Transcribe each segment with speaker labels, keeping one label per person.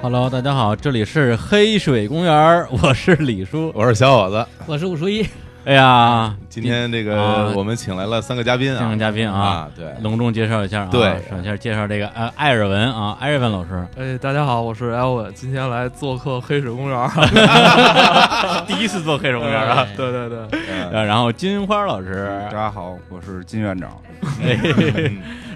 Speaker 1: Hello，大家好，这里是黑水公园儿， 我是李叔。
Speaker 2: 我是小伙子。
Speaker 3: 我是武叔一，
Speaker 1: 哎 呀，
Speaker 2: 今天这
Speaker 1: 啊
Speaker 2: 个我们请来了三个嘉宾啊，
Speaker 1: 三个嘉宾啊
Speaker 2: 对，
Speaker 1: 隆重介绍一下啊，
Speaker 2: 对
Speaker 1: 首先介绍这个呃艾尔文啊，艾尔文老 师，
Speaker 4: 哎，大家好，我是 Elvin，今天来做客黑水公园儿。
Speaker 1: 第一次做黑水公园
Speaker 4: 啊，对对对，
Speaker 2: 嗯
Speaker 1: 呃然后金花老 师，哎
Speaker 5: 家好，我是金院长。
Speaker 2: 嗯哎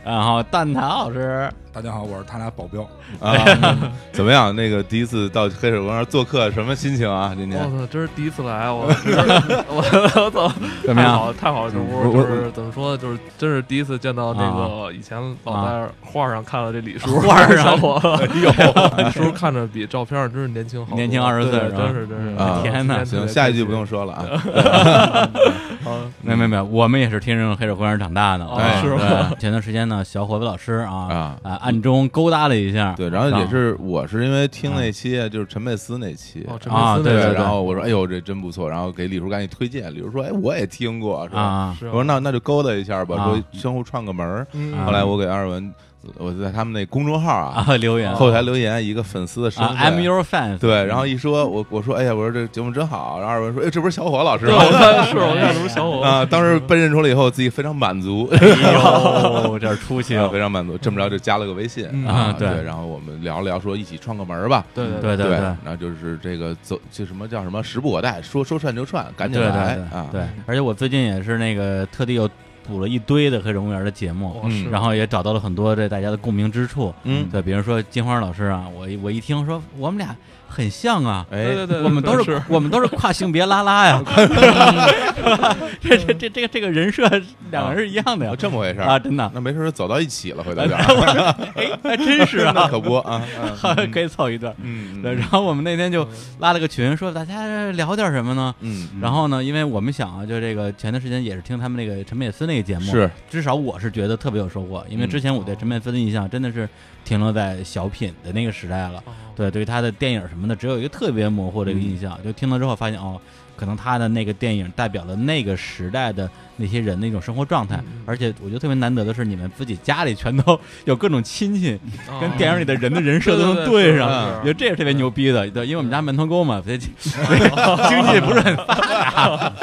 Speaker 1: 然后蛋挞老师，
Speaker 5: 大家好，我是他俩保镖。
Speaker 2: 啊， 怎么样？那个第一次到黑水公园做客，什么心情啊？今
Speaker 4: 我
Speaker 2: 天
Speaker 4: 操，真是第一次来，啊我我我操，
Speaker 1: 怎么
Speaker 4: 太
Speaker 1: 样
Speaker 4: 好了太好了，这
Speaker 5: 我
Speaker 4: 屋
Speaker 5: 我
Speaker 4: 就是怎么说呢，就是真是第一次见到那个以前老在画上看到这李叔，
Speaker 1: 啊 画上
Speaker 4: 小伙子，哎呦，李叔看着比照片上真是年轻好多，
Speaker 1: 年轻20岁是
Speaker 4: 对
Speaker 1: 吧
Speaker 4: 真是真是，
Speaker 2: 啊
Speaker 1: 天哪
Speaker 4: 哪，
Speaker 2: 行，下一句不用说了啊。
Speaker 4: 啊，
Speaker 2: 嗯
Speaker 1: 没没没，我们也是听着黑水公园长大的，
Speaker 4: 哦
Speaker 1: 哎
Speaker 4: 是吗
Speaker 1: 对前段时间呢，小伙子老师啊
Speaker 2: 啊
Speaker 1: 啊暗中勾搭了一下，
Speaker 2: 对，然后也是，啊我是因为听那期就是陈佩斯那期。
Speaker 4: 哦，陈佩
Speaker 1: 啊
Speaker 4: 斯那
Speaker 1: 对
Speaker 2: 对
Speaker 4: 个
Speaker 2: 然后我说：“哎呦，这真不错。”然后给李叔赶紧推荐。李叔说：“哎，我也听过。”是吧？
Speaker 1: 啊，
Speaker 4: 是
Speaker 2: 我说：“
Speaker 4: 啊
Speaker 2: 那那就勾搭一下吧。”
Speaker 1: 啊
Speaker 2: 说相互串个门儿。
Speaker 4: 嗯
Speaker 1: 啊
Speaker 2: 后来我给阿尔文，我在他们那公众号啊
Speaker 1: 啊留言
Speaker 2: 后台留言，一个粉丝的身
Speaker 1: 啊
Speaker 2: 份
Speaker 1: ，I'm your fan，
Speaker 2: 对，然后一说，我我说，哎呀，我说这节目真好。然后二文说，哎，这不是小伙老师
Speaker 4: 对，
Speaker 2: 吗？
Speaker 4: 我看是我看什么小伙子
Speaker 2: 啊，当时被认出了以后，自己非常满足，
Speaker 1: 哎呦，这出息
Speaker 2: 啊非常满足。这么着就加了个微信
Speaker 4: 嗯
Speaker 1: 啊对
Speaker 2: 对。然后我们聊了聊，说一起串个门儿吧。
Speaker 4: 对对
Speaker 1: 对
Speaker 2: 对
Speaker 1: 对。
Speaker 2: 然后就是这个走，这什么叫什么时不我待，说说串就串，赶紧
Speaker 1: 对
Speaker 2: 来
Speaker 1: 对对
Speaker 2: 啊！
Speaker 1: 对，而且我最近也是那个特地又补了一堆的黑水公园的节目，
Speaker 4: 哦是
Speaker 1: 然后也找到了很多这大家的共鸣之处。
Speaker 2: 嗯，
Speaker 1: 对，比如说金花老师啊，我一我一听说我们俩很像啊。
Speaker 2: 哎
Speaker 4: 对，对对，
Speaker 1: 我们都
Speaker 4: 对
Speaker 1: 是我们都是跨性别拉拉呀， 这这这这个这个人设两个人是一样的呀
Speaker 2: 哦，这么回事
Speaker 1: 啊，
Speaker 2: 儿。
Speaker 1: 真的，
Speaker 2: 那没事儿走到一起了，回 头就
Speaker 1: 哎，还真是
Speaker 2: 那
Speaker 1: 啊，
Speaker 2: 可不啊。
Speaker 1: 可以凑一段。
Speaker 2: 嗯
Speaker 1: 对，
Speaker 2: 嗯
Speaker 1: 然后我们那天
Speaker 4: 哦
Speaker 1: 就拉了个群，说大家聊点什么呢？
Speaker 2: 嗯，
Speaker 1: 然后呢，因为我们想啊，就这个前段时间也是听他们那个陈佩斯那个节目，
Speaker 2: 是
Speaker 1: 至少我是觉得特别有收获，因为
Speaker 2: 嗯
Speaker 1: 之前我对陈佩斯的印象真的是停留在小品的那个时代了，
Speaker 4: 哦
Speaker 1: 对，对于他的电影什么的，只有一个特别模糊的一个印
Speaker 4: 嗯
Speaker 1: 象，就听了之后发现哦，可能他的那个电影代表了那个时代的那些人的一种生活状态，
Speaker 4: 嗯嗯
Speaker 1: 而且我觉得特别难得的是，你们自己家里全都有各种亲 戚，
Speaker 4: 哦
Speaker 1: 跟电影里的人的人设
Speaker 4: 对
Speaker 1: 都
Speaker 4: 对
Speaker 1: 能
Speaker 4: 对嗯是
Speaker 1: 上，
Speaker 4: 是
Speaker 1: 我觉得这是特别牛逼的，对，因为我们家门头沟嘛，所以经
Speaker 4: 啊
Speaker 1: 济不是很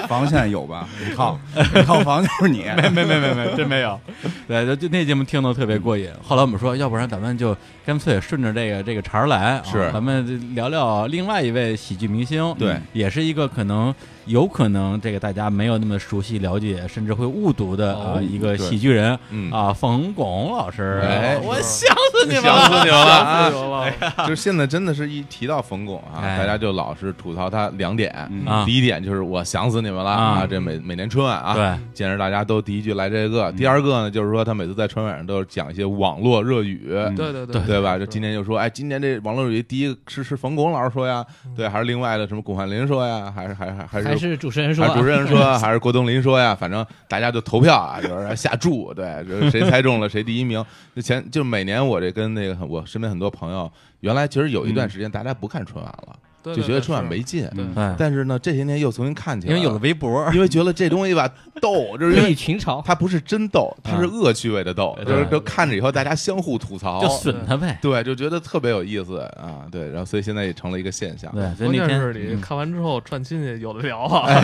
Speaker 5: 房现在有 吧？五套，五套房就是你。
Speaker 1: 没没没没，真没有。对，就就那节目听得特别过瘾。后来我们说，要不然咱们就干脆顺着这个这个茬儿来，啊
Speaker 2: 是
Speaker 1: 咱们聊聊另外一位喜剧明星，
Speaker 2: 对，
Speaker 1: 也是一个可能有可能这个大家没有那么熟悉了解，甚至会误读的啊、
Speaker 4: 哦
Speaker 1: 一个
Speaker 2: 对
Speaker 1: 喜剧人
Speaker 2: 嗯
Speaker 1: 啊，冯巩老师。
Speaker 2: 哎
Speaker 1: 我想死你们
Speaker 2: 想
Speaker 1: 了。
Speaker 2: 死你们了啊！
Speaker 4: 了啊！
Speaker 2: 就是现在真的是一提到冯巩啊，
Speaker 1: 哎
Speaker 2: 大家就老是吐槽他两点
Speaker 5: 嗯
Speaker 1: 啊
Speaker 2: 第一点就是我想死你们了
Speaker 1: 啊
Speaker 2: 这每每年春晚啊，
Speaker 1: 对，
Speaker 2: 见着大家都第一句来这个。第二个呢，就是说他每次在春晚上都是讲一些网络热语。
Speaker 5: 嗯
Speaker 4: 对对
Speaker 2: 对吧？就今年就说，哎，今年这网络热语第一个是是冯巩老师说呀，对，还是另外的什么巩汉林说呀，还是还是还是
Speaker 3: 还是主持人说
Speaker 1: 啊
Speaker 2: 还是主持人说，还是郭冬临说呀，反正大家就投票啊， 就是下注，对，就是谁猜中了谁第一名。就前就每年我这跟那个我身边很多朋友，原来其实有一段时间大家不看春晚了，
Speaker 4: 对
Speaker 2: 就觉得春晚
Speaker 4: 是
Speaker 2: 没劲，嗯
Speaker 4: 对
Speaker 1: 哎，
Speaker 2: 但是呢这些年又重新看起
Speaker 1: 因
Speaker 2: 来，
Speaker 1: 为有了，微博，
Speaker 2: 因为觉得这东西吧 逗，就是因
Speaker 3: 热
Speaker 2: 为
Speaker 3: 议群嘲，
Speaker 2: 它不是真逗，它是恶趣味的逗，
Speaker 1: 嗯对
Speaker 2: 就是都看着以后大家相互吐槽
Speaker 1: 就，损他呗。
Speaker 2: 对，就觉得特别有意思啊，对，然后所以现在也成了一个现象，
Speaker 1: 对，所
Speaker 4: 关
Speaker 1: 以那
Speaker 4: 键
Speaker 1: 天
Speaker 4: 是你
Speaker 1: 嗯
Speaker 4: 看完之后串亲戚有的聊啊，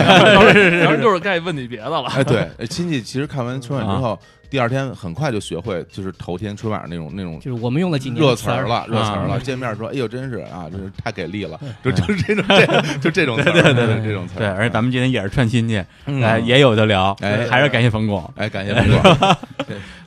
Speaker 4: 当然当然就是该问你别的了。
Speaker 2: 哎，对，亲戚其实看完春晚之
Speaker 1: 啊
Speaker 2: 后，第二天很快就学会，就是头天春晚那种那种
Speaker 3: 就是我们用了几年
Speaker 2: 热
Speaker 3: 的
Speaker 2: 词
Speaker 3: 儿
Speaker 2: 儿，了，热词儿
Speaker 1: 啊
Speaker 2: 了。见面说，哎呦，真是啊，真是太给力了，就 就是这种这就这种词儿，对对对，这种词儿。
Speaker 1: 对，而且咱们今天也是串亲戚，
Speaker 2: 嗯
Speaker 1: 哎，也有的聊，
Speaker 2: 哎
Speaker 1: 还是感谢冯巩。
Speaker 2: 哎，感谢冯 哥。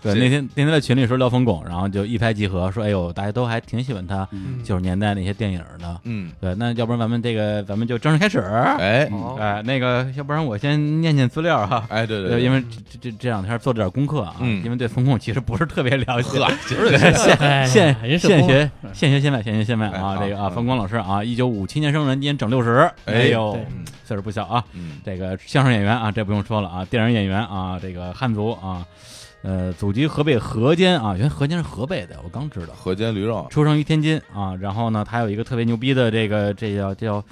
Speaker 1: 对，
Speaker 2: 是
Speaker 1: 那天那天在群里说聊冯巩，然后就一拍即合，说哎呦，大家都还挺喜欢他
Speaker 4: 嗯
Speaker 1: 九十年代那些电影的。
Speaker 2: 嗯，
Speaker 1: 对，那要不然咱们这个咱们就正式开始。哎，
Speaker 2: 哎
Speaker 4: 好
Speaker 1: 那个，要不然我先念念资料哈。
Speaker 2: 哎，对
Speaker 1: 对，
Speaker 2: 对，
Speaker 1: 因
Speaker 2: 为
Speaker 1: 为这这这两天做了点功课啊，
Speaker 2: 嗯
Speaker 1: 因为对冯巩其实不是特别了解。
Speaker 2: 呵，
Speaker 1: 对现
Speaker 3: 哎
Speaker 1: 现
Speaker 3: 人嗯是
Speaker 1: 现
Speaker 3: 疯
Speaker 1: 学现学现卖现学现卖
Speaker 2: 哎
Speaker 1: 啊！
Speaker 2: 好
Speaker 1: 这个啊，
Speaker 2: 嗯
Speaker 1: 冯巩老师啊，一九五七年生人，今年整六十，
Speaker 2: 哎
Speaker 1: 呦
Speaker 3: 对，
Speaker 2: 嗯
Speaker 1: 岁数不小啊。
Speaker 2: 嗯
Speaker 1: 这个相声演员啊，这不用说了啊，电影演员啊，这个汉族啊，呃，祖籍河北河间啊，原来河间是河北的，我刚知道，
Speaker 2: 河间驴肉，
Speaker 1: 出生于天津啊，然后呢，他有一个特别牛逼的这个这叫这叫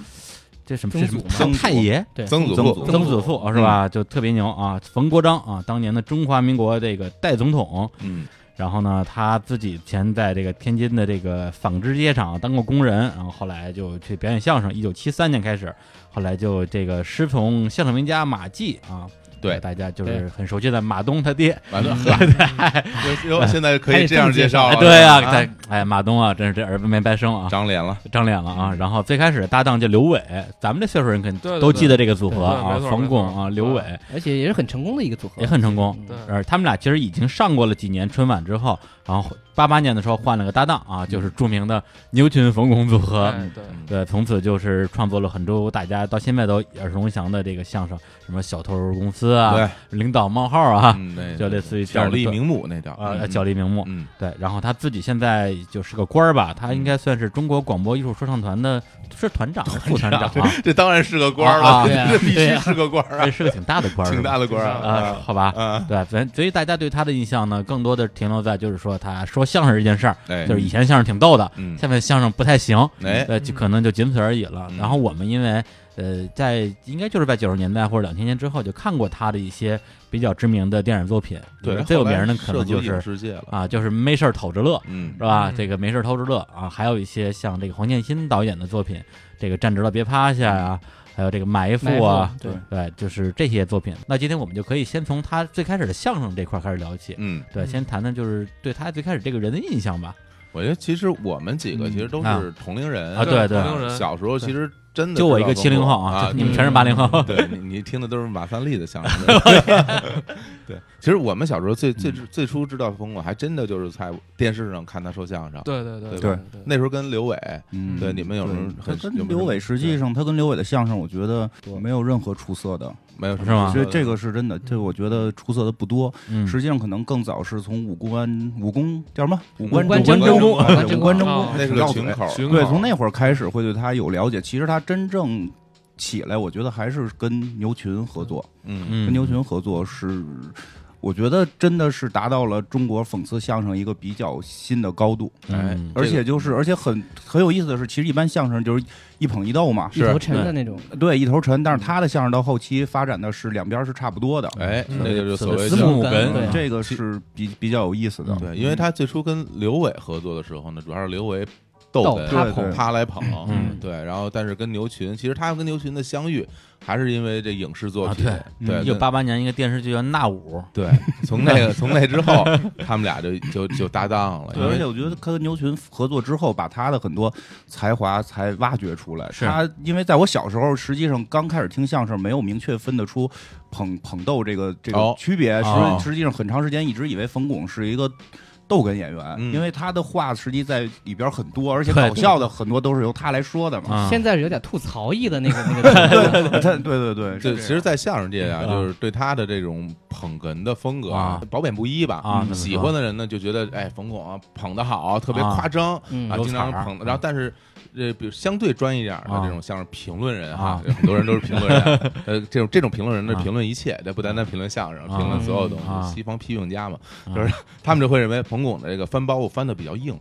Speaker 1: 这什么这什么
Speaker 2: 曾祖
Speaker 1: 太爷。
Speaker 3: 对
Speaker 2: 曾祖嗯
Speaker 5: 曾
Speaker 2: 父
Speaker 5: 祖，
Speaker 1: 嗯曾祖父啊是吧？就特别牛啊！冯国璋啊，当年的中华民国这个代总统，
Speaker 2: 嗯，
Speaker 1: 然后呢，他自己以前在这个天津的这个纺织街厂当过工人，然后后来就去表演相声。一九七三年开始，后来就这个师从相声名家马季啊，
Speaker 2: 对
Speaker 1: 大家就
Speaker 4: 对
Speaker 1: 是很熟悉的马东他爹，
Speaker 2: 完了，呵
Speaker 1: 嗯
Speaker 2: 有 有现在可以这样介绍
Speaker 1: 哎
Speaker 2: 了，
Speaker 1: 对
Speaker 2: 呀、
Speaker 1: 啊，在哎马东啊，真是这儿子没白生啊，
Speaker 2: 长脸了，
Speaker 1: 长脸了啊。然后最开始搭档就刘伟，咱们这岁数人肯
Speaker 4: 嗯对对
Speaker 1: 定都记得这个组合
Speaker 4: 对对
Speaker 1: 啊
Speaker 4: 没，错
Speaker 1: 冯巩
Speaker 4: 没错
Speaker 1: 啊，刘伟
Speaker 4: 对
Speaker 3: 而且也是很成功的一个组合，
Speaker 1: 也很成功。
Speaker 4: 对，
Speaker 2: 嗯
Speaker 1: 呃，他们俩其实已经上过了几年春晚之后，然后八八年的时候换了个搭档啊，就是著名的牛群冯巩组合。
Speaker 4: 哎对，
Speaker 1: 对，从此就是创作了很多大家到现在都耳熟能详的这个相声，什么小偷公司啊，
Speaker 2: 对，
Speaker 1: 领导冒号啊，
Speaker 2: 嗯，那
Speaker 1: 就类似于这
Speaker 2: 角
Speaker 1: 样的
Speaker 2: 力名目那叫
Speaker 1: 啊，
Speaker 2: 嗯
Speaker 1: 角力名目。
Speaker 2: 嗯，
Speaker 1: 对，然后他自己现在就是个官儿吧，他应该算是中国广播艺术说唱团的是团长还是副 团长啊？
Speaker 2: 这当然是个官儿
Speaker 1: 啊啊
Speaker 2: 了，
Speaker 3: 对啊
Speaker 2: 这必
Speaker 3: 对
Speaker 2: 须
Speaker 3: 啊
Speaker 2: 是个官儿啊
Speaker 1: 这，是个挺大的官儿，
Speaker 2: 挺大的官儿
Speaker 4: 的
Speaker 1: 啊，
Speaker 2: 啊，
Speaker 1: 好吧。
Speaker 2: 啊，
Speaker 1: 对，所以所以大家对他的印象呢，更多的停留在就是说他说相声这件事儿，
Speaker 2: 哎，
Speaker 1: 就是以前相声挺逗的，
Speaker 2: 嗯，
Speaker 1: 现在相声不太行，
Speaker 2: 哎，
Speaker 1: 呃，就可能就仅此而已了。
Speaker 2: 嗯
Speaker 1: 然后我们因为呃，在应该就是在九十年代或者两千年之后，就看过他的一些比较知名的电影作品，
Speaker 2: 对，
Speaker 1: 最有名的
Speaker 2: 后来
Speaker 1: 可能就
Speaker 2: 涉足影
Speaker 1: 是
Speaker 2: 视界了，
Speaker 1: 啊，就是没事儿瞅着乐，
Speaker 2: 嗯
Speaker 1: 是，吧？
Speaker 4: 嗯
Speaker 1: 这个没事儿偷着乐啊，还有一些像这个黄建新导演的作品，这个站直了别趴下呀、
Speaker 2: 嗯
Speaker 1: 还有这个埋
Speaker 3: 埋
Speaker 1: 伏啊，
Speaker 3: 伏对，
Speaker 1: 对，就是这些作品。那今天我们就可以先从他最开始的相声这块开始聊起，
Speaker 2: 嗯，
Speaker 1: 对，先谈谈就是对他最开始这个人的印象吧。
Speaker 2: 我觉得其实我们几个其实都
Speaker 1: 嗯啊
Speaker 2: 是同龄人
Speaker 1: 啊对对
Speaker 4: 同龄人
Speaker 2: 小时候其实真的
Speaker 1: 就我一个
Speaker 2: 知道
Speaker 1: 七零
Speaker 2: 更多
Speaker 1: 后
Speaker 2: 啊，
Speaker 1: 就你们
Speaker 4: 对
Speaker 1: 全是八零后。
Speaker 2: 对你，你听的都是马三立的相声。对，其实我们小时候最最最初知道冯巩，还真的就是在电视上看他说相声。
Speaker 4: 对对对
Speaker 2: 对
Speaker 5: 吧
Speaker 4: 对，
Speaker 2: 那时候跟刘伟，
Speaker 5: 嗯，
Speaker 2: 对你们有什么
Speaker 5: 对
Speaker 2: 很
Speaker 5: 他
Speaker 2: 有
Speaker 5: 跟
Speaker 2: 没有
Speaker 5: 刘
Speaker 2: 什么
Speaker 5: 伟实际上他跟刘伟的相声，我觉得没有任何出色的，
Speaker 2: 没有什么
Speaker 1: 是吗
Speaker 5: 所以这个是真
Speaker 2: 嗯
Speaker 5: 的，这我觉得出色的不多。
Speaker 1: 嗯，
Speaker 5: 实际上可能更早是从武官武功叫什么武
Speaker 3: 官
Speaker 5: 官
Speaker 3: 争
Speaker 5: 争
Speaker 3: 功
Speaker 5: 啊对
Speaker 3: 武
Speaker 5: 武官
Speaker 3: 官
Speaker 5: 争
Speaker 3: 争
Speaker 4: 功
Speaker 5: 功，
Speaker 2: 那是个
Speaker 5: 绕嘴
Speaker 2: 群口，
Speaker 4: 群
Speaker 5: 对，
Speaker 4: 口
Speaker 5: 从那会儿开始会对他有了解。其实他真正起来，我觉得还是跟牛群合作，
Speaker 2: 嗯
Speaker 1: 嗯
Speaker 5: 跟牛群合作是。我觉得真的是达到了中国讽刺相声一个比较新的高度，
Speaker 2: 哎
Speaker 1: 嗯，
Speaker 5: 而且就是，而且很很有意思的是，其实一般相声就是一捧一逗嘛，
Speaker 3: 一头沉的那种，
Speaker 5: 对，一头沉。但是他的相声到后期发展的是两边是差不多的，
Speaker 2: 哎，
Speaker 4: 嗯
Speaker 2: 那个就所谓
Speaker 3: 子
Speaker 2: 叫
Speaker 3: 母
Speaker 1: 根
Speaker 3: 对
Speaker 1: 嗯
Speaker 5: 这个是比比较有意思的。
Speaker 2: 对，因为他最初跟刘伟合作的时候呢，主要是刘伟逗
Speaker 3: 逗
Speaker 2: 哏
Speaker 3: 他
Speaker 5: 对
Speaker 3: 捧
Speaker 5: 对
Speaker 2: 他来捧，
Speaker 1: 嗯
Speaker 2: 对，然后但是跟牛群，其实他跟牛群的相遇还是因为这影视作
Speaker 1: 啊
Speaker 2: 品，
Speaker 5: 对
Speaker 2: 对，
Speaker 1: 一九
Speaker 2: 那
Speaker 1: 八八年一个电视剧叫《那五》，
Speaker 2: 对，从那个从那之后，他们俩就就就搭档了，
Speaker 5: 对，
Speaker 2: 因
Speaker 5: 而
Speaker 2: 为
Speaker 5: 且我觉得他跟牛群合作之后，把他的很多才华才挖掘出来。
Speaker 1: 是
Speaker 5: 他因为在我小时候，实际上刚开始听相声，没有明确分得出捧捧逗这个这
Speaker 2: 哦
Speaker 5: 个区别。
Speaker 1: 哦
Speaker 5: 实实际上很长时间一直以为冯巩是一个。逗哏演员，
Speaker 2: 嗯
Speaker 5: 因为他的话实际在里边很多，而且
Speaker 1: 对
Speaker 5: 搞笑的很多都是由他来说的嘛。
Speaker 1: 啊，
Speaker 3: 现在是有点吐槽意的那个那个程度了，
Speaker 5: 他对对对，
Speaker 2: 就是其实，在相声界啊，
Speaker 1: 啊
Speaker 2: 就是对他的这种捧哏的风格
Speaker 1: 啊
Speaker 2: 褒贬不一吧。
Speaker 1: 啊
Speaker 2: 嗯
Speaker 1: 怎么说
Speaker 2: 喜欢的人呢就觉得，哎，冯巩啊捧得好，特别
Speaker 1: 啊
Speaker 2: 夸张
Speaker 3: 嗯
Speaker 2: 啊，
Speaker 1: 有
Speaker 2: 经常
Speaker 1: 彩儿
Speaker 2: 捧。然后，但是呃，比如相对专一点的
Speaker 1: 啊
Speaker 2: 这种相声评论人哈
Speaker 1: 啊，
Speaker 2: 有很多人都是评论人。 呃，这种这种评论人呢，
Speaker 1: 啊
Speaker 2: 评论一切，这不单单评论相声，
Speaker 1: 啊
Speaker 2: 评论所有东
Speaker 1: 啊
Speaker 2: 西。西方批评家嘛，
Speaker 1: 啊
Speaker 2: 就是他们就会认为冯巩的这个翻包袱翻的比较硬。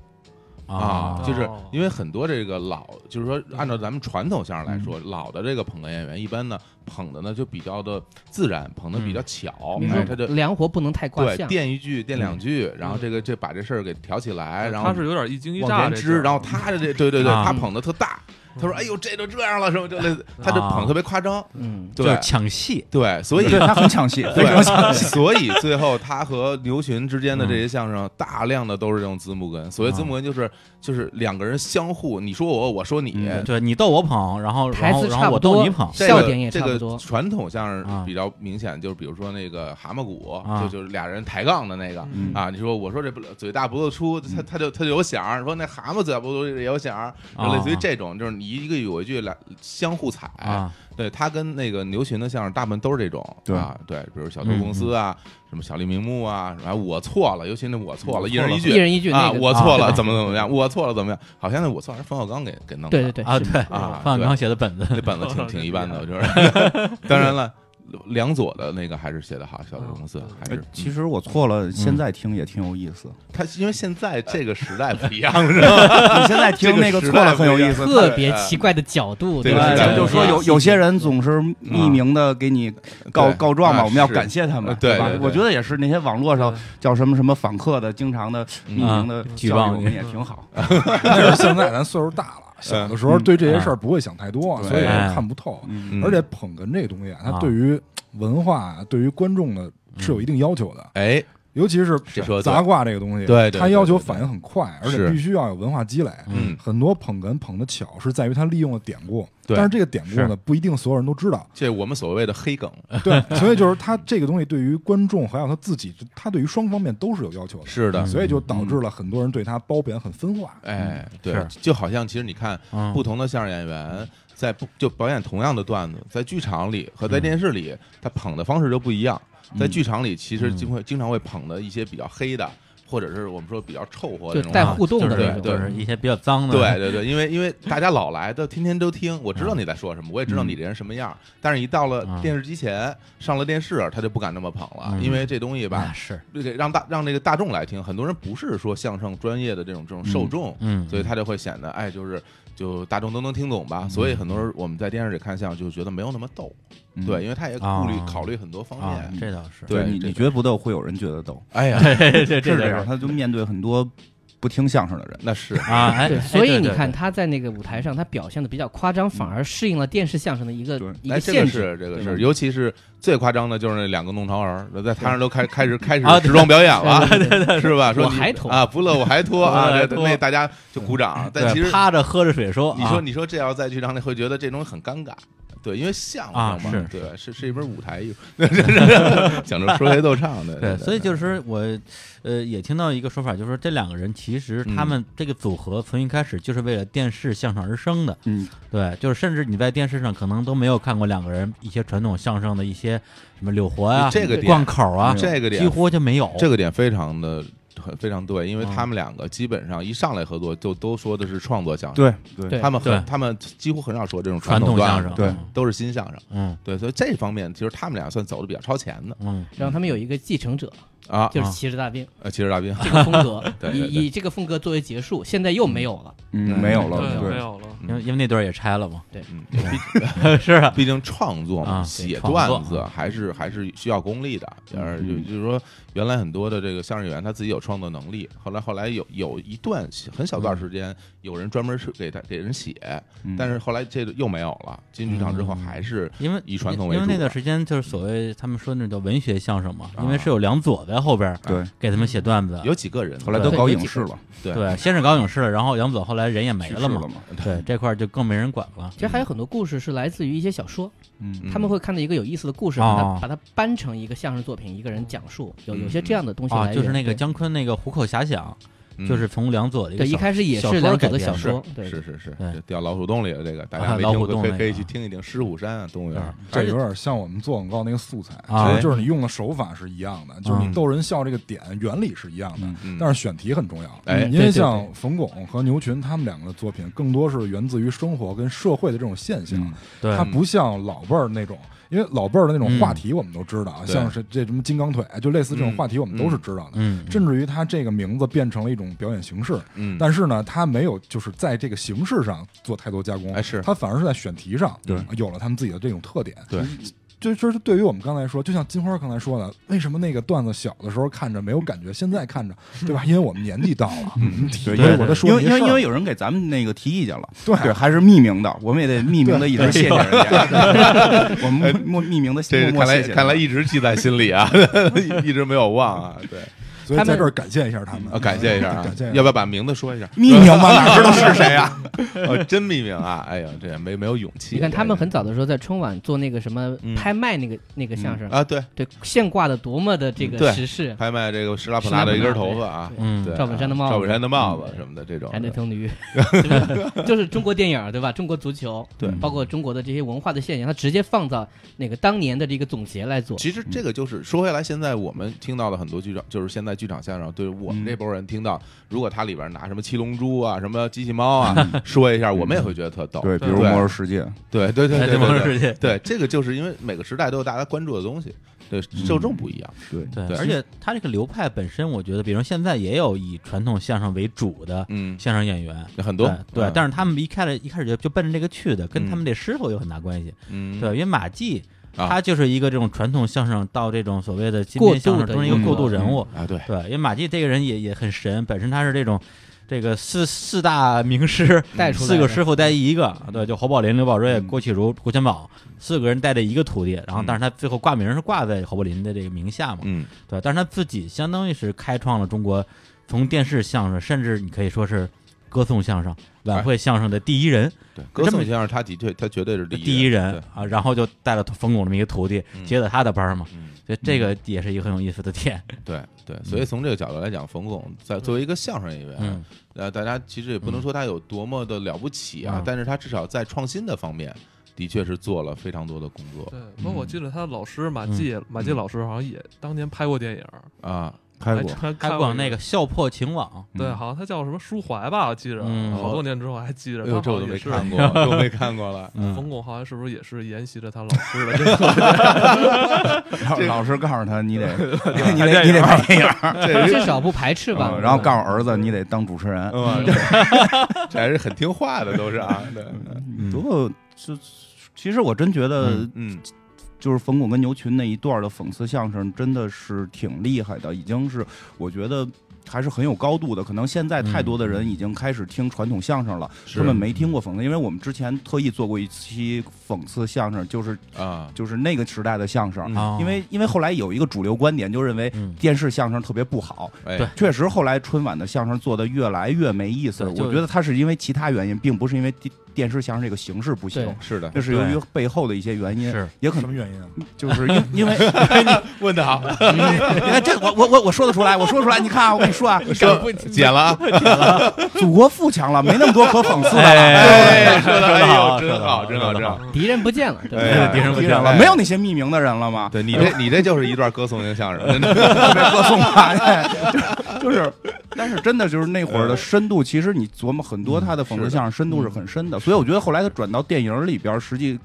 Speaker 2: 啊，就是
Speaker 4: 哦
Speaker 2: 因为很多这个老，就是说按照咱们传统相声来说，老的这个捧哏演员一般呢捧的呢就比较的自然，捧的比较巧，
Speaker 3: 嗯
Speaker 2: 哎，他就
Speaker 3: 梁活不能太挂
Speaker 2: 对
Speaker 3: 相，
Speaker 2: 垫一句垫两句，然后这个这把这事儿给挑起来，然后
Speaker 4: 嗯他是有点一惊一
Speaker 2: 往
Speaker 4: 乍
Speaker 2: 前
Speaker 4: 这
Speaker 2: 支，
Speaker 4: 劲儿，
Speaker 2: 然后他的这对对对，
Speaker 1: 啊
Speaker 2: 他捧的特大，他说哎呦这都这样了什么就类似，他就捧特别夸张，
Speaker 3: 嗯，
Speaker 1: 就是
Speaker 2: 对
Speaker 1: 抢戏，
Speaker 2: 对，所以
Speaker 5: 对他很抢戏， 非常抢
Speaker 2: 对，所以最后他和牛群之间的
Speaker 1: 嗯
Speaker 2: 这些相声，大量的都是这种子母哏。所谓子母哏，就是就是两个人相互，你说我，我说你。
Speaker 1: 嗯对你逗我捧，然后然
Speaker 3: 台
Speaker 1: 后
Speaker 3: 词
Speaker 1: 然后
Speaker 3: 差
Speaker 1: 我
Speaker 3: 不
Speaker 1: 逗
Speaker 3: 多
Speaker 1: 你捧，
Speaker 2: 这个
Speaker 3: 笑点也差不
Speaker 2: 这个
Speaker 3: 多
Speaker 2: 传统相
Speaker 1: 啊
Speaker 2: 声比较明显，就是比如说那个蛤蟆鼓，
Speaker 1: 啊
Speaker 2: 就就是俩人抬杠的那个
Speaker 5: 嗯
Speaker 2: 啊。你说我说这不嘴大脖子粗，
Speaker 1: 嗯
Speaker 2: 他他就他就有响儿；说那蛤蟆嘴大脖子粗也有响儿，就类似于这种，就是你一个有一句来相互踩
Speaker 1: 啊，
Speaker 2: 对他跟那个牛群的相声，大部分都是这种，
Speaker 5: 对
Speaker 2: 啊，对，比如小偷公司啊，什么小利名目啊，然后我错了，尤其那我错了，一人一
Speaker 3: 一
Speaker 2: 句
Speaker 3: 人一句
Speaker 2: 啊，
Speaker 3: 那个，
Speaker 2: 我错了，
Speaker 1: 啊
Speaker 2: 怎么怎么样，我错了怎么样，好像那我错了是冯小刚给给弄的，
Speaker 3: 对对对
Speaker 1: 啊
Speaker 3: 是
Speaker 1: 对
Speaker 2: 啊，
Speaker 1: 范
Speaker 2: 哎对
Speaker 1: 刚写的本子
Speaker 2: 那本子挺挺一般的，我觉得。当然了，梁左的那个还是写的好，《小城公司》还
Speaker 5: 呃
Speaker 2: 是嗯
Speaker 5: 其实我错了，现在听也挺有意思。
Speaker 2: 他因为现在这个时代不一样，是吧？
Speaker 5: 你现在听那个错了很有意思。
Speaker 3: 特别奇怪的角度，
Speaker 2: 对
Speaker 3: 吧？
Speaker 5: 咱们就说有有些
Speaker 3: 人
Speaker 5: 人总是匿名的给你告
Speaker 2: 对
Speaker 5: 告状嘛，
Speaker 2: 啊
Speaker 5: 我们要
Speaker 2: 是
Speaker 5: 感谢他们，
Speaker 2: 对
Speaker 5: 吧
Speaker 2: 对？对
Speaker 5: 我觉得也是那些网络上叫什么什么访客的，经常的匿名的
Speaker 1: 嗯
Speaker 5: 教育我
Speaker 1: 举报
Speaker 5: 们
Speaker 1: 你
Speaker 5: 也挺好。
Speaker 6: 但是现在咱岁数大了，小的时候对这些事
Speaker 1: 啊
Speaker 6: 儿不会想太多，所以也看不透。
Speaker 5: 嗯，
Speaker 2: 嗯
Speaker 6: 而
Speaker 3: 哎
Speaker 6: 且捧哏这东西啊，
Speaker 1: 哎啊
Speaker 6: 它对于文化、啊对于观众的是有一定要求的，
Speaker 2: 哎，
Speaker 6: 尤其是
Speaker 2: 嗯这说得对
Speaker 6: 杂挂这个东西，
Speaker 2: 对对对
Speaker 6: 它要求反应很快，而
Speaker 2: 对对
Speaker 6: 且必须要有文化积累。
Speaker 2: 嗯，
Speaker 6: 很多捧哏捧的巧是在于他利用了典故，
Speaker 2: 对
Speaker 6: 但是这个典故
Speaker 1: 是
Speaker 6: 呢不一定所有人都知道，
Speaker 2: 这我们所谓的黑梗
Speaker 6: 对，所以就是他这个东西对于观众还有他自己，他对于双方面都是有要求的，
Speaker 2: 是的，嗯
Speaker 6: 所以就导致了很多人对他褒贬很分化。
Speaker 2: 哎，对
Speaker 1: 是，
Speaker 2: 就好像其实你看
Speaker 1: 嗯
Speaker 2: 不同的相声演员。在不就表演同样的段子，在剧场里和在电视里，他捧的方式就不一样。
Speaker 1: 嗯
Speaker 2: 在剧场里，其实经会经常会捧的一些比较黑的，或者是我们说比较臭和
Speaker 3: 就
Speaker 2: 那种
Speaker 3: 带
Speaker 2: 话
Speaker 3: 互动的
Speaker 1: 就是
Speaker 2: 那
Speaker 1: 对
Speaker 2: 种
Speaker 1: 就是一些比较脏的，
Speaker 2: 对对对，因为因为大家老来都天天都听，我知道你在说什么，我也知道你这人什么样儿，但是一到了
Speaker 1: 嗯
Speaker 2: 电视机前，上了电视，他就不敢那么捧了，
Speaker 1: 嗯
Speaker 2: 因为这东西
Speaker 1: 那
Speaker 2: 吧，
Speaker 1: 是，
Speaker 2: 这个让大让这个大众来听，很多人不是说相声专业的这种这种受众，
Speaker 1: 嗯，
Speaker 2: 所以他就会显得哎，就是就大众都能听懂吧，
Speaker 1: 嗯
Speaker 2: 所以很多人我们在电视里看相声就觉得没有那么逗，
Speaker 5: 嗯
Speaker 2: 对，因为他也顾虑
Speaker 1: 啊
Speaker 2: 考虑很多方
Speaker 1: 啊
Speaker 2: 面，，
Speaker 1: 这倒是，
Speaker 2: 对
Speaker 5: 你
Speaker 2: 这
Speaker 5: 你
Speaker 2: 个
Speaker 5: 觉得不逗，会有人觉得逗，
Speaker 2: 哎呀，
Speaker 1: 对对
Speaker 5: 是
Speaker 1: 这
Speaker 5: 这
Speaker 1: 倒
Speaker 5: 样，他就面对很多不听相声的人。
Speaker 2: 那是
Speaker 1: 啊，哎，
Speaker 3: 对，
Speaker 1: 哎
Speaker 3: 所以
Speaker 1: 对
Speaker 3: 你
Speaker 1: 对
Speaker 3: 看
Speaker 1: 对
Speaker 3: 他在那个舞台上，他表现的比较夸张，反而适应了电视相声的一个
Speaker 5: 对
Speaker 3: 一
Speaker 2: 哎，
Speaker 3: 个
Speaker 2: 这个
Speaker 3: 限
Speaker 2: 是
Speaker 3: 制。
Speaker 2: 这个
Speaker 3: 对
Speaker 2: 是，
Speaker 3: 吧
Speaker 2: 尤其是最夸张的就是那两个弄潮儿，在台上都开开始开始
Speaker 1: 啊对
Speaker 2: 时装表演了，
Speaker 3: 对对
Speaker 2: 是吧？说
Speaker 3: 我
Speaker 2: 你
Speaker 3: 还脱
Speaker 2: 啊，不乐我还脱
Speaker 1: 我
Speaker 2: 啊，
Speaker 1: 还
Speaker 2: 这
Speaker 1: 脱
Speaker 2: 那大家就鼓掌。但
Speaker 1: 对
Speaker 2: 其实
Speaker 1: 趴着喝着水说，
Speaker 2: 你说
Speaker 1: 啊
Speaker 2: 你说这要再去让那会觉得这东西很尴尬，对，因为相声
Speaker 1: 啊
Speaker 2: 嘛
Speaker 1: 是，
Speaker 2: 对，是是一门舞台艺术， 讲究说学逗唱的，
Speaker 1: 对，所以就是是我，呃，也听到一个说法，就是说这两个人其实他
Speaker 2: 嗯
Speaker 1: 们这个组合从一开始就是为了电视相声而生的，
Speaker 5: 嗯，
Speaker 1: 对，就是甚至你在电视上可能都没有看过两个人一些传统相声的一些什么柳活呀、
Speaker 2: 这个点
Speaker 1: 贯口啊，
Speaker 2: 这个
Speaker 1: 几
Speaker 2: 点
Speaker 1: 乎就没有。
Speaker 2: 这个点非常的很非常对，因为
Speaker 1: 嗯
Speaker 2: 他们两个基本上一上来合作就都说的是创作相声，
Speaker 5: 对对
Speaker 3: 对
Speaker 2: 他们很
Speaker 1: 对
Speaker 2: 他们几乎很少说这种
Speaker 1: 传
Speaker 2: 统
Speaker 1: 统
Speaker 2: 段
Speaker 1: 相
Speaker 2: 子
Speaker 1: 声，
Speaker 5: 对
Speaker 2: 都是新相声。
Speaker 1: 嗯
Speaker 2: 对，所以这方面其实他们俩算走的比较超前的
Speaker 1: 嗯，
Speaker 3: 让他们有一个继承者，
Speaker 2: 啊。
Speaker 3: 就是
Speaker 1: 啊
Speaker 3: 骑着大兵
Speaker 2: 呃，骑士大 兵，
Speaker 3: 这个风格，
Speaker 2: 对对对
Speaker 3: 以以这个风格作为结束，现在又没有了。
Speaker 5: 嗯，没有了，
Speaker 4: 对，没
Speaker 5: 对，
Speaker 4: 有了。
Speaker 1: 因为因为那段儿也拆了嘛，
Speaker 2: 嗯，
Speaker 1: 是啊，
Speaker 2: 毕竟创作嘛，
Speaker 1: 啊对
Speaker 2: 写
Speaker 1: 创作
Speaker 2: 段子还是还是需要功力的。而就
Speaker 5: 嗯
Speaker 2: 就是说，原来很多的这个相声演员他自己有创作能力，后来后来有有一段很小段时
Speaker 1: 嗯
Speaker 2: 间，有人专门是给他给人写，
Speaker 5: 嗯
Speaker 2: 但是后来这个又没有了。进剧场之
Speaker 1: 嗯
Speaker 2: 后还是
Speaker 1: 因为
Speaker 2: 以传统为
Speaker 1: 因为那
Speaker 2: 主
Speaker 1: 段
Speaker 2: 吧
Speaker 1: 时间就是所谓他们说那叫文学相声嘛，因为
Speaker 2: 啊
Speaker 1: 是有梁左在后边儿
Speaker 5: 对，
Speaker 1: 给他们写段子，
Speaker 2: 有几个人，
Speaker 5: 后来都
Speaker 3: 对
Speaker 5: 搞
Speaker 3: 有
Speaker 5: 影
Speaker 3: 几
Speaker 5: 视了，
Speaker 1: 对，先是搞影视，然后杨左后来人也没
Speaker 5: 去世
Speaker 1: 了嘛
Speaker 5: 了，嘛，
Speaker 1: 对，这块儿就更没人管了。
Speaker 3: 其实还有很多故事是来自于一些小说，
Speaker 5: 嗯，
Speaker 3: 他们会看到一个有意思的故事，把
Speaker 1: 哦
Speaker 3: 它把它搬成一个相声作品，一个人讲述，有有些
Speaker 2: 嗯
Speaker 3: 这样的东西
Speaker 1: 啊，
Speaker 3: 来源。
Speaker 1: 就是那个
Speaker 3: 对
Speaker 1: 姜昆那个《虎口遐想》，就是从梁左的一个
Speaker 3: 对，一
Speaker 1: 小
Speaker 3: 开始也
Speaker 1: 小
Speaker 3: 是
Speaker 1: 说
Speaker 3: 梁
Speaker 1: 改
Speaker 3: 左
Speaker 1: 编
Speaker 3: 的小
Speaker 1: 的
Speaker 3: 说，对，
Speaker 2: 是是是，
Speaker 1: 对
Speaker 2: 这掉老鼠洞里了，这个大
Speaker 1: 啊
Speaker 2: 家没
Speaker 1: 老
Speaker 2: 听
Speaker 1: 虎
Speaker 2: 过，
Speaker 1: 洞
Speaker 2: 可以
Speaker 1: 那
Speaker 2: 可以
Speaker 1: 个
Speaker 2: 去听一听狮虎山啊，动物园儿。
Speaker 6: 这
Speaker 1: 而且
Speaker 6: 有点像我们做广告那个素材，
Speaker 1: 啊
Speaker 6: 其实就是你用的手法是一样的，就是你逗人笑这个点原理是一样的，
Speaker 5: 嗯
Speaker 2: 嗯
Speaker 6: 但是选题很重要。
Speaker 2: 哎
Speaker 6: 因
Speaker 1: 对对
Speaker 6: 为像冯巩和牛群他们两个的作品，更多是源自于生活跟社会的这种现象，
Speaker 5: 嗯
Speaker 1: 对
Speaker 6: 它不像老辈儿那种。因为老辈儿的那种
Speaker 1: 嗯
Speaker 6: 话题我们都知道，啊，
Speaker 2: 对
Speaker 6: 像是这什么金刚腿，就类似这种话题我们都是知道的。
Speaker 1: 嗯，
Speaker 6: 甚至于它这个名字变成了一种表演形式，
Speaker 2: 嗯，
Speaker 6: 但是呢，它没有就是在这个形式上做太多加工，
Speaker 2: 哎是
Speaker 6: 它反而是在选题上，
Speaker 5: 对
Speaker 6: 有了他们自己的这种特点。
Speaker 2: 对，
Speaker 6: 就就是对于我们刚才说，就像金花刚才说的，为什么那个段子小的时候看着没有感觉，现在看着，对吧？因为我们年纪到了， 你体
Speaker 5: 对，因
Speaker 6: 会
Speaker 5: 为
Speaker 6: 我在
Speaker 5: 因
Speaker 6: 说
Speaker 5: 为
Speaker 6: 这些
Speaker 5: 因为
Speaker 6: 事儿
Speaker 5: 因为有人给咱们那个提意见了，
Speaker 6: 对
Speaker 5: 对，还是匿名的，我们也得匿名的一直谢谢人家， 我们默匿名的
Speaker 2: 这
Speaker 5: 哎
Speaker 2: 看
Speaker 5: 默默谢
Speaker 2: 来
Speaker 5: 谢。啊
Speaker 2: 看来一直记在心里啊， 一一直没有忘啊。对，
Speaker 6: 所以在这儿感谢一下他们，
Speaker 2: 啊，感谢一下啊
Speaker 6: 嗯感谢一，下
Speaker 2: 要不要把名字说一下？
Speaker 5: 匿名嘛，哪知道是谁啊？
Speaker 2: 哦，真匿名啊！哎呀，这也没没有勇气。
Speaker 3: 你看他们很早的时候在春晚做那个什么
Speaker 2: 嗯
Speaker 3: 拍卖那个那个相声，
Speaker 2: 啊，对，
Speaker 3: 对，现挂的多么的这个
Speaker 2: 对
Speaker 3: 时事，
Speaker 2: 拍卖这个施拉普纳的一根头发啊，
Speaker 1: 嗯
Speaker 2: 对，
Speaker 3: 赵本山的帽子嗯
Speaker 2: 赵本山的帽子什么的这种
Speaker 3: 还
Speaker 2: 的
Speaker 3: 得，疼驴， 就是就是中国电影儿对吧？中国足球，
Speaker 2: 对
Speaker 3: 包括中国的这些文化的现象，它直接放到那个当年的这个总结来做。
Speaker 1: 嗯
Speaker 2: 其实这个就是说回来，现在我们听到的很多剧场，就是现在剧场相声，对我
Speaker 1: 嗯
Speaker 2: 们这波人听到，如果它里边拿什么七龙珠啊、什么机器猫 啊说一下，我们也会觉得特逗。
Speaker 5: 嗯对，比如《
Speaker 2: 对
Speaker 5: 魔兽世界》，
Speaker 2: 对对对对
Speaker 1: 这
Speaker 2: 对
Speaker 1: 帮
Speaker 2: 对
Speaker 1: 世界，
Speaker 2: 对，这个就是因为每个时代都有大家关注的东西，对
Speaker 1: 嗯
Speaker 2: 受众不一样。
Speaker 5: 对，
Speaker 1: 对
Speaker 2: 对，
Speaker 1: 而且他这个流派本身，我觉得，比如现在也有以传统相声为主的
Speaker 2: 嗯，
Speaker 1: 相声演员，
Speaker 2: 很多
Speaker 1: 对，对
Speaker 2: 嗯
Speaker 1: 但是他们一开始一开始就就奔着这个去的，跟他们这师傅有很大关系，
Speaker 2: 嗯，
Speaker 1: 对，因为马季。
Speaker 2: 啊
Speaker 1: 他就是一个这种传统相声到这种所谓的新
Speaker 3: 过
Speaker 1: 编相
Speaker 3: 渡
Speaker 1: 声
Speaker 3: 的
Speaker 1: 中
Speaker 3: 一
Speaker 1: 一个
Speaker 3: 个
Speaker 1: 过渡人
Speaker 5: 嗯
Speaker 1: 物，
Speaker 2: 啊，对，
Speaker 1: 对，因为马季这个人也也很神，本身他是这种这个四四大名师
Speaker 3: 带出来
Speaker 1: 四个
Speaker 3: 的
Speaker 1: 师傅带一个，对，就侯宝林、刘宝瑞、
Speaker 5: 嗯
Speaker 1: 郭启儒、郭全宝四个人带着一个徒弟，然后
Speaker 2: 嗯
Speaker 1: 但是他最后挂名是挂在侯宝林的这个名下嘛，
Speaker 2: 嗯
Speaker 1: 对，但是他自己相当于是开创了中国从电视相声，甚至你可以说是歌颂相声、晚会相声的第一人，
Speaker 2: 对，歌颂先生他的确他绝对是第
Speaker 1: 第一人
Speaker 2: 哎对
Speaker 1: 啊，然后就带了冯巩这么一个徒弟
Speaker 2: 嗯
Speaker 1: 接了他的班嘛，
Speaker 2: 嗯，
Speaker 1: 所以这个也是一个很有意思的点，
Speaker 2: 对对，所以从这个角度来讲，冯巩在作为一个相声演员，
Speaker 1: 嗯
Speaker 2: 呃，大家其实也不能说他有多么的了不起啊，
Speaker 1: 嗯
Speaker 2: 但是他至少在创新的方面，的确是做了非常多的工作
Speaker 4: 对，包括我记得他老师马季，
Speaker 2: 嗯
Speaker 4: 马季老师好像也当年拍过电影，
Speaker 2: 啊。
Speaker 5: 开
Speaker 4: 还
Speaker 5: 过，
Speaker 4: 还
Speaker 1: 还
Speaker 4: 看
Speaker 1: 往
Speaker 4: 过
Speaker 1: 那个。笑破情网。
Speaker 4: 对，好像他叫什么舒怀吧，我记着，
Speaker 1: 嗯
Speaker 4: 好多年之后还记着。
Speaker 2: 哎
Speaker 4: 他
Speaker 2: 呦，
Speaker 4: 好
Speaker 2: 这我都
Speaker 4: 像
Speaker 2: 没
Speaker 4: 也是
Speaker 2: 看过，这我没看过 了。
Speaker 1: 嗯，
Speaker 4: 冯巩好像是不是也是沿袭着他老师 的这个？
Speaker 5: 老老师告诉他你得 你
Speaker 4: 拍
Speaker 5: 得
Speaker 4: 电
Speaker 5: 你
Speaker 4: 影
Speaker 5: 得拍电影，
Speaker 3: 至少不排斥吧
Speaker 5: 嗯。然后告诉儿子你得当主持人，
Speaker 2: 嗯，这还是很听话的，都是啊。对，
Speaker 5: 不过这其实我真觉得
Speaker 1: 嗯
Speaker 2: 嗯
Speaker 5: 就是冯巩跟牛群那一段的讽刺相声，真的是挺厉害的，已经是我觉得还是很有高度的。可能现在太多的人已经开始听传统相声了，
Speaker 2: 是
Speaker 5: 他们没听过讽刺，因为我们之前特意做过一期讽刺相声，就是
Speaker 2: 啊，
Speaker 5: 就是那个时代的相声，
Speaker 2: 嗯
Speaker 1: 啊，
Speaker 5: 因为因为后来有一个主流观点，就认为
Speaker 1: 嗯，
Speaker 5: 电视相声特别不好。
Speaker 2: 哎
Speaker 1: 对
Speaker 5: 确实，后来春晚的相声做的越来越没意思了。
Speaker 1: 对就
Speaker 5: 我觉得它是因为其他原因，并不是因为电电视相声这个形式不行
Speaker 3: 对，
Speaker 2: 是的
Speaker 5: 这，是由于背后的一些原因，
Speaker 1: 是，
Speaker 5: 也可
Speaker 6: 什
Speaker 5: 能
Speaker 6: 么原因啊？
Speaker 5: 就是因因为
Speaker 2: 问的好，
Speaker 5: 你看这我我我我说得出来，我说得出来，你看啊，我跟你说啊，
Speaker 2: 说剪了啊，
Speaker 5: 祖国富强了，没那么多可讽刺的了，
Speaker 1: 哎
Speaker 2: 哎，说的
Speaker 1: 说得
Speaker 2: 哎
Speaker 1: 好
Speaker 2: 呦，真好，真好，真好。
Speaker 3: 敌人不见了，对吧
Speaker 2: 哎呀
Speaker 1: 敌人不
Speaker 5: 敌
Speaker 1: 见
Speaker 5: 人
Speaker 1: 了
Speaker 5: 了，没有那些匿名的人了嘛，
Speaker 2: 对你这你这就是一段歌颂型相声，真的
Speaker 5: 特别歌颂嘛， 哎就是就是，但是真的就是那会儿的深度，其实你琢磨很多他的讽嗯刺相声深嗯度是很深的，所以我觉得后来他转到电影里边，实际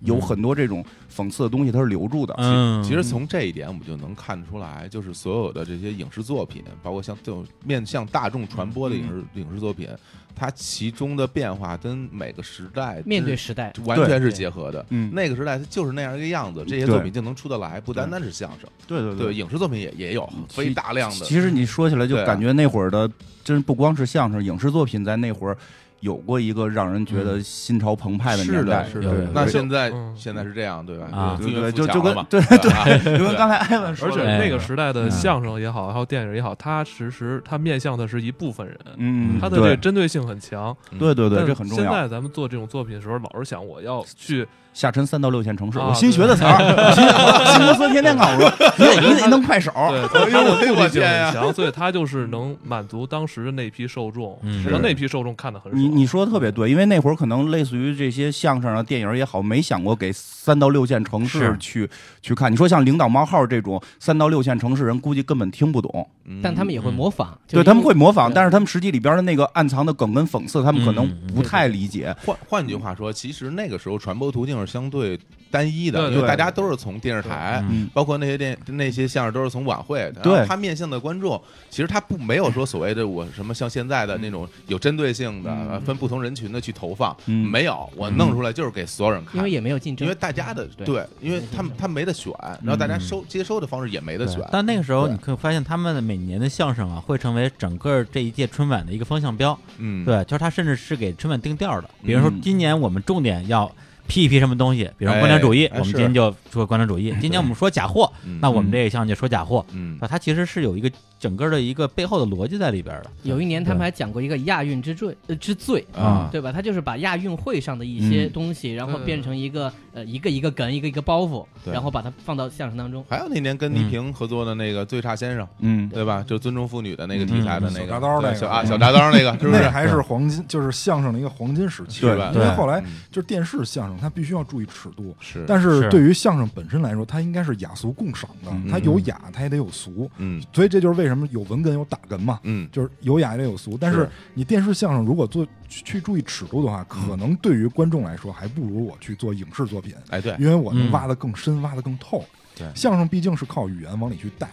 Speaker 5: 有很多这种讽刺的东西，他是留住的，
Speaker 1: 嗯，
Speaker 2: 其实从这一点我们就能看出来，就是所有的这些影视作品，包括像这种面向大众传播的影视、
Speaker 5: 嗯
Speaker 2: 影视作品，它其中的变化跟每个时代
Speaker 3: 面对
Speaker 2: 是
Speaker 3: 时代，
Speaker 2: 完全是结合的。
Speaker 5: 嗯
Speaker 2: 那个时代它就是那样一个样子，这些
Speaker 5: 对
Speaker 2: 作品就能出得来，不单单是相声，
Speaker 5: 对对
Speaker 2: 对，影视作品也也有
Speaker 5: 其
Speaker 2: 非大量的。
Speaker 5: 其实你说起来，就
Speaker 2: 对啊
Speaker 5: 感觉那会儿的，真不光是相声，影视作品在那会儿有过一个让人觉得心潮澎湃嗯的
Speaker 2: 是
Speaker 5: 年代
Speaker 2: 的，。是
Speaker 1: 对
Speaker 2: 的
Speaker 1: 对。
Speaker 2: 那
Speaker 5: 对
Speaker 2: 现在
Speaker 4: 嗯
Speaker 2: 现在是这样，对吧？
Speaker 1: 啊
Speaker 2: 资源
Speaker 5: 对对
Speaker 2: 富
Speaker 5: 就
Speaker 2: 强
Speaker 5: 就跟
Speaker 2: 了嘛
Speaker 5: 对
Speaker 2: 对对，
Speaker 5: 就跟刚才艾文说
Speaker 4: 而
Speaker 5: 的，
Speaker 4: 且那个时代
Speaker 1: 嗯
Speaker 4: 的相声也好，还有电影也好，它其实它面向的是一部分人，
Speaker 5: 嗯，
Speaker 4: 它的这个
Speaker 5: 对
Speaker 4: 针对性很强。
Speaker 5: 对对对，
Speaker 4: 但
Speaker 5: 这很重
Speaker 4: 现
Speaker 5: 要。
Speaker 4: 在咱们做这种作品的时候，老是想我要去
Speaker 5: 下沉三到六线城市，
Speaker 4: 啊
Speaker 5: 我新学的词儿，新新公司天天告 诉我，你得你得弄快手。
Speaker 4: 对，它的目的性
Speaker 2: 天呀
Speaker 4: 很强，所以它就是能满足当时的那批受众
Speaker 1: 嗯，
Speaker 4: 让那批受众看的很爽。
Speaker 5: 你你说的特别对，因为那会儿可能类似于这些相声啊、电影也好，没想过给三到六线城市
Speaker 1: 是
Speaker 5: 去去看。你说像领导冒号这种三到六线城市人，估计根本听不懂。
Speaker 2: 嗯
Speaker 3: 但他们也会模仿，就
Speaker 5: 对
Speaker 3: 是
Speaker 5: 他们会模仿，
Speaker 3: 对
Speaker 5: 但是他们实际里边的那个暗藏的梗跟讽刺，他们可能
Speaker 1: 嗯嗯嗯
Speaker 5: 不太理解。
Speaker 2: 换换句话说，其实那个时候传播途径是相对单一的，
Speaker 4: 对
Speaker 2: 因为
Speaker 5: 对
Speaker 2: 大家都是从电视台。
Speaker 1: 嗯
Speaker 2: 包括那些电那些相声都是从晚会，然后
Speaker 5: 对
Speaker 2: 他面向的观众，其实他不没有说所谓的我什么像现在的那种有针对性的、
Speaker 5: 嗯
Speaker 2: 呃分不同人群的去投放，
Speaker 5: 嗯
Speaker 2: 没有，我弄出来就是给所有人看，
Speaker 3: 因为也没有竞
Speaker 2: 因
Speaker 3: 争
Speaker 2: 为，大家的
Speaker 3: 对
Speaker 2: 因为他们他没得选，然后大家收、接收的方式也没得选
Speaker 1: 对，但那个时候，
Speaker 2: 对
Speaker 1: 你可以发现他们每年的相声啊，会成为整个这一届春晚的一个风向标。
Speaker 2: 嗯，
Speaker 1: 对，就是他甚至是给春晚定调的。比如说，今年我们重点要批一批什么东西，比如说
Speaker 2: 哎
Speaker 1: 官僚主义，
Speaker 2: 哎
Speaker 1: 我们
Speaker 2: 是
Speaker 1: 今天就说官僚主义。今年我们说假货，
Speaker 2: 嗯
Speaker 1: 那我们这一项就说假货。
Speaker 2: 嗯
Speaker 1: 那它其实是有一个整个的一个背后的逻辑在里边的。
Speaker 3: 有一年他们还讲过一个亚运之最，呃之最，
Speaker 2: 啊
Speaker 3: 对吧？他就是把亚运会上的一些东西，然后变成一个呃一个一个梗，一个一个包袱，
Speaker 2: 对
Speaker 3: 然后把它放到相声当中。
Speaker 2: 还有那年跟倪萍合作的那个《最差先生》，
Speaker 5: 嗯，
Speaker 2: 对吧？就尊重妇女的那个题材的那个
Speaker 6: 嗯小铡刀那个
Speaker 2: 对小啊小铡刀那个是不
Speaker 6: 那
Speaker 2: 是？
Speaker 6: 还是黄金，就是相声的一个黄金时期，
Speaker 2: 是吧
Speaker 6: 因为后来
Speaker 2: 嗯
Speaker 6: 就是电视相声，它必须要注意尺度。
Speaker 2: 是，
Speaker 6: 但
Speaker 1: 是
Speaker 6: 是对于相声本身来说，它应该是雅俗共赏的
Speaker 5: 嗯，
Speaker 6: 它有雅，它也得有俗。
Speaker 2: 嗯
Speaker 6: 所以这就是为什什么有文哏有打哏嘛，
Speaker 2: 嗯，
Speaker 6: 就是有雅也有俗。但是
Speaker 2: 是
Speaker 6: 你电视相声如果做去去注意尺度的话，可能对于观众来说，还不如我去做影视作品，
Speaker 2: 哎，对，
Speaker 6: 因为我能
Speaker 1: 嗯
Speaker 6: 挖得更深，挖得更透。
Speaker 2: 对
Speaker 6: 相声毕竟是靠语言往里去带，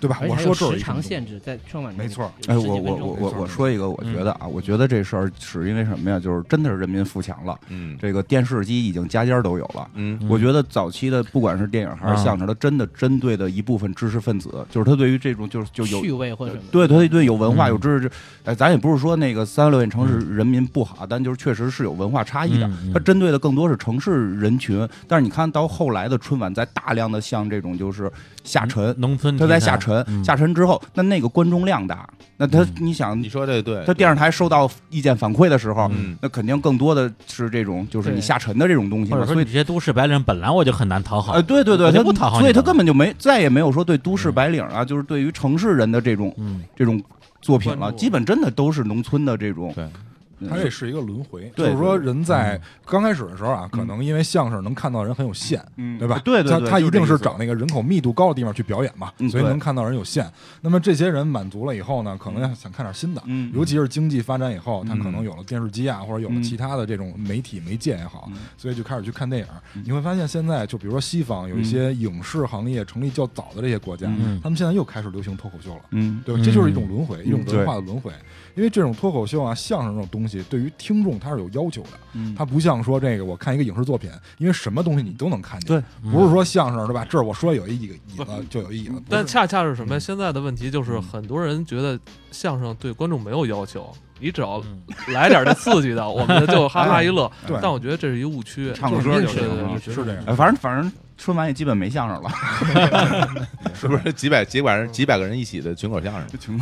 Speaker 6: 对吧？
Speaker 3: 而且
Speaker 6: 我
Speaker 3: 还
Speaker 6: 说
Speaker 3: 有
Speaker 6: 这儿
Speaker 3: 时
Speaker 6: 一
Speaker 3: 长
Speaker 6: 程度
Speaker 3: 限制，在春晚
Speaker 6: 没错儿
Speaker 5: 哎，
Speaker 3: 有十
Speaker 5: 我
Speaker 3: 几分
Speaker 5: 我
Speaker 3: 钟
Speaker 5: 我
Speaker 6: 没
Speaker 5: 我
Speaker 6: 错
Speaker 5: 我说一个，我觉得啊，我觉得这事儿是因为什么呀？就是真的是人民富强了，
Speaker 2: 嗯
Speaker 5: 这个电视机已经家家都有了。
Speaker 2: 嗯
Speaker 1: 嗯
Speaker 5: 我觉得早期的不管是电影还是相声，它真的针对的一部分知识分子，就是他对于这种就是就有
Speaker 3: 趣味或者什么，
Speaker 5: 对对对，有文化
Speaker 1: 嗯
Speaker 5: 有知识，哎，咱也不是说那个三十六线城市人民不好，但就是确实是有文化差异的
Speaker 1: 嗯嗯。
Speaker 5: 它针对的更多是城市人群，但是你看到后来的春晚，在大量的像这种就是下沉，
Speaker 1: 农村
Speaker 5: 它
Speaker 1: 题
Speaker 5: 在
Speaker 1: 材
Speaker 5: 下沉，
Speaker 1: 嗯
Speaker 5: 下沉之后，那那个观众量大，那它
Speaker 1: 嗯
Speaker 5: 你想
Speaker 2: 你，说这对，
Speaker 5: 它电视台收到意见反馈的时候，
Speaker 2: 嗯
Speaker 5: 那肯定更多的是这种就是你
Speaker 3: 对
Speaker 5: 下沉的这种东西
Speaker 1: 或
Speaker 5: 嘛，
Speaker 1: 者说
Speaker 5: 所
Speaker 1: 你
Speaker 5: 以
Speaker 1: 这些都市白领本来我就很难讨好
Speaker 5: 啊，，对对对，
Speaker 1: 我就
Speaker 5: 他
Speaker 1: 不讨好你嗯
Speaker 5: 所以他
Speaker 1: 了
Speaker 5: 根本就没再也没有说对都市白领啊，就是对于城市人的这种
Speaker 1: 嗯
Speaker 5: 这种作品了，
Speaker 4: 关注
Speaker 5: 基本真的都是农村的这种。
Speaker 2: 对
Speaker 5: 嗯
Speaker 6: 它这是一个轮回，就
Speaker 5: 对嗯
Speaker 6: 是说人在刚开始的时候啊，可能因为相声能看到人很有限，
Speaker 5: 嗯
Speaker 6: 对吧？
Speaker 5: 对对对
Speaker 6: 他他
Speaker 5: 就
Speaker 6: 一
Speaker 5: 这
Speaker 6: 定
Speaker 5: 意
Speaker 6: 是
Speaker 5: 思
Speaker 6: 找那个人口密度高的地方去表演嘛，
Speaker 5: 嗯
Speaker 6: 所以
Speaker 5: 对
Speaker 6: 能看到人有限。那么这些人满足了以后呢，可能想看点新的，
Speaker 5: 嗯
Speaker 6: 尤其是经济发展以后，他可能
Speaker 2: 嗯
Speaker 6: 有了电视机啊，或者有了
Speaker 5: 嗯
Speaker 6: 其他的这种媒体媒介也好
Speaker 5: 嗯，
Speaker 6: 所以就开始去看电影
Speaker 5: 嗯。
Speaker 6: 你会发现现在就比如说西方有一些影视行业成立较早的这些国家
Speaker 5: 嗯，
Speaker 6: 他们现在又开始流行脱口秀了。
Speaker 5: 嗯
Speaker 6: 对吧？这就是一种轮回，
Speaker 5: 嗯
Speaker 6: 一种
Speaker 5: 对
Speaker 6: 文化的轮回。因为这种脱口秀啊、相声这种东西，对于听众他是有要求的，
Speaker 5: 嗯
Speaker 6: 他不像说这个我看一个影视作品，因为什么东西你都能看见，
Speaker 1: 对嗯
Speaker 6: 不是说相声对吧？这儿我说有一椅子就有一椅子，不
Speaker 4: 但嗯
Speaker 6: 是
Speaker 4: 恰恰是什么呀？现在的问题
Speaker 5: 嗯
Speaker 4: 就是，很多人觉得相声对观众没有要求，你只要
Speaker 1: 嗯
Speaker 4: 来点这刺激的，我们就哈哈一乐。
Speaker 6: 对
Speaker 4: 但我觉得这是一个误区。
Speaker 5: 唱个
Speaker 4: 就是
Speaker 5: 歌
Speaker 4: 硬
Speaker 5: 就是行了
Speaker 4: 对对
Speaker 6: 是这样。
Speaker 5: 哎反正反正春晚也基本没相声了，
Speaker 2: 嗯是不是几百几
Speaker 5: 嗯
Speaker 2: 百人几百个人一起的群口相声？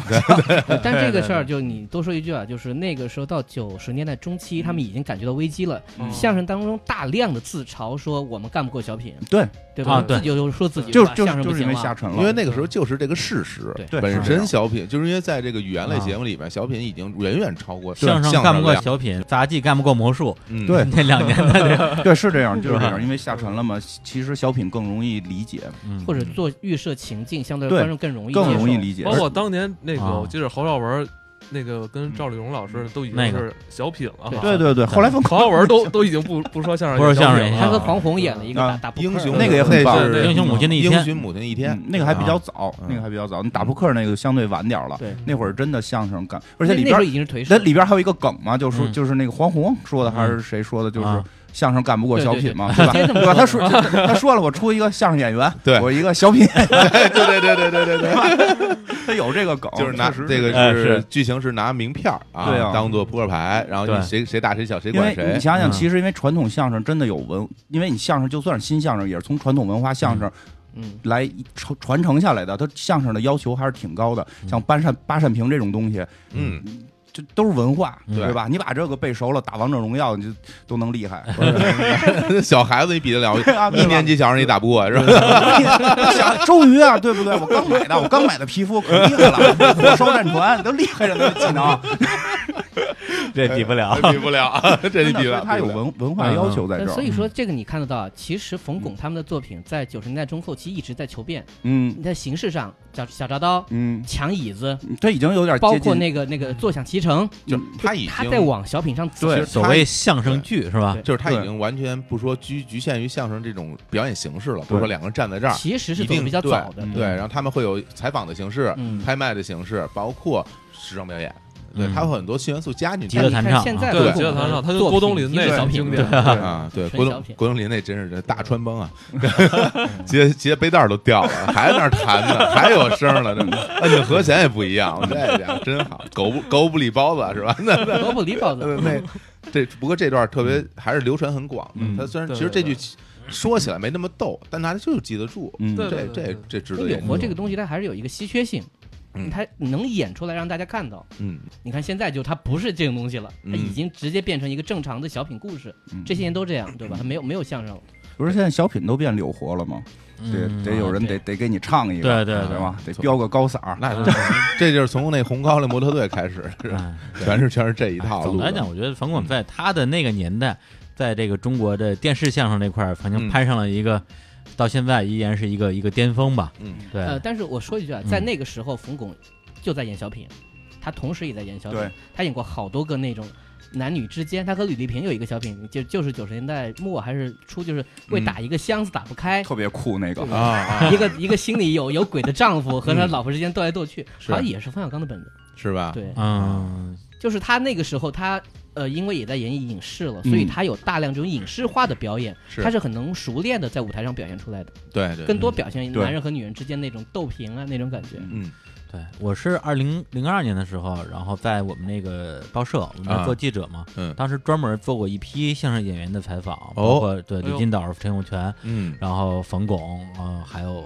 Speaker 3: 呃但这个事儿就你多说一句啊，就是那个时候到九十年代中期，他们已经感觉到危机了。
Speaker 4: 嗯
Speaker 3: 相声当中大量的自嘲说我们干不过小品，
Speaker 5: 对，
Speaker 3: 对
Speaker 1: 啊
Speaker 3: 吧？
Speaker 1: 对
Speaker 3: 自己就说自己
Speaker 5: 就
Speaker 3: 吧
Speaker 5: 就
Speaker 3: 相声
Speaker 5: 就
Speaker 3: 不
Speaker 5: 是因
Speaker 3: 行
Speaker 5: 为
Speaker 3: 了
Speaker 5: 下沉了，
Speaker 2: 因为那个时候就是这个事实，
Speaker 3: 对
Speaker 5: 嗯对
Speaker 2: 本
Speaker 5: 是这
Speaker 2: 身
Speaker 5: 样
Speaker 2: 小品就是因为在这个语言类节目里面，小品已经远远超过
Speaker 1: 相
Speaker 2: 声
Speaker 1: 声干不过
Speaker 2: 量，
Speaker 1: 小品，杂技干不过魔 术，
Speaker 2: 嗯，
Speaker 5: 对
Speaker 1: 那两年的这个，
Speaker 5: 对是这样就是这
Speaker 1: 是吧
Speaker 5: 样，因为下沉了嘛，其实小品更容易理解，
Speaker 1: 嗯
Speaker 3: 或者做预设情境，相对
Speaker 5: 对
Speaker 3: 观众更容易
Speaker 5: 更
Speaker 3: 接
Speaker 5: 容易
Speaker 3: 受
Speaker 5: 理解
Speaker 4: 包。括当年那个，
Speaker 1: 啊
Speaker 4: 我记得侯耀文那个跟赵丽蓉老师都已经
Speaker 1: 那个
Speaker 4: 是小品了哈。
Speaker 5: 对对对，后来分
Speaker 4: 侯耀文都都已经不不说相声，
Speaker 1: 不说相声
Speaker 4: 也
Speaker 1: 也
Speaker 4: 小品
Speaker 3: 他
Speaker 4: 了
Speaker 3: 和
Speaker 1: 行
Speaker 3: 黄宏演了一个
Speaker 5: 啊
Speaker 3: 打打扑
Speaker 2: 英
Speaker 3: 克
Speaker 2: 雄
Speaker 5: 那个也很棒
Speaker 2: 那是
Speaker 1: 英雄母亲的一
Speaker 2: 英
Speaker 1: 天，
Speaker 2: 雄母亲的一天
Speaker 5: 嗯，那个还比较早，
Speaker 2: 嗯
Speaker 5: 那个还比较早。你打扑克那个相对晚点儿了，
Speaker 3: 对，
Speaker 5: 那会儿真的相声感，而
Speaker 3: 而
Speaker 5: 且里
Speaker 3: 那
Speaker 5: 边
Speaker 3: 时
Speaker 5: 儿
Speaker 3: 候已经是颓
Speaker 5: 那
Speaker 3: 势，
Speaker 5: 里边还有一个梗嘛，就说
Speaker 1: 嗯
Speaker 5: 就是那个黄宏说的还是
Speaker 1: 嗯
Speaker 5: 谁说的，就是
Speaker 1: 啊
Speaker 5: 相声干不过
Speaker 3: 对
Speaker 5: 小
Speaker 3: 对
Speaker 5: 品
Speaker 3: 对
Speaker 5: 嘛，对吧？
Speaker 3: 直接这么
Speaker 5: 对吧？他说
Speaker 3: 说
Speaker 5: 他说了，我出一个相声演员，
Speaker 2: 对
Speaker 5: 我一个小品，
Speaker 2: 对对对对对对 对，
Speaker 5: 他有这个梗，
Speaker 2: 就是拿
Speaker 5: 确实
Speaker 2: 这个
Speaker 1: 哎
Speaker 2: 是
Speaker 1: 是
Speaker 2: 剧情是拿名片儿啊，
Speaker 5: 对啊
Speaker 2: 当做扑克牌，然后你
Speaker 1: 对
Speaker 2: 谁谁大谁小谁
Speaker 5: 因
Speaker 2: 管
Speaker 5: 为
Speaker 2: 谁
Speaker 5: 你，想想，
Speaker 1: 嗯
Speaker 5: 其实因为传统相声真的有文，因为你相声就算是新相声，也是从传统文化相声
Speaker 3: 嗯，
Speaker 5: 来传传承下来的，它相声的要求还是挺高的。
Speaker 1: 嗯
Speaker 5: 像八扇八扇屏这种东西，
Speaker 2: 嗯，
Speaker 5: 这都是文化，
Speaker 1: 嗯
Speaker 5: 对吧？你把这个背熟了，打王者荣耀你就都能厉害。
Speaker 2: 小孩子你比得了，
Speaker 5: 啊对吧
Speaker 2: 一年级小孩你打不过是吧？
Speaker 5: 想周瑜啊，对不对？我刚买的，我刚买的皮肤可厉害了， 火烧战船都厉害着呢，技能。
Speaker 1: 这
Speaker 2: 呃
Speaker 1: 比不了。
Speaker 2: 比不了，这你比不
Speaker 5: 真的，所以
Speaker 2: 了。
Speaker 5: 他有
Speaker 2: 比不了
Speaker 5: 文文化要求在
Speaker 3: 但
Speaker 5: 这
Speaker 3: 所
Speaker 5: 儿。
Speaker 3: 以说这个你看得到，啊，其实冯巩他们的作品在九十年代中后期一直在求变，
Speaker 5: 嗯
Speaker 3: 你在形式上小小铡刀、
Speaker 5: 嗯，
Speaker 3: 抢椅子，
Speaker 5: 他已经有点
Speaker 3: 包
Speaker 5: 接
Speaker 3: 括
Speaker 5: 近。
Speaker 3: 那个那个坐享其成，
Speaker 2: 就是他已
Speaker 3: 他
Speaker 2: 经
Speaker 3: 在往小品上走，
Speaker 2: 对
Speaker 1: 所谓相声剧是吧？
Speaker 2: 就是他已
Speaker 5: 对
Speaker 2: 经完全不说局局限于相声这种表演形式了，不是说
Speaker 5: 对
Speaker 2: 两个人站在这儿，
Speaker 3: 其实是
Speaker 2: 一
Speaker 3: 走
Speaker 2: 定
Speaker 3: 的比较
Speaker 2: 对
Speaker 3: 早的，
Speaker 5: 嗯
Speaker 2: 对，然后他们会有采访的形式、
Speaker 3: 嗯
Speaker 2: 拍卖的形式，包括时装表演，对，
Speaker 1: 嗯
Speaker 2: 他会很多新元素加进去
Speaker 1: 极乐
Speaker 3: 但
Speaker 1: 弹
Speaker 3: 你
Speaker 1: 唱
Speaker 3: 看现在
Speaker 1: 啊
Speaker 2: 对
Speaker 3: 冯巩
Speaker 4: 极乐
Speaker 3: 的
Speaker 4: 弹唱他跟
Speaker 3: 作
Speaker 4: 郭
Speaker 3: 品
Speaker 4: 冬临
Speaker 3: 一直
Speaker 4: 那
Speaker 3: 是小
Speaker 4: 挺
Speaker 3: 品
Speaker 4: 经典
Speaker 3: 对
Speaker 2: 啊。对，
Speaker 3: 纯
Speaker 2: 郭
Speaker 3: 小
Speaker 2: 冬
Speaker 3: 品
Speaker 2: 郭冬临那真是这大穿帮啊，结结背带儿都掉了，还在那儿弹呢，还有声儿了，真的摁着和弦也不一样，这家伙真好，狗不狗不理包子是吧？那那
Speaker 3: 萝卜梨包子，
Speaker 2: 呃， 那这不过这段特别还是流传很广的。
Speaker 5: 嗯
Speaker 2: 他虽然
Speaker 4: 对
Speaker 2: 其实这
Speaker 4: 对
Speaker 2: 句说起来没那么逗，但大家就是记得住。
Speaker 5: 嗯，
Speaker 4: 对
Speaker 2: 这这这值得
Speaker 3: 那有
Speaker 2: 研
Speaker 3: 活
Speaker 2: 究。
Speaker 3: 这个东西，它还是有一个稀缺性
Speaker 2: 嗯，
Speaker 3: 它能演出来让大家看到。
Speaker 2: 嗯，
Speaker 3: 你看现在就它不是这种东西了，它
Speaker 2: 嗯
Speaker 3: 已经直接变成一个正常的小品故事
Speaker 5: 嗯，
Speaker 3: 这些年都这样，对吧？它没有没有相声了，
Speaker 5: 不是现在小品都变柳活了吗？得
Speaker 1: 嗯
Speaker 5: 得有人得得给你唱一个，
Speaker 1: 对对
Speaker 5: 对
Speaker 1: 对
Speaker 5: 吧？得飙个高嗓儿。
Speaker 2: 那这这就是从那红高粱模特队开始，是吧
Speaker 1: 哎
Speaker 2: 全是全是这一
Speaker 1: 哎
Speaker 2: 套
Speaker 1: 总
Speaker 2: 路
Speaker 1: 的
Speaker 2: 的。
Speaker 1: 来讲，我觉得冯巩在他的那个年代，在这个中国的电视相声这块儿，曾
Speaker 2: 嗯
Speaker 1: 经攀上了一个，到现在依然是一个一个巅峰吧。
Speaker 2: 嗯，
Speaker 1: 对，
Speaker 3: 呃呃，但是我说一句啊，在那个时候，冯巩就在演小品，他同时也在演小品
Speaker 5: 对，
Speaker 3: 他演过好多个那种。男女之间，他和吕丽萍有一个小品，就就是九十年代末还是初，就是为打一个箱子打不开，
Speaker 5: 特别酷那个
Speaker 3: 对。
Speaker 2: 啊啊，
Speaker 3: 一个一个心里有有鬼的丈夫和他老婆之间斗来斗去，
Speaker 2: 是啊
Speaker 3: 好像也是冯小刚的本子。
Speaker 2: 是吧？
Speaker 3: 对，
Speaker 1: 嗯，
Speaker 3: 就是他那个时候他。呃，因为也在演绎影视了，所以
Speaker 5: 嗯
Speaker 3: 他有大量这种影视化的表演，
Speaker 2: 是
Speaker 3: 他是很能熟练的在舞台上表现出来的，
Speaker 2: 对对，
Speaker 3: 更多表现
Speaker 5: 对
Speaker 3: 男人和女人之间那种斗平啊那种感觉。
Speaker 2: 嗯
Speaker 1: 对，我是二零零二年的时候，然后在我们那个报社，我们
Speaker 2: 啊
Speaker 1: 在做记者嘛，
Speaker 2: 嗯
Speaker 1: 当时专门做过一批相声演员的采访，
Speaker 2: 哦
Speaker 1: 包括对
Speaker 4: 哎呦
Speaker 1: 李金斗、陈永泉，
Speaker 2: 嗯
Speaker 1: 然后冯巩，呃，还有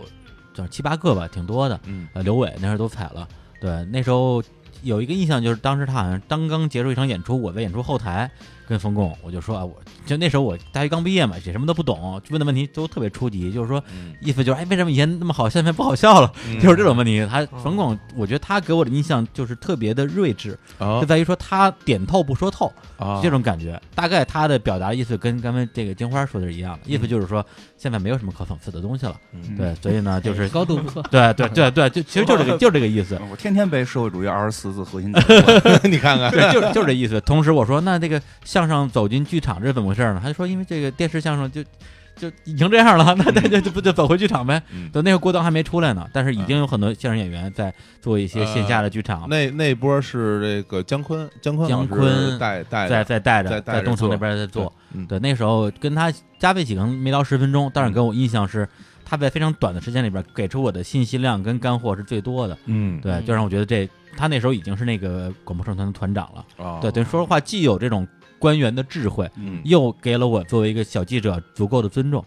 Speaker 1: 就是七八个吧，挺多的。
Speaker 2: 嗯
Speaker 1: 呃，刘伟那时候都踩了。对，那时候有一个印象就是，当时他好像刚刚结束一场演出，我在演出后台跟冯巩，我就说啊，我就那时候我大学刚毕业嘛，也什么都不懂，问的问题都特别初级，就是说
Speaker 2: 嗯，
Speaker 1: 意思就是，哎，为什么以前那么好，现在不好笑了？ 就是这种问题。他
Speaker 4: 哦
Speaker 1: 冯巩，我觉得他给我的印象就是特别的睿智，
Speaker 2: 啊
Speaker 1: 就在于说他点透不说透。
Speaker 2: 啊
Speaker 1: 这种感觉。大概他的表达意思跟刚才这个金花说的是一样的，意思就是说现在没有什么可讽刺的东西了。
Speaker 2: 嗯
Speaker 1: 对，所以呢，就
Speaker 3: 哎
Speaker 1: 是，
Speaker 3: 高度不错
Speaker 1: 对对对对，就其实就这个就这个意思，
Speaker 5: 嗯我天天背社会主义二十四字核 心价值观，
Speaker 2: 你看看，
Speaker 1: 对，就是就是这意思。同时我说，那这个相声走进剧场这是怎么回事呢？他就说，因为这个电视相声就 就已经这样了， 那那就就不就走回剧场呗。
Speaker 2: 嗯
Speaker 1: 等那个郭德纲还没出来呢，但是已经有很多相声演员在做一些线下的剧场，
Speaker 2: 那那波是这个姜昆，姜昆
Speaker 1: 姜昆
Speaker 2: 带带
Speaker 1: 在
Speaker 2: 的
Speaker 1: 在带着
Speaker 2: 在带着
Speaker 1: 在东城
Speaker 2: 做
Speaker 1: 那边在做。，
Speaker 2: 嗯
Speaker 1: 对，那时候跟他加在一起可能没聊十分钟，但是给我印象是，他在非常短的时间里边给出我的信息量跟干货是最多的。
Speaker 2: 嗯
Speaker 1: 对，
Speaker 3: 嗯
Speaker 1: 就让我觉得这他那时候已经是那个广播社团的团长了。
Speaker 2: 啊
Speaker 1: 对，等于说实话，既有这种官员的智慧，
Speaker 2: 嗯
Speaker 1: 又给了我作为一个小记者足够的尊重。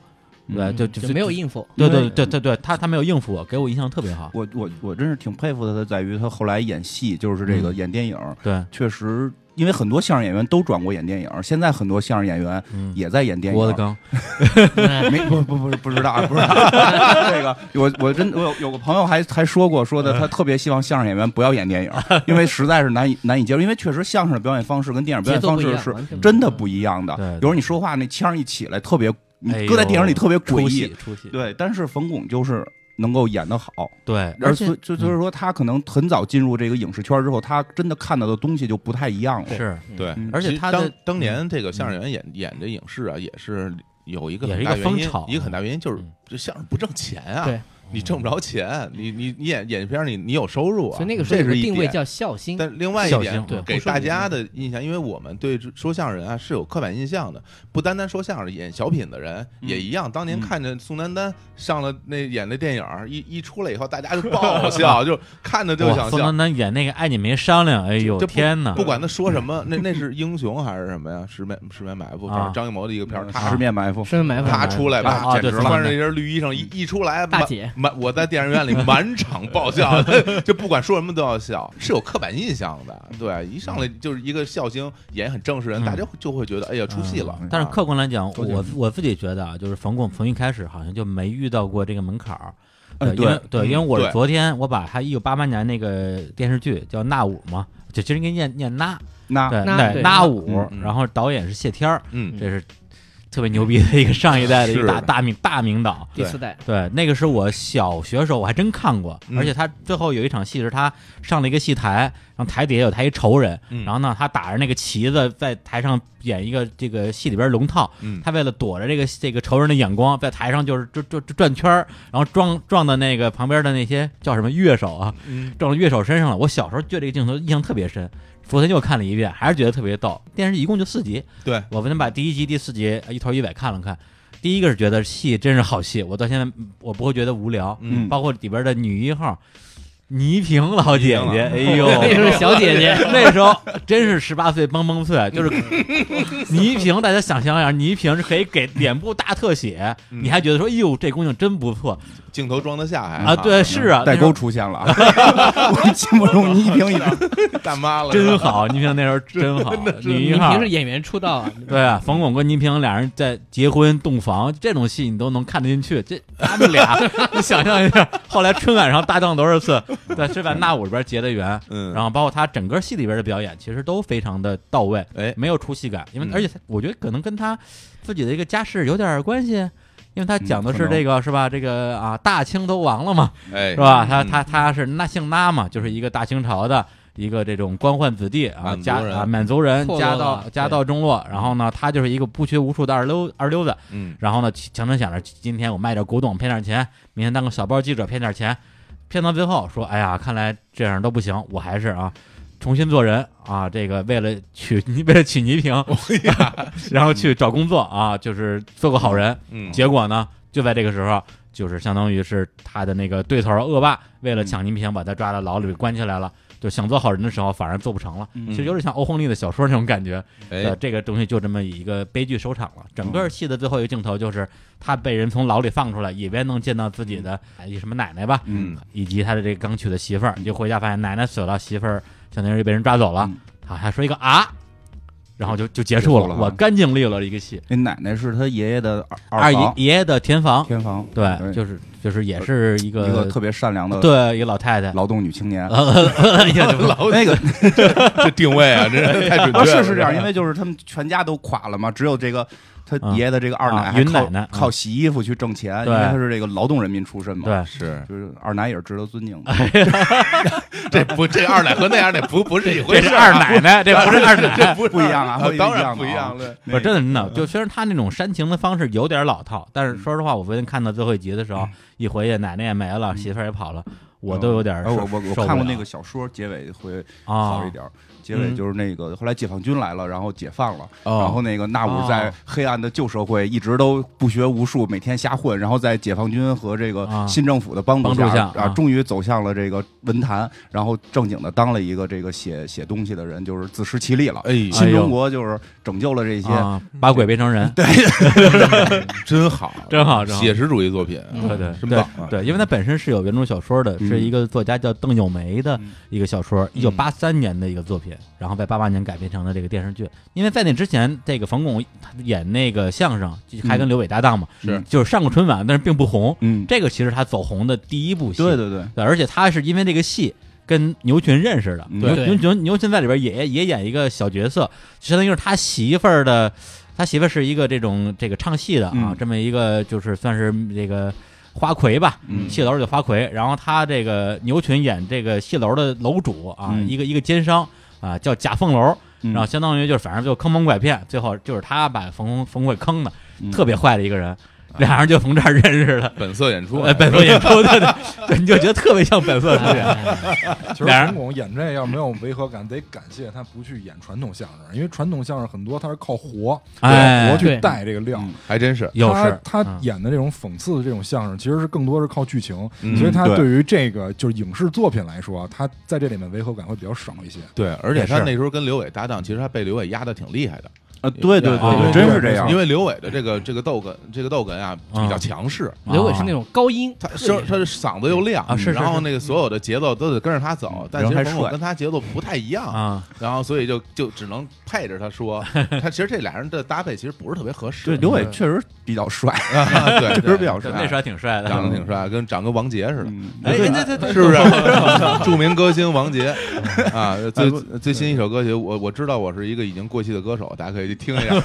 Speaker 1: 对，
Speaker 5: 嗯
Speaker 1: 就
Speaker 3: 就没有。应付。
Speaker 1: 对对对对对，他他没有应付我，给我印象特别好。
Speaker 5: 我我我真是挺佩服他的，在于他后来演戏，就是这个
Speaker 1: 嗯
Speaker 5: 演电影，
Speaker 1: 对，
Speaker 5: 确实，因为很多相声演员都转过演电影，现在很多相声演员
Speaker 1: 嗯，
Speaker 5: 也在演电
Speaker 1: 郭德
Speaker 5: 影。
Speaker 1: 纲，
Speaker 5: 没不不不不知道不知道 这个，我我真我有有个朋友还还说过，说的他特别希望相声演员不要演电影，因为实在是难以难以接受，因为确实相声的表演方式跟电影表
Speaker 3: 节
Speaker 5: 演
Speaker 3: 奏
Speaker 5: 方
Speaker 3: 不一
Speaker 5: 式
Speaker 3: 样，
Speaker 5: 是
Speaker 3: 完全
Speaker 5: 真的
Speaker 3: 一
Speaker 5: 不一样的
Speaker 1: 对对。
Speaker 5: 有时候你说话那腔儿一起来，特别
Speaker 1: 哎
Speaker 5: 你
Speaker 1: 呦
Speaker 5: 搁在电影里特别
Speaker 1: 出
Speaker 5: 诡异
Speaker 1: 戏。出戏，
Speaker 5: 对，但是冯巩就是能够演得好，
Speaker 1: 对，
Speaker 5: 而
Speaker 1: 而
Speaker 5: 且
Speaker 1: 且
Speaker 5: 就就是说他可能很早进入这个影视圈之后，他真的看到的东西就不太一样了。
Speaker 1: 是
Speaker 2: 对
Speaker 5: 嗯，
Speaker 1: 而且
Speaker 2: 其实
Speaker 1: 他的嗯
Speaker 2: 当当年这个相声演员演演这影视啊，也是有一个
Speaker 1: 也
Speaker 2: 很
Speaker 1: 是一
Speaker 2: 大
Speaker 1: 个
Speaker 2: 原因
Speaker 1: 风潮，
Speaker 2: 一个很大原因就是
Speaker 1: 嗯
Speaker 2: 这相声不挣钱啊，
Speaker 3: 对，
Speaker 2: 你挣不着钱，你你你演演片儿你你有收入啊，
Speaker 3: 所以那个时
Speaker 2: 这
Speaker 3: 候有
Speaker 2: 是
Speaker 3: 个
Speaker 2: 一
Speaker 3: 定位
Speaker 2: 点
Speaker 3: 叫孝心，
Speaker 2: 但另外一
Speaker 1: 小
Speaker 2: 点
Speaker 1: 型对，
Speaker 2: 给
Speaker 3: 不说
Speaker 2: 大
Speaker 3: 你
Speaker 2: 家的印象，因为我们对说相声人啊是有刻板印象的，不单单说相声，演小品的人也一样。当年
Speaker 5: 嗯
Speaker 2: 看着宋丹丹上了那演那电影儿，一一出来以后，大家 就爆笑，就看着就
Speaker 1: 哇
Speaker 2: 想
Speaker 1: 宋
Speaker 2: 笑
Speaker 1: 丹。丹演那个爱你没商量，哎呦
Speaker 2: 这不
Speaker 1: 天哪！
Speaker 2: 不管他说什么，那那是英雄还是什么呀？ 十面十面埋伏，反
Speaker 1: 啊
Speaker 2: 正张艺谋的一个片儿，他
Speaker 5: 十面埋伏，
Speaker 3: 身份埋伏。
Speaker 2: 他出来吧，
Speaker 1: 啊
Speaker 2: 简直
Speaker 1: 对
Speaker 2: 穿着一身绿衣裳
Speaker 1: 嗯
Speaker 2: 一一出来，
Speaker 3: 大
Speaker 2: 满
Speaker 3: 姐
Speaker 2: 满我在电影院里满场 爆笑，就不管说什么都要笑，是有刻板印象的。对，一上来就是一个笑星，演很正式人，
Speaker 1: 嗯
Speaker 2: 大家就会觉得哎呀出戏了
Speaker 1: 嗯。但是客观来讲，
Speaker 5: 出戏
Speaker 1: 我我自己觉得啊，就是冯巩从一开始好像就没遇到过这个门槛儿。呃
Speaker 5: 哎
Speaker 1: 因为对，
Speaker 2: 嗯
Speaker 1: 因为我
Speaker 2: 对
Speaker 1: 是昨天我把他一九八八年那个电视剧叫《那舞》嘛，就其实应该念念那，
Speaker 2: 啊
Speaker 5: 那嗯
Speaker 1: 对，
Speaker 3: 那
Speaker 1: 对
Speaker 3: 对
Speaker 1: 那
Speaker 3: 那
Speaker 1: 舞
Speaker 2: 嗯，
Speaker 1: 然后导演是谢天儿，
Speaker 2: 嗯，
Speaker 1: 这是特别牛逼的一个上一代的一
Speaker 2: 是
Speaker 1: 个大大名大名导。
Speaker 3: 第四代，
Speaker 1: 对，那个是我小学时候我还真看过，
Speaker 2: 嗯
Speaker 1: 而且他最后有一场戏是他上了一个戏台，然后台底下有他一仇人，
Speaker 2: 嗯
Speaker 1: 然后呢他打着那个旗子在台上演一个这个戏里边龙套，
Speaker 2: 嗯
Speaker 1: 他为了躲着这个这个仇人的眼光，在台上就是就就就转圈儿，然后撞撞到那个旁边的那些叫什么乐手啊，
Speaker 2: 嗯
Speaker 1: 撞到乐手身上了。我小时候对这个镜头印象特别深，昨天又看了一遍，还是觉得特别逗。电视一共就四集，
Speaker 2: 对，
Speaker 1: 我昨天把第一集、第四集呃一头一尾看了看。第一个是觉得戏真是好戏，我到现在嗯我不会觉得无聊，
Speaker 2: 嗯
Speaker 1: 包括里边的女一号倪萍老姐
Speaker 2: 倪萍
Speaker 1: 姐，
Speaker 2: 了
Speaker 1: 哎 呦，，
Speaker 3: 那时候小姐姐
Speaker 1: 那时候真是十八岁蹦蹦脆，就是倪萍，大家想象一下，倪萍是可以给脸部大特写，
Speaker 2: 嗯
Speaker 1: 你还觉得说，哎呦，这姑娘真不错
Speaker 2: 镜头装得下还
Speaker 1: 啊！对，是啊，
Speaker 5: 代沟
Speaker 1: 那时啊
Speaker 5: 出 现了啊！我心目中倪萍已经
Speaker 2: 大妈了
Speaker 1: 候
Speaker 2: 是吧
Speaker 1: 真好，倪萍那时候真好，女
Speaker 3: 你
Speaker 1: 一号
Speaker 3: 平。时演员出道啊，
Speaker 1: 对啊，冯巩跟倪萍俩人在结婚洞房这种戏，你都能看得进去。这他们俩，你想象一下，后来春晚上搭档多少次？对，是在那舞里边结的缘。
Speaker 2: 嗯，
Speaker 1: 然后包括他整个戏里边的表演，其实都非常的到位，
Speaker 2: 哎
Speaker 1: 没有出戏感，因为
Speaker 2: 嗯
Speaker 1: 而且他我觉得可能跟他自己的一个家世有点关系，因因为他讲的
Speaker 5: 可
Speaker 1: 是
Speaker 5: 能
Speaker 1: 这个是吧？这个啊，大清都亡了嘛，
Speaker 2: 哎
Speaker 1: 是，吧？他
Speaker 5: 嗯
Speaker 1: 他他是那姓那嘛，就是一个大清朝的一个这种官宦子弟啊，
Speaker 2: 满族
Speaker 1: 家
Speaker 2: 人
Speaker 1: 啊满族人
Speaker 3: 错落
Speaker 1: 家
Speaker 3: 了
Speaker 1: 道家
Speaker 3: 对
Speaker 1: 道中落，然后呢，他就是一个不学无术的二溜二溜子，
Speaker 2: 嗯，
Speaker 1: 然后呢，强成想着今天我卖点古董骗点钱，明天当个小报记者骗点钱，骗到最后说，哎呀，看来这样都不行，我还是啊。重新做人啊！这个为了娶 为了娶倪萍， 然后去找工作啊，就是做个好人。
Speaker 2: 嗯，
Speaker 1: 结果呢，就在这个时候，就是相当于是他的那个对头恶霸，为了抢倪萍，把他抓到牢里关起来了。就想做好人的时候，反而做不成了。
Speaker 5: 嗯
Speaker 1: 其实有点像欧亨利的小说那种感觉。呃，
Speaker 2: 哎，
Speaker 1: 这个东西就这么以一个悲剧收场了。整
Speaker 5: 嗯
Speaker 1: 个戏的最后一个镜头就是他被人从牢里放出来，以为能见到自己的哎什么奶奶吧，
Speaker 5: 嗯，
Speaker 1: 以及他的这个刚娶的媳妇儿，就回家发现奶奶死了，媳妇儿相当于被人抓走了
Speaker 5: 嗯。
Speaker 1: 他还说一个啊，然后就就结束
Speaker 5: 结
Speaker 1: 了，
Speaker 5: 束了啊
Speaker 1: 我干净利落了一个戏。
Speaker 5: 那奶奶是他爷爷的二
Speaker 1: 二
Speaker 5: 二
Speaker 1: 爷
Speaker 5: 房
Speaker 1: 爷爷的填房，
Speaker 5: 天房，
Speaker 1: 对，
Speaker 5: 对
Speaker 1: 就是就是也是一
Speaker 5: 一个
Speaker 1: 个
Speaker 5: 特别善良的
Speaker 1: 对一个老太太，
Speaker 5: 劳动女青 年。
Speaker 1: 哎呀，就
Speaker 2: 老
Speaker 5: 那个
Speaker 2: 这定位啊，真是太准确
Speaker 5: 啊
Speaker 2: 了，
Speaker 5: 是是这样，因为就是他们全家都垮了嘛，只有这个他
Speaker 1: 嗯
Speaker 5: 爷爷的这个二
Speaker 1: 啊
Speaker 5: 奶还
Speaker 1: 云奶
Speaker 5: 靠
Speaker 1: 奶
Speaker 5: 靠洗衣服去挣钱，因为
Speaker 1: 对
Speaker 5: 他是这个劳动人民出身嘛。，
Speaker 1: 对，
Speaker 2: 是
Speaker 5: 就是二奶也是值得尊 敬的。
Speaker 2: 这不这二奶和那二奶不不是一回
Speaker 1: 这
Speaker 2: 事
Speaker 1: 是
Speaker 2: 儿
Speaker 1: 二
Speaker 2: 啊，
Speaker 1: 奶奶，这不是二奶。
Speaker 2: 这不是
Speaker 5: 不一样啊
Speaker 2: 二奶当然
Speaker 5: 不
Speaker 2: 不
Speaker 5: 一
Speaker 2: 一
Speaker 5: 样
Speaker 2: 样了，
Speaker 1: 不是真的，真
Speaker 5: 嗯
Speaker 1: 的，就虽然他那种煽情的方式有点老套，但是说实话，我昨天看到最后一集的时候，
Speaker 5: 嗯
Speaker 1: 一回去奶奶也没了，媳妇儿也跑了，我都有点儿
Speaker 5: 哎
Speaker 1: 受
Speaker 5: 我我我
Speaker 1: 受不
Speaker 5: 看过
Speaker 1: 了
Speaker 5: 那个小说，结尾会
Speaker 1: 啊嗯
Speaker 5: 好一点儿。结尾就是那个后来解放军来了，然后解放了，
Speaker 1: 哦
Speaker 5: 然后那个纳
Speaker 1: 哦
Speaker 5: 武在黑暗的旧社会一直都不学无术，每天瞎混，然后在解放军和这个
Speaker 1: 啊
Speaker 5: 新政府的帮助
Speaker 1: 帮助下
Speaker 5: 啊，
Speaker 1: 啊
Speaker 5: 终于走向了这个文坛，然后正经的当了一个这个写写东西的人，就是自食其力了。
Speaker 2: 哎，
Speaker 5: 新中国就是拯救了这些，
Speaker 1: 啊，把鬼变成人，对
Speaker 2: 真好，
Speaker 1: 真好真好
Speaker 2: 写实主义作品，
Speaker 1: 对对
Speaker 2: 真棒
Speaker 1: 对
Speaker 2: 啊
Speaker 1: 对，因为它本身是有原著小说的，
Speaker 5: 嗯
Speaker 1: 是一个作家叫邓友梅的
Speaker 5: 嗯
Speaker 1: 一个小说，一九八三年的一个作品，然后在八八年改编成的这个电视剧。因为在那之前，这个冯巩他演那个相声，就还跟
Speaker 5: 嗯
Speaker 1: 刘伟搭档嘛，
Speaker 2: 是
Speaker 1: 就是上过春晚，但是并不红。
Speaker 5: 嗯，
Speaker 1: 这个其实他走红的第一部戏，
Speaker 5: 对对对，
Speaker 1: 对，而且他是因为这个戏跟牛群认识的。
Speaker 5: 嗯
Speaker 1: 牛
Speaker 3: 对
Speaker 1: 牛牛牛群在里边也也演一个小角色，就相当于是他媳妇儿的，他媳妇儿是一个这种这个唱戏的啊，
Speaker 5: 嗯
Speaker 1: 这么一个就是算是这个花魁吧，
Speaker 5: 嗯
Speaker 1: 戏楼里的花魁。然后他这个牛群演这个戏楼的楼主啊，
Speaker 5: 嗯
Speaker 1: 一个一个奸商啊，叫贾凤楼。
Speaker 5: 嗯
Speaker 1: 然后相当于就是反正就坑蒙拐骗，最后就是他把冯冯贵坑的，
Speaker 5: 嗯
Speaker 1: 特别坏的一个人，俩人就从这儿认识的。
Speaker 2: 本色演出啊
Speaker 1: 呃，，本色演出，对对，对，你就觉得特别像本色出
Speaker 5: 哎
Speaker 1: 演。
Speaker 6: 其实
Speaker 1: 俩人
Speaker 6: 冯巩演这要没有违和感，得感谢他不去演传统相声，因为传统相声很多他是靠活，
Speaker 1: 哎
Speaker 6: 活去
Speaker 3: 对
Speaker 6: 带这个料。
Speaker 5: 嗯
Speaker 2: 还真是，
Speaker 1: 有
Speaker 6: 他
Speaker 1: 事
Speaker 6: 他
Speaker 1: 嗯
Speaker 6: 演的这种讽刺的这种相声，其实是更多是靠剧情，
Speaker 2: 嗯
Speaker 6: 所以他
Speaker 5: 对
Speaker 6: 对于这个就是影视作品来说，他在这里面违和感会比较少一些。
Speaker 2: 对，而且
Speaker 1: 也是
Speaker 2: 他那时候跟刘伟搭档，其实他被刘伟压的挺厉害的，
Speaker 5: 啊，对对
Speaker 1: 啊
Speaker 5: 对，真是这样
Speaker 2: 因。为刘伟的这个这个逗哏，这个逗哏啊
Speaker 1: 啊
Speaker 2: 比较强势，
Speaker 3: 刘伟是那种高音，
Speaker 2: 他
Speaker 3: 特
Speaker 2: 声
Speaker 3: 别
Speaker 2: 他的嗓子又亮
Speaker 1: 啊是是，
Speaker 2: 然后那个所有的节奏都得跟着他走，但其
Speaker 5: 人还
Speaker 2: 实冯巩
Speaker 5: 帅
Speaker 2: 跟他节奏不太一样，
Speaker 1: 啊，
Speaker 2: 然后所以就就只能配着他说，他其实这俩人的搭配其实不是特别合适，
Speaker 5: 对，刘伟确实比较帅，
Speaker 2: 啊 对，
Speaker 5: 确实比较帅
Speaker 1: 对。那时候还挺帅的。
Speaker 2: 长得挺帅，跟长跟王杰似的。
Speaker 5: 嗯
Speaker 1: 哎，对对 对，
Speaker 2: 是不是著名歌星王杰啊？最最新一首歌曲，我我知道我是一个已经过气的歌手，大家可以去听一下。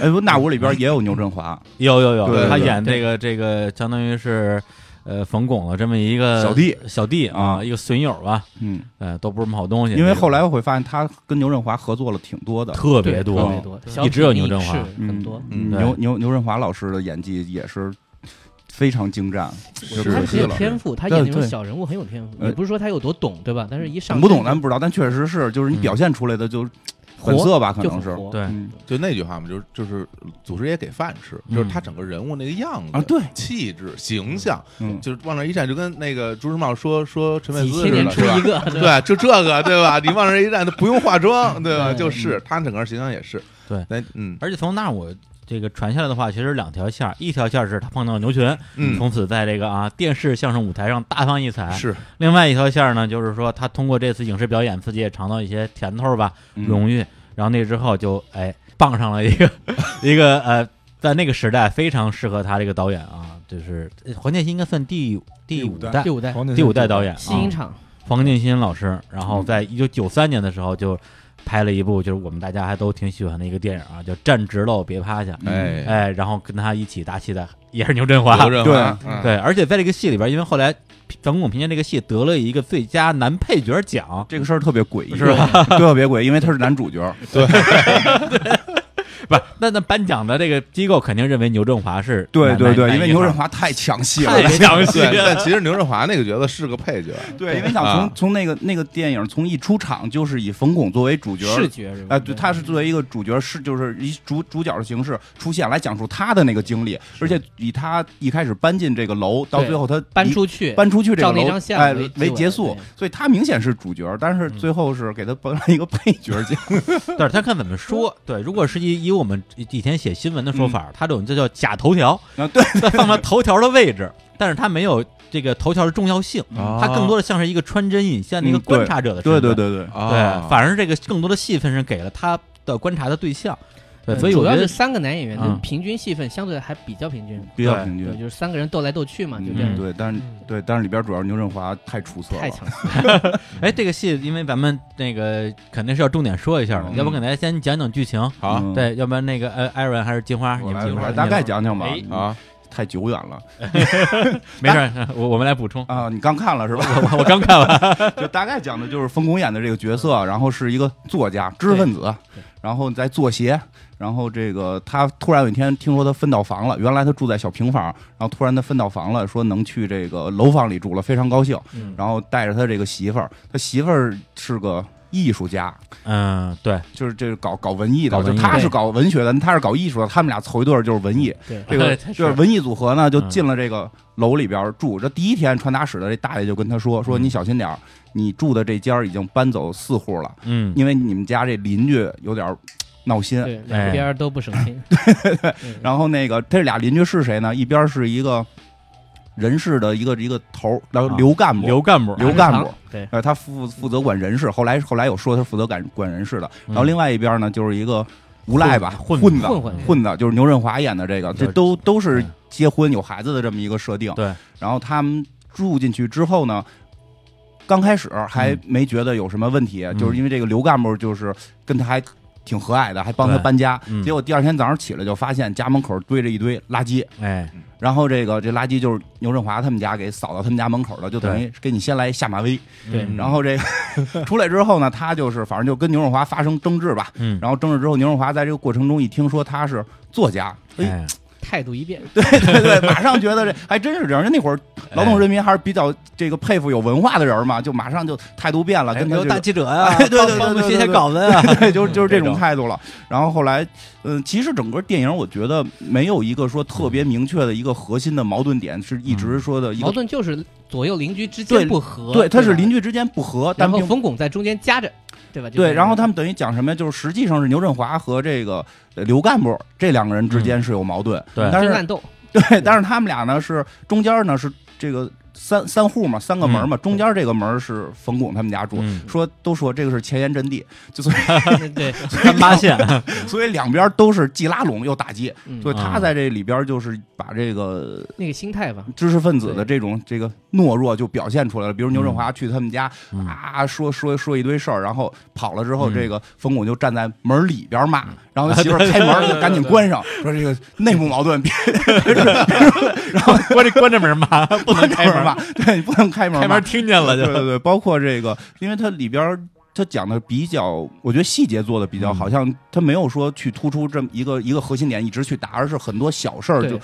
Speaker 5: 哎，不，那我里边也有牛振华
Speaker 1: 有有
Speaker 5: 对
Speaker 1: 有，
Speaker 5: 对
Speaker 1: 他
Speaker 5: 对
Speaker 1: 演这个这个，相当于是呃冯巩的这么一个
Speaker 5: 小弟，
Speaker 1: 小弟啊，
Speaker 5: 啊
Speaker 1: 一个损友吧，
Speaker 5: 嗯，
Speaker 1: 呃，都不是什么好东西。
Speaker 5: 因为
Speaker 1: 这个
Speaker 5: 后来我会发现他跟牛振华合作了挺多的。
Speaker 1: 特
Speaker 3: 对
Speaker 1: 别
Speaker 3: 特别
Speaker 1: 多，
Speaker 3: 多，
Speaker 1: 也只有牛
Speaker 3: 牛
Speaker 1: 振华
Speaker 3: 很多。
Speaker 5: 嗯
Speaker 1: 对
Speaker 5: 牛牛牛振华老师的演技也是非常精湛，
Speaker 2: 是
Speaker 5: 可
Speaker 3: 他
Speaker 5: 惜
Speaker 3: 很有
Speaker 5: 了。
Speaker 3: 天赋，他演那种
Speaker 5: 对
Speaker 3: 小人物很有天赋，
Speaker 5: 呃
Speaker 3: 也不是说他有多懂，对吧？但是一上
Speaker 5: 懂不懂
Speaker 3: 身
Speaker 5: 咱不知道，但确实是，就是你
Speaker 1: 嗯
Speaker 5: 表现出来的就
Speaker 3: 活
Speaker 5: 本色吧，可
Speaker 3: 就
Speaker 5: 能
Speaker 3: 很
Speaker 5: 是。
Speaker 3: 活
Speaker 1: 对
Speaker 5: 嗯
Speaker 2: 就那句话嘛，就是就是祖师爷给饭吃，
Speaker 1: 嗯
Speaker 2: 就是他整个人物那个样子
Speaker 5: 啊对
Speaker 2: 气质、形象，
Speaker 5: 嗯，
Speaker 2: 就是往那一站，就跟那个朱时茂说说陈佩
Speaker 3: 几
Speaker 2: 斯
Speaker 3: 千
Speaker 2: 似
Speaker 3: 年
Speaker 2: 的，
Speaker 3: 出
Speaker 2: 是吧
Speaker 3: 一？个，对吧
Speaker 2: 对，就这个，对吧？你往那一站，他不用化妆，对吧？
Speaker 3: 对
Speaker 2: 就是他整个形象也是，
Speaker 1: 对
Speaker 2: 那嗯
Speaker 1: 而且从那儿我这个传下来的话，其实两条线儿，一条线儿是他碰到牛群，
Speaker 2: 嗯，
Speaker 1: 从此在这个啊电视相声舞台上大放异彩。
Speaker 2: 是
Speaker 1: 另外一条线儿呢，就是说他通过这次影视表演，自己也尝到一些甜头儿吧，
Speaker 5: 嗯
Speaker 1: 荣誉。然后那之后就哎傍上了一个 一个呃，在那个时代非常适合他这个导演啊，就是呃黄建新应该算第第
Speaker 6: 第
Speaker 1: 五
Speaker 6: 五
Speaker 1: 代
Speaker 6: 代
Speaker 3: 第五代
Speaker 6: 黄建
Speaker 1: 哎第五
Speaker 6: 新
Speaker 1: 代导演嗯
Speaker 3: 新
Speaker 1: 啊
Speaker 3: 影，厂
Speaker 1: 黄建新老师。然后在一九九三年的时候就拍了一部就是我们大家还都挺喜欢的一个电影啊，叫《站直喽，别趴下》。
Speaker 2: 哎，
Speaker 1: 哎，然后跟他一起搭戏的 也是牛振华，
Speaker 2: 刘振华，
Speaker 5: 对
Speaker 2: 嗯
Speaker 1: 对，而且在这个戏里边，因为后来张国凭借这个戏得了一个最佳男配角奖，
Speaker 5: 这个事儿特别诡异，是吧？特别诡异，因为他是男主角，
Speaker 1: 不，那那颁奖的这个机构肯定认为牛振华是
Speaker 5: 对对对，
Speaker 1: 男
Speaker 5: 因为牛振。
Speaker 1: 男
Speaker 5: 华太抢戏
Speaker 1: 一号太
Speaker 5: 了。
Speaker 1: 详细
Speaker 2: 对，
Speaker 1: 了，
Speaker 2: 但其实牛振华那个角色是个配角，
Speaker 5: 对，因为想
Speaker 2: 啊
Speaker 5: 从从那个那个电影从一出场就是以冯巩作为主角，
Speaker 3: 视觉是吧
Speaker 5: 啊，对，他是作为一个主角，是就是以主主角的形式出现来讲述他的那个经历，而且以他一开始搬进这个楼，到
Speaker 3: 对
Speaker 5: 最后他
Speaker 3: 搬
Speaker 5: 离
Speaker 3: 出去，
Speaker 5: 搬出去这个
Speaker 3: 照那
Speaker 5: 楼
Speaker 3: 张，相
Speaker 5: 哎，
Speaker 3: 为
Speaker 5: 为
Speaker 3: 结尾
Speaker 5: 结束
Speaker 3: 对，嗯
Speaker 5: 所以他明显是主角，但是最后是给他颁了一个配角 奖，
Speaker 1: 但是他看怎么 说。对，如果是以以我们以前写新闻的说法，他这种就叫假头条，
Speaker 5: 啊，对，
Speaker 1: 他放到头条的位置，但是他没有这个头条的重要性，
Speaker 2: 啊
Speaker 1: 他更多的像是一个穿针引线的一个
Speaker 5: 嗯对
Speaker 1: 观察者的身
Speaker 5: 对
Speaker 1: 份。
Speaker 5: 对对对，
Speaker 1: 对，
Speaker 2: 啊，
Speaker 1: 反而这个更多的戏份是给了他的观察的对象，对，
Speaker 3: 嗯
Speaker 1: 所以
Speaker 3: 主
Speaker 1: 我
Speaker 3: 要
Speaker 1: 觉
Speaker 3: 是
Speaker 1: 得
Speaker 3: 三个男演员的
Speaker 1: 嗯
Speaker 3: 平均戏份相对还比较平均，
Speaker 5: 比较
Speaker 1: 对
Speaker 5: 平均
Speaker 3: 对，，就是三个人斗来斗去嘛，就这样
Speaker 5: 嗯，对，但是
Speaker 4: 嗯
Speaker 5: 对，但是里边主要是牛振华太出色
Speaker 3: 太
Speaker 5: 了，嗯
Speaker 3: 强了。
Speaker 1: 哎，这个戏因为咱们那个肯定是要重点说一下的，
Speaker 5: 嗯
Speaker 1: 要不给大家先讲讲剧情，
Speaker 2: 好
Speaker 5: 嗯，
Speaker 1: 对，要不然那个呃，艾伦还是金花，你
Speaker 5: 我
Speaker 1: 们
Speaker 5: 来
Speaker 1: 金
Speaker 5: 我
Speaker 1: 花
Speaker 5: 来大概讲讲吧
Speaker 1: 哎，
Speaker 5: 啊，
Speaker 2: 啊，
Speaker 5: 太久远了
Speaker 1: 没事儿， 我我们来补充，
Speaker 5: 啊，你刚看了是吧？
Speaker 1: 我我刚看完，
Speaker 5: 就大概讲的就是冯巩演的这个角
Speaker 1: 嗯
Speaker 5: 色，然后是一个作家、知识分子
Speaker 3: 对，
Speaker 5: 然后在做鞋，然后这个他突然有一天听说他分到房了，原来他住在小平房，然后突然他分到房了，说能去这个楼房里住了，非常高兴，
Speaker 1: 嗯
Speaker 5: 然后带着他这个媳妇儿，他媳妇儿是个。艺术家
Speaker 1: 嗯，对，
Speaker 5: 就是这个搞搞文艺
Speaker 1: 搞
Speaker 5: 的，
Speaker 1: 文艺
Speaker 5: 就他是搞文学的，他是搞艺术的，他们俩凑一对儿就是文艺。
Speaker 3: 对，
Speaker 5: 这个
Speaker 1: 是
Speaker 5: 就是文艺组合呢，就
Speaker 1: 嗯
Speaker 5: 进了这个楼里边住。这第一天，传达室的这大爷就跟他说：“说
Speaker 1: 嗯
Speaker 5: 你小心点儿，你住的这家已经搬走四户了，
Speaker 1: 嗯，
Speaker 5: 因为你们家这邻居有点儿闹心。
Speaker 3: 对，两边 都不省心。嗯
Speaker 5: 然后那个这俩邻居是谁呢？一边是一个人事的一个一个头儿，然后
Speaker 1: 啊
Speaker 5: 刘干部，
Speaker 1: 刘干部，
Speaker 5: 刘干部，
Speaker 3: 对，
Speaker 5: 呃，他负负责管人事。后来后来有说他负责管管人事的。
Speaker 1: 嗯
Speaker 5: 然后另外一边呢，就是一个无赖吧，
Speaker 1: 混
Speaker 5: 混子，
Speaker 3: 混混
Speaker 5: 混的，就是牛振华演的这个，这都都是结婚有孩子的这么一个设定。
Speaker 1: 对，
Speaker 5: 然后他们住进去之后呢，刚开始
Speaker 1: 嗯
Speaker 5: 还没觉得有什么问题，就是因为这个刘干部就是跟他还挺和蔼的，还帮他
Speaker 1: 对
Speaker 5: 搬家。
Speaker 1: 嗯
Speaker 5: 结果第二天早上起来就发现家门口堆着一堆垃圾，
Speaker 1: 哎，
Speaker 5: 然后这个这垃圾就是牛振华他们家给扫到他们家门口了，就等于给你先来下马威。
Speaker 3: 对
Speaker 1: 嗯
Speaker 5: 然后这个 出来之后呢，他就是反正就跟牛振华发生争执吧。
Speaker 1: 嗯，
Speaker 5: 然后争执之后，牛振华在这个过程中一听说他是作家，哎，
Speaker 1: 哎，
Speaker 3: 态度一变，
Speaker 5: 对对，马上觉得这还真是这样。人那会儿劳
Speaker 1: 哎
Speaker 5: 动人民还是比较这个佩服有文化的人嘛，就马上就态度变了，
Speaker 1: 哎
Speaker 5: 跟他
Speaker 1: 刘大
Speaker 5: 这
Speaker 1: 记者啊，
Speaker 5: 哎对对对
Speaker 1: 帮我们
Speaker 5: 对
Speaker 1: 写
Speaker 5: 对
Speaker 1: 写
Speaker 5: 对
Speaker 1: 稿子啊，
Speaker 5: 个 对，就是就是这
Speaker 1: 这
Speaker 5: 种
Speaker 1: 种
Speaker 5: 态度了。然后后来，嗯，其实整个电影我觉得没有一个说特别明确的一个核心的矛盾点，是一
Speaker 1: 嗯
Speaker 5: 直说的一
Speaker 3: 矛
Speaker 5: 个。
Speaker 3: 盾就是左右邻居之
Speaker 5: 对
Speaker 3: 间不和。
Speaker 5: 对，他是
Speaker 3: 吧
Speaker 5: 邻，居之间不和，但
Speaker 3: 然后
Speaker 5: 并
Speaker 3: 冯巩在中间夹着，对吧？就
Speaker 5: 对，
Speaker 3: 是
Speaker 5: 然后他们等于讲什么呀？就是实际上是牛振华和这个呃刘干部这两个人之间是有矛盾，
Speaker 1: 对
Speaker 5: 但
Speaker 3: 争
Speaker 5: 是
Speaker 3: 暗斗，
Speaker 5: 对，但是他们俩呢是中间呢是这个三三户嘛，三个门嘛，中间这个门是冯巩他们家住。
Speaker 1: 嗯，
Speaker 5: 说都说这个是前沿阵地，就所以
Speaker 3: 对，
Speaker 1: 三八 线，
Speaker 5: 所以两边都是既拉拢又打击，
Speaker 3: 嗯
Speaker 5: 所以他在这里边就是把这个
Speaker 3: 那个心态吧，
Speaker 5: 知识分子的这种这个懦弱就表现出来了。比如牛振华去他们家
Speaker 1: 嗯
Speaker 5: 啊，说说说一堆事儿，然后跑了之后，
Speaker 1: 嗯
Speaker 5: 这个冯巩就站在门里边骂，然后媳妇儿开门就赶紧关上，说这个内部 矛盾，别
Speaker 1: 关着关着 门骂，不能开门
Speaker 5: 骂，对你不能开门
Speaker 1: 开
Speaker 5: 骂
Speaker 1: 门。听见了
Speaker 5: 对对
Speaker 1: 就，
Speaker 5: 对，包括这个，因为它里边儿它讲的比较，我觉得细节做的比较
Speaker 1: 嗯
Speaker 5: 好，像它没有说去突出这么一个一个核心点一直去打，而是很多小事儿就
Speaker 3: 对，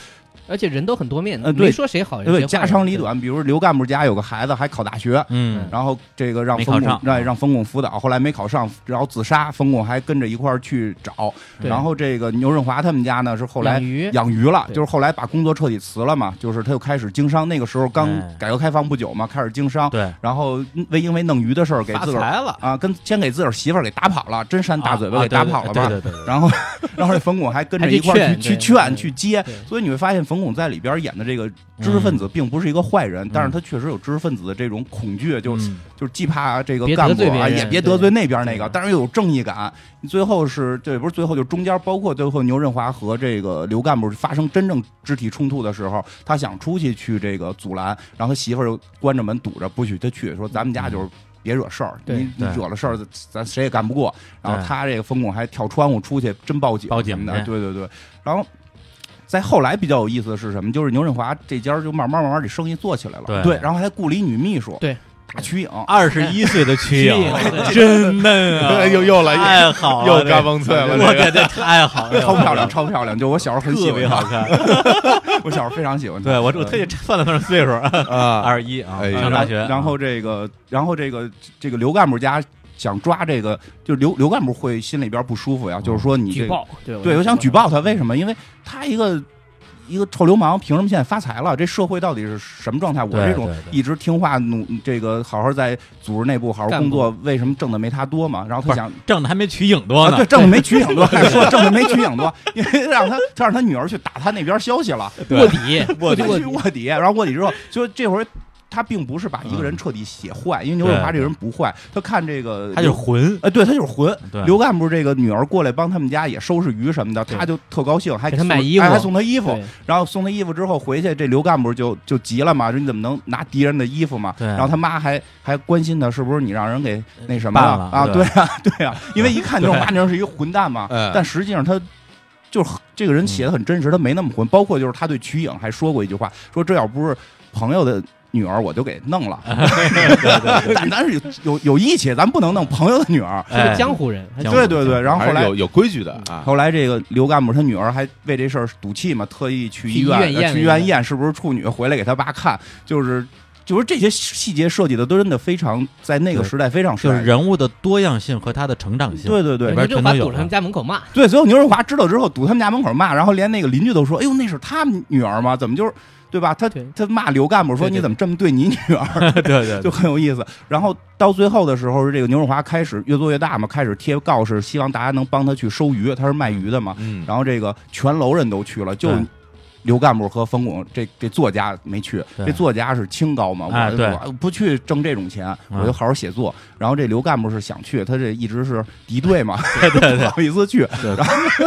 Speaker 3: 而且人都很多面，
Speaker 5: 呃对
Speaker 3: 没说谁好，谁
Speaker 5: 对
Speaker 3: 坏
Speaker 5: 家长里，短，比如刘干部家有个孩子还考大学。
Speaker 1: 嗯，
Speaker 5: 然后这个让
Speaker 1: 没
Speaker 5: 冯
Speaker 1: 考
Speaker 5: 巩
Speaker 1: 上
Speaker 5: 让让冯巩辅导，后来没考上，然后自杀，冯巩还跟着一块儿去找。
Speaker 3: 对
Speaker 5: 然后这个牛润华他们家呢是后来
Speaker 3: 养鱼
Speaker 5: 养鱼了，
Speaker 3: 对
Speaker 5: 就是后来把工作彻底辞了嘛，就是他又开始经商。那个时候刚
Speaker 1: 哎
Speaker 5: 改革开放不久嘛，开始经商，
Speaker 1: 对，
Speaker 5: 然后为因为弄鱼的事儿给
Speaker 1: 发
Speaker 5: 自个儿
Speaker 1: 财了，
Speaker 5: 啊，跟先给自个儿媳妇儿给打跑了，真扇大嘴巴
Speaker 1: 啊
Speaker 5: 给打跑了吧？
Speaker 1: 对对对对对，
Speaker 5: 然后，然后这冯巩还跟着
Speaker 3: 还去
Speaker 5: 一块儿
Speaker 3: 劝
Speaker 5: 去去
Speaker 3: 对
Speaker 5: 劝
Speaker 3: 对
Speaker 5: 去接
Speaker 3: 对，
Speaker 5: 所以你会发现冯巩在里边演的这个知识分
Speaker 1: 嗯
Speaker 5: 子并不是一个坏人，但是他确实有知识分子的这种恐惧，就
Speaker 1: 嗯
Speaker 5: 就是既怕这个
Speaker 3: 别得
Speaker 5: 干部
Speaker 3: 罪别
Speaker 5: 啊，
Speaker 3: 人
Speaker 5: 也别
Speaker 3: 对
Speaker 5: 得罪那边那个，
Speaker 3: 对
Speaker 5: 但是又有正义感。最后是这不是最后就中间包括最后牛振华和这个刘干部发生真正肢体冲突的时候，他想出去去这个阻拦，然后他媳妇儿就关着门堵着不许他去，说咱们家就是。别惹事儿，
Speaker 3: 嗯对
Speaker 5: 你你
Speaker 1: 对
Speaker 5: 惹了事儿，咱谁也干不过。然后
Speaker 1: 对
Speaker 5: 他这个风控还跳窗户出去，真报警
Speaker 1: 报
Speaker 5: 什么
Speaker 1: 警
Speaker 5: 的，
Speaker 1: 去
Speaker 5: 对对对。然后在后来比较有意思的是什么？就是牛振华这家就慢慢慢慢这生意做起来了，
Speaker 1: 对
Speaker 5: 然后还雇了一女秘书，
Speaker 3: 对，
Speaker 5: 大瞿颖，
Speaker 1: 二十一岁的曲 颖
Speaker 3: 对
Speaker 1: 真嫩啊，
Speaker 2: 又又来
Speaker 1: 太好了，
Speaker 2: 又嘎嘣脆了，
Speaker 1: 我
Speaker 2: 哦这个
Speaker 1: 感觉太好了，
Speaker 5: 超漂亮，，超漂亮！就我小时候很
Speaker 1: 哎
Speaker 5: 喜
Speaker 1: 特
Speaker 5: 欢
Speaker 1: 别好
Speaker 5: 她，
Speaker 1: 看。
Speaker 5: 我小时候非常喜欢她。嗯
Speaker 1: 对我我特意算了算岁数，
Speaker 2: 啊，
Speaker 1: 二十一啊，
Speaker 2: 哎呀
Speaker 1: 上大学，
Speaker 5: 然后这个，然后这个这个刘干部家想抓这个，就是刘刘干部会心里边不舒服呀，就是说你这
Speaker 3: 举
Speaker 5: 个
Speaker 3: 报，对
Speaker 5: 对，我想举报他，为什么？因为他一个一个臭流氓，凭什么现在发财了？这社会到底是什么状态？我
Speaker 1: 对
Speaker 5: 这种
Speaker 1: 对对
Speaker 5: 一直听话努这个好好在组织内部好好工作，为什么挣的没他多嘛？然后他想。
Speaker 1: 挣的还没曲颖多
Speaker 5: 啊，
Speaker 1: 呢
Speaker 5: 对，，挣的没曲颖多，还说挣的没曲颖多，因为让他他让他女儿去打他那边消息了，
Speaker 3: 卧底，
Speaker 5: 卧
Speaker 3: 底
Speaker 5: 底去卧底，然后卧底之后，就这回他并不是把一个
Speaker 3: 嗯
Speaker 5: 人彻底写坏，因为牛振华这个人不坏，他看这个
Speaker 1: 他就是混，
Speaker 5: 哎，对他就是混，
Speaker 1: 对，
Speaker 5: 刘干部这个女儿过来帮他们家也收拾鱼什么的，
Speaker 3: 对
Speaker 5: 他就特高兴，还
Speaker 3: 给他
Speaker 5: 送
Speaker 3: 买衣服
Speaker 5: 哎还送他衣服
Speaker 3: 对。
Speaker 5: 然后送他衣服之后回去，这刘干部就就急了嘛，说你怎么能拿敌人的衣服嘛？
Speaker 1: 对
Speaker 5: 然后他妈还还关心他是不是你让人给那什么
Speaker 1: 办了
Speaker 5: 啊？
Speaker 1: 对
Speaker 5: 对啊， 对啊，因为一看就是
Speaker 1: 对
Speaker 5: 马宁是一个混蛋嘛
Speaker 2: 嗯，
Speaker 5: 但实际上他。就是这个人写的很真实，他没那么
Speaker 1: 嗯
Speaker 5: 混。包括就是他对瞿颖还说过一句话，说这要不是朋友的女儿，我就给弄 了。但咱是有有有义气，咱不能弄朋友的女儿。
Speaker 3: 是个
Speaker 1: 哎
Speaker 3: 江湖人，还
Speaker 1: 江湖
Speaker 5: 对对对，然后
Speaker 2: 还
Speaker 5: 后
Speaker 2: 是
Speaker 5: 来
Speaker 2: 有有规矩的啊，
Speaker 5: 后来这个刘干部他女儿还为这事儿赌气嘛，特意去医院
Speaker 3: 去医院验了
Speaker 5: 呃去医院验是不是处女，回来给他爸看，就是就是这些细节设计的都真的非常在那个时代非常时
Speaker 1: 就
Speaker 5: 代
Speaker 1: 是人物的多样性和他的成长性，
Speaker 5: 对对对
Speaker 1: 里
Speaker 3: 对
Speaker 1: 边
Speaker 3: 就
Speaker 1: 全
Speaker 3: 把
Speaker 1: 都有
Speaker 3: 堵
Speaker 1: 了
Speaker 3: 着他们家门口骂，
Speaker 5: 对，所有牛振华知道之后堵他们家门口骂，然后连那个邻居都说：“哎呦，那是他们女儿吗？怎么就是对吧？”他
Speaker 3: 对
Speaker 5: 他骂刘干部说：“
Speaker 3: 对对
Speaker 5: 你怎么这么对你女儿？”
Speaker 1: 对对
Speaker 5: 就
Speaker 1: 对，
Speaker 5: 很有意思。然后到最后的时候，这个牛振华开始越做越大嘛，开始贴告示，希望大家能帮他去收鱼，他是卖鱼的嘛。
Speaker 2: 嗯，
Speaker 5: 然后这个全楼人都去了，就
Speaker 1: 对
Speaker 5: 刘干部和冯巩这这作家没去，
Speaker 1: 对
Speaker 5: 这作家是清高嘛，我、
Speaker 1: 哎对
Speaker 5: 我不去挣这种钱，
Speaker 1: 嗯
Speaker 5: 我就好好写作。然后这刘干部是想去，他这一直是敌对嘛，
Speaker 1: 对对
Speaker 5: 不好意思去。
Speaker 1: 对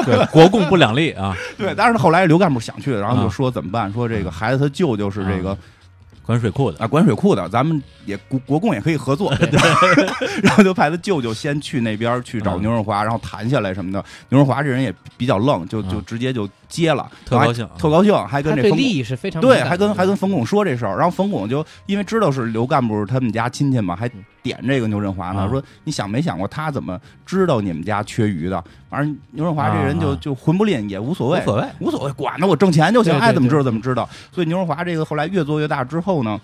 Speaker 1: 对，国共不两立啊，
Speaker 5: 对，但是后来刘干部想去，然后
Speaker 1: 啊
Speaker 5: 就说怎么办？说这个孩子他舅舅是这
Speaker 1: 嗯
Speaker 5: 个
Speaker 1: 管水 库的，
Speaker 5: 啊管水库的，咱们也国国共也可以合作。 然后就派他舅舅先去那边去找
Speaker 1: 嗯
Speaker 5: 牛润华，然后谈下来什么的。牛润华这人也比较愣，就就
Speaker 1: 嗯
Speaker 5: 直接就接了，
Speaker 1: 特高兴啊
Speaker 5: 特高兴，还
Speaker 3: 他
Speaker 5: 跟这
Speaker 3: 对
Speaker 5: 冯巩
Speaker 3: 利益是非常
Speaker 5: 对，
Speaker 3: 敏感
Speaker 5: 还跟
Speaker 3: 的
Speaker 5: 还跟冯巩说这事儿，然后冯巩就因为知道是刘干部他们家亲戚嘛，还
Speaker 3: 嗯
Speaker 5: 点这个牛振华呢
Speaker 1: 啊，
Speaker 5: 说你想没想过他怎么知道你们家缺鱼的？反正牛振华这人
Speaker 1: 啊
Speaker 5: 就
Speaker 1: 啊
Speaker 5: 就混不吝，也无所
Speaker 1: 无
Speaker 5: 谓，
Speaker 1: 所谓，
Speaker 5: 无所谓，管他我挣钱就行，
Speaker 3: 对对
Speaker 5: 爱怎么
Speaker 3: 对
Speaker 5: 知道怎么知道。所以牛振华这个后来越做越大之后呢，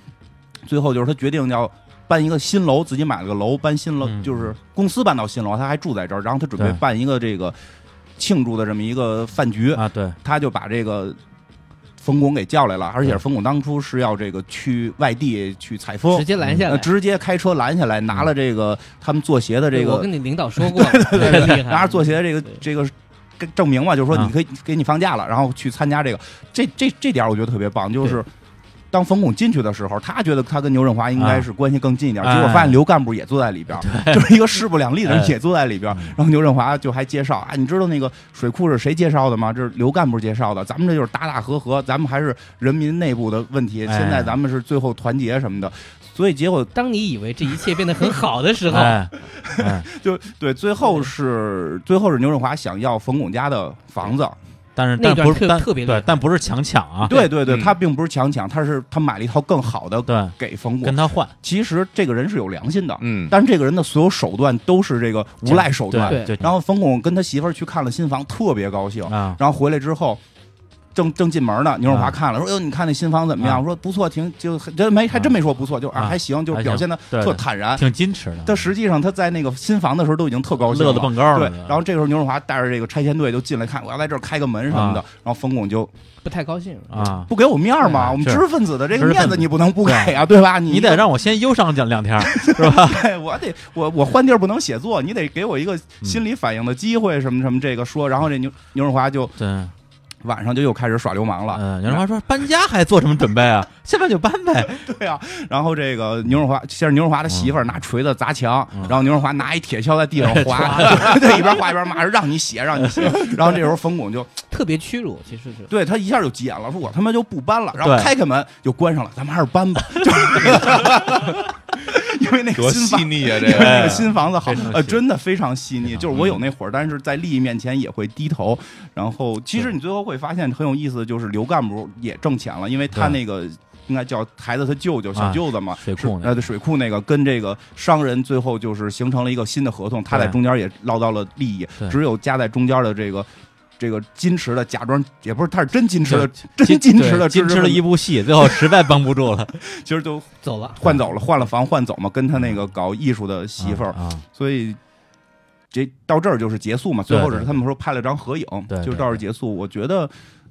Speaker 5: 最后就是他决定要。搬一个新楼，自己买了个楼，搬新楼、
Speaker 1: 嗯
Speaker 5: 就是公司搬到新楼，他还住在这儿，然后他准备
Speaker 1: 对
Speaker 5: 办一个这个庆祝的这么一个饭局，
Speaker 1: 啊，对，
Speaker 5: 他就把这个冯巩给叫来了，而且冯巩当初是要这个去外地去采风
Speaker 3: 直，接拦下
Speaker 5: 呃
Speaker 3: 来。
Speaker 5: 直接开车拦下来，拿了这个他们做鞋的这
Speaker 3: 对我
Speaker 5: 个
Speaker 3: 跟，你领导说过，对
Speaker 5: 对对
Speaker 3: 厉害，
Speaker 5: 拿着做鞋的这个
Speaker 3: 对
Speaker 5: 这个跟证明嘛，就是说
Speaker 1: 嗯啊
Speaker 5: 你可以给你放假了，然后去参加这个，这这这点我觉得特别棒，就是。当冯巩进去的时候，他觉得他跟牛振华应该是关系更近一点，
Speaker 1: 啊
Speaker 5: 结果发现刘干部也坐在里边，就是一个势不两立的
Speaker 1: 哎
Speaker 5: 人也坐在里边。然后牛振华就还介绍啊，你知道那个水库是谁介绍的吗？这是刘干部介绍的。咱们这就是打打和和，咱们还是人民内部的问题。
Speaker 1: 哎
Speaker 5: 现在咱们是最后团结什么的，所以结果
Speaker 3: 当你以为这一切变得 很好的时候，
Speaker 1: 哎，哎，
Speaker 5: 就对，最后是最后是牛振华想要冯巩家的房子，
Speaker 1: 但是但
Speaker 3: 那段
Speaker 1: 不是
Speaker 3: 特
Speaker 1: 但
Speaker 3: 特别厉害
Speaker 1: 对，但不是强抢啊，
Speaker 5: 对对对，
Speaker 2: 嗯
Speaker 5: 他并不是强抢，他是他买了一套更好的
Speaker 1: 对，
Speaker 5: 给冯巩
Speaker 1: 跟。他换，
Speaker 5: 其实这个人是有良心的，
Speaker 2: 嗯
Speaker 5: 但是这个人的所有手段都是这个无赖手段。
Speaker 1: 对，
Speaker 3: 对
Speaker 1: 就
Speaker 5: 然后冯巩跟他媳妇儿去看了新房，特别高兴。
Speaker 1: 啊，
Speaker 5: 然后回来之后，正正进门呢，牛润
Speaker 1: 啊
Speaker 5: 华看了，说：“哟，哎你看那新房怎么样？”
Speaker 1: 啊
Speaker 5: 我说：“不错，挺就真没还真没说不错，就
Speaker 1: 啊
Speaker 5: 啊还行，就
Speaker 1: 还行
Speaker 5: 表现的
Speaker 1: 对
Speaker 5: 特
Speaker 1: 对
Speaker 5: 坦然。”
Speaker 1: 挺矜持的，
Speaker 5: 但实际上他在那个新房的时候都已经特高兴
Speaker 1: 乐得
Speaker 5: 了。
Speaker 1: 蹦高
Speaker 5: 对
Speaker 1: 了，，
Speaker 5: 然后这时候牛润华带着这个拆迁队就进来看，我要在这儿开个门什么的。然后冯巩就
Speaker 3: 不太高兴。
Speaker 1: 啊，
Speaker 5: 不给我面儿嘛，
Speaker 1: 对
Speaker 5: 我们
Speaker 1: 是
Speaker 5: 知识分子的这个
Speaker 1: 知识分
Speaker 5: 面
Speaker 1: 子
Speaker 5: 子你不能不给啊，对吧？你
Speaker 1: 你得让我先忧伤两两 天儿，
Speaker 5: 对我得我我换地儿不能写作，你得给我一个
Speaker 1: 嗯
Speaker 5: 心理反应的机会，什么什么这个说。然后这牛牛润华就
Speaker 1: 对。
Speaker 5: 晚上就又开始耍流氓了，
Speaker 1: 嗯，杨华说搬家还做什么准备啊？下班就搬 呗。
Speaker 5: 对啊，然后这个牛润华，先是牛润华的媳妇
Speaker 1: 嗯
Speaker 5: 儿拿锤子砸墙，然后牛润华拿一铁锹在地
Speaker 1: 哎
Speaker 5: 上划， 对，一边划一边骂，让你写，让你 写。然后这时候冯巩就
Speaker 3: 特别屈辱，其实是
Speaker 5: 对他一下就急眼了，说我他妈就不搬了，然后
Speaker 1: 对
Speaker 5: 开开门就关上了，咱们还是搬吧。就为那个
Speaker 2: 多
Speaker 5: 新哎
Speaker 2: 细
Speaker 5: 房。
Speaker 2: 腻 啊，这
Speaker 5: 因为那个
Speaker 2: 个。
Speaker 5: 新房子好
Speaker 1: 非常，
Speaker 5: 呃，
Speaker 1: 细
Speaker 5: 真的非常细腻。
Speaker 1: 非常嗯
Speaker 5: 就是我有那会儿，但是在利益面前也会低头。然后，其实你最后会发现很有意思，就是刘干部也挣钱了，因为他
Speaker 1: 对
Speaker 5: 那个应该叫孩子他舅舅小
Speaker 1: 啊
Speaker 5: 舅子嘛，
Speaker 1: 水库那
Speaker 5: 是呃，对水库那个跟这个商人最后就是形成了一个新的合同，他在
Speaker 1: 对
Speaker 5: 中间也捞到了利益
Speaker 1: 对，
Speaker 5: 只有夹在中间的这个。这个矜持的假装也不是，他是真矜持的，
Speaker 1: 金
Speaker 5: 真矜持的，
Speaker 1: 矜持了一，部戏，最后实在 绷不住了，
Speaker 5: 其实就
Speaker 3: 走了，
Speaker 5: 换走了，换了房，换走嘛，跟他那个搞艺术的媳妇儿，
Speaker 1: 啊，
Speaker 5: 所以这到这儿就是结束嘛。
Speaker 1: 对
Speaker 5: 最后只
Speaker 1: 对
Speaker 5: 是他们说拍了张合影，
Speaker 1: 对对
Speaker 5: 就到这儿结束。我觉得，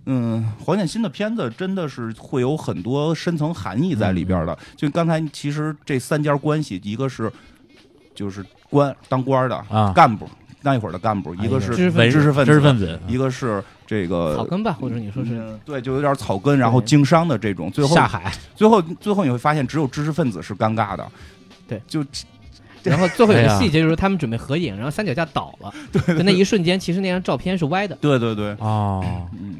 Speaker 5: 嗯，黄建新的片子真的是会有很多深层含义在里边
Speaker 1: 嗯
Speaker 5: 的。就刚才其实这三家关系，一个是就是官当官的、
Speaker 1: 啊哎
Speaker 5: 干部，那一会儿的干部，一个是
Speaker 3: 知识分
Speaker 1: 文
Speaker 3: 子
Speaker 5: 知识分子
Speaker 1: 知识分子啊
Speaker 5: 一个是这
Speaker 3: 草
Speaker 5: 个。
Speaker 3: 根吧，或者你说是
Speaker 5: 呃嗯对，就有点草根，然后经商的这种，最后
Speaker 1: 下海，
Speaker 5: 最后最后你会发现，只有知识分子是尴尬的，
Speaker 3: 对，
Speaker 5: 就
Speaker 3: 然后最后有
Speaker 1: 哎
Speaker 3: 个
Speaker 1: 呀
Speaker 3: 细节就是他们准备合影，然后三脚架倒了，就那一瞬间，其实那张照片是歪的。
Speaker 5: 对对对，
Speaker 1: 哦，
Speaker 5: 嗯，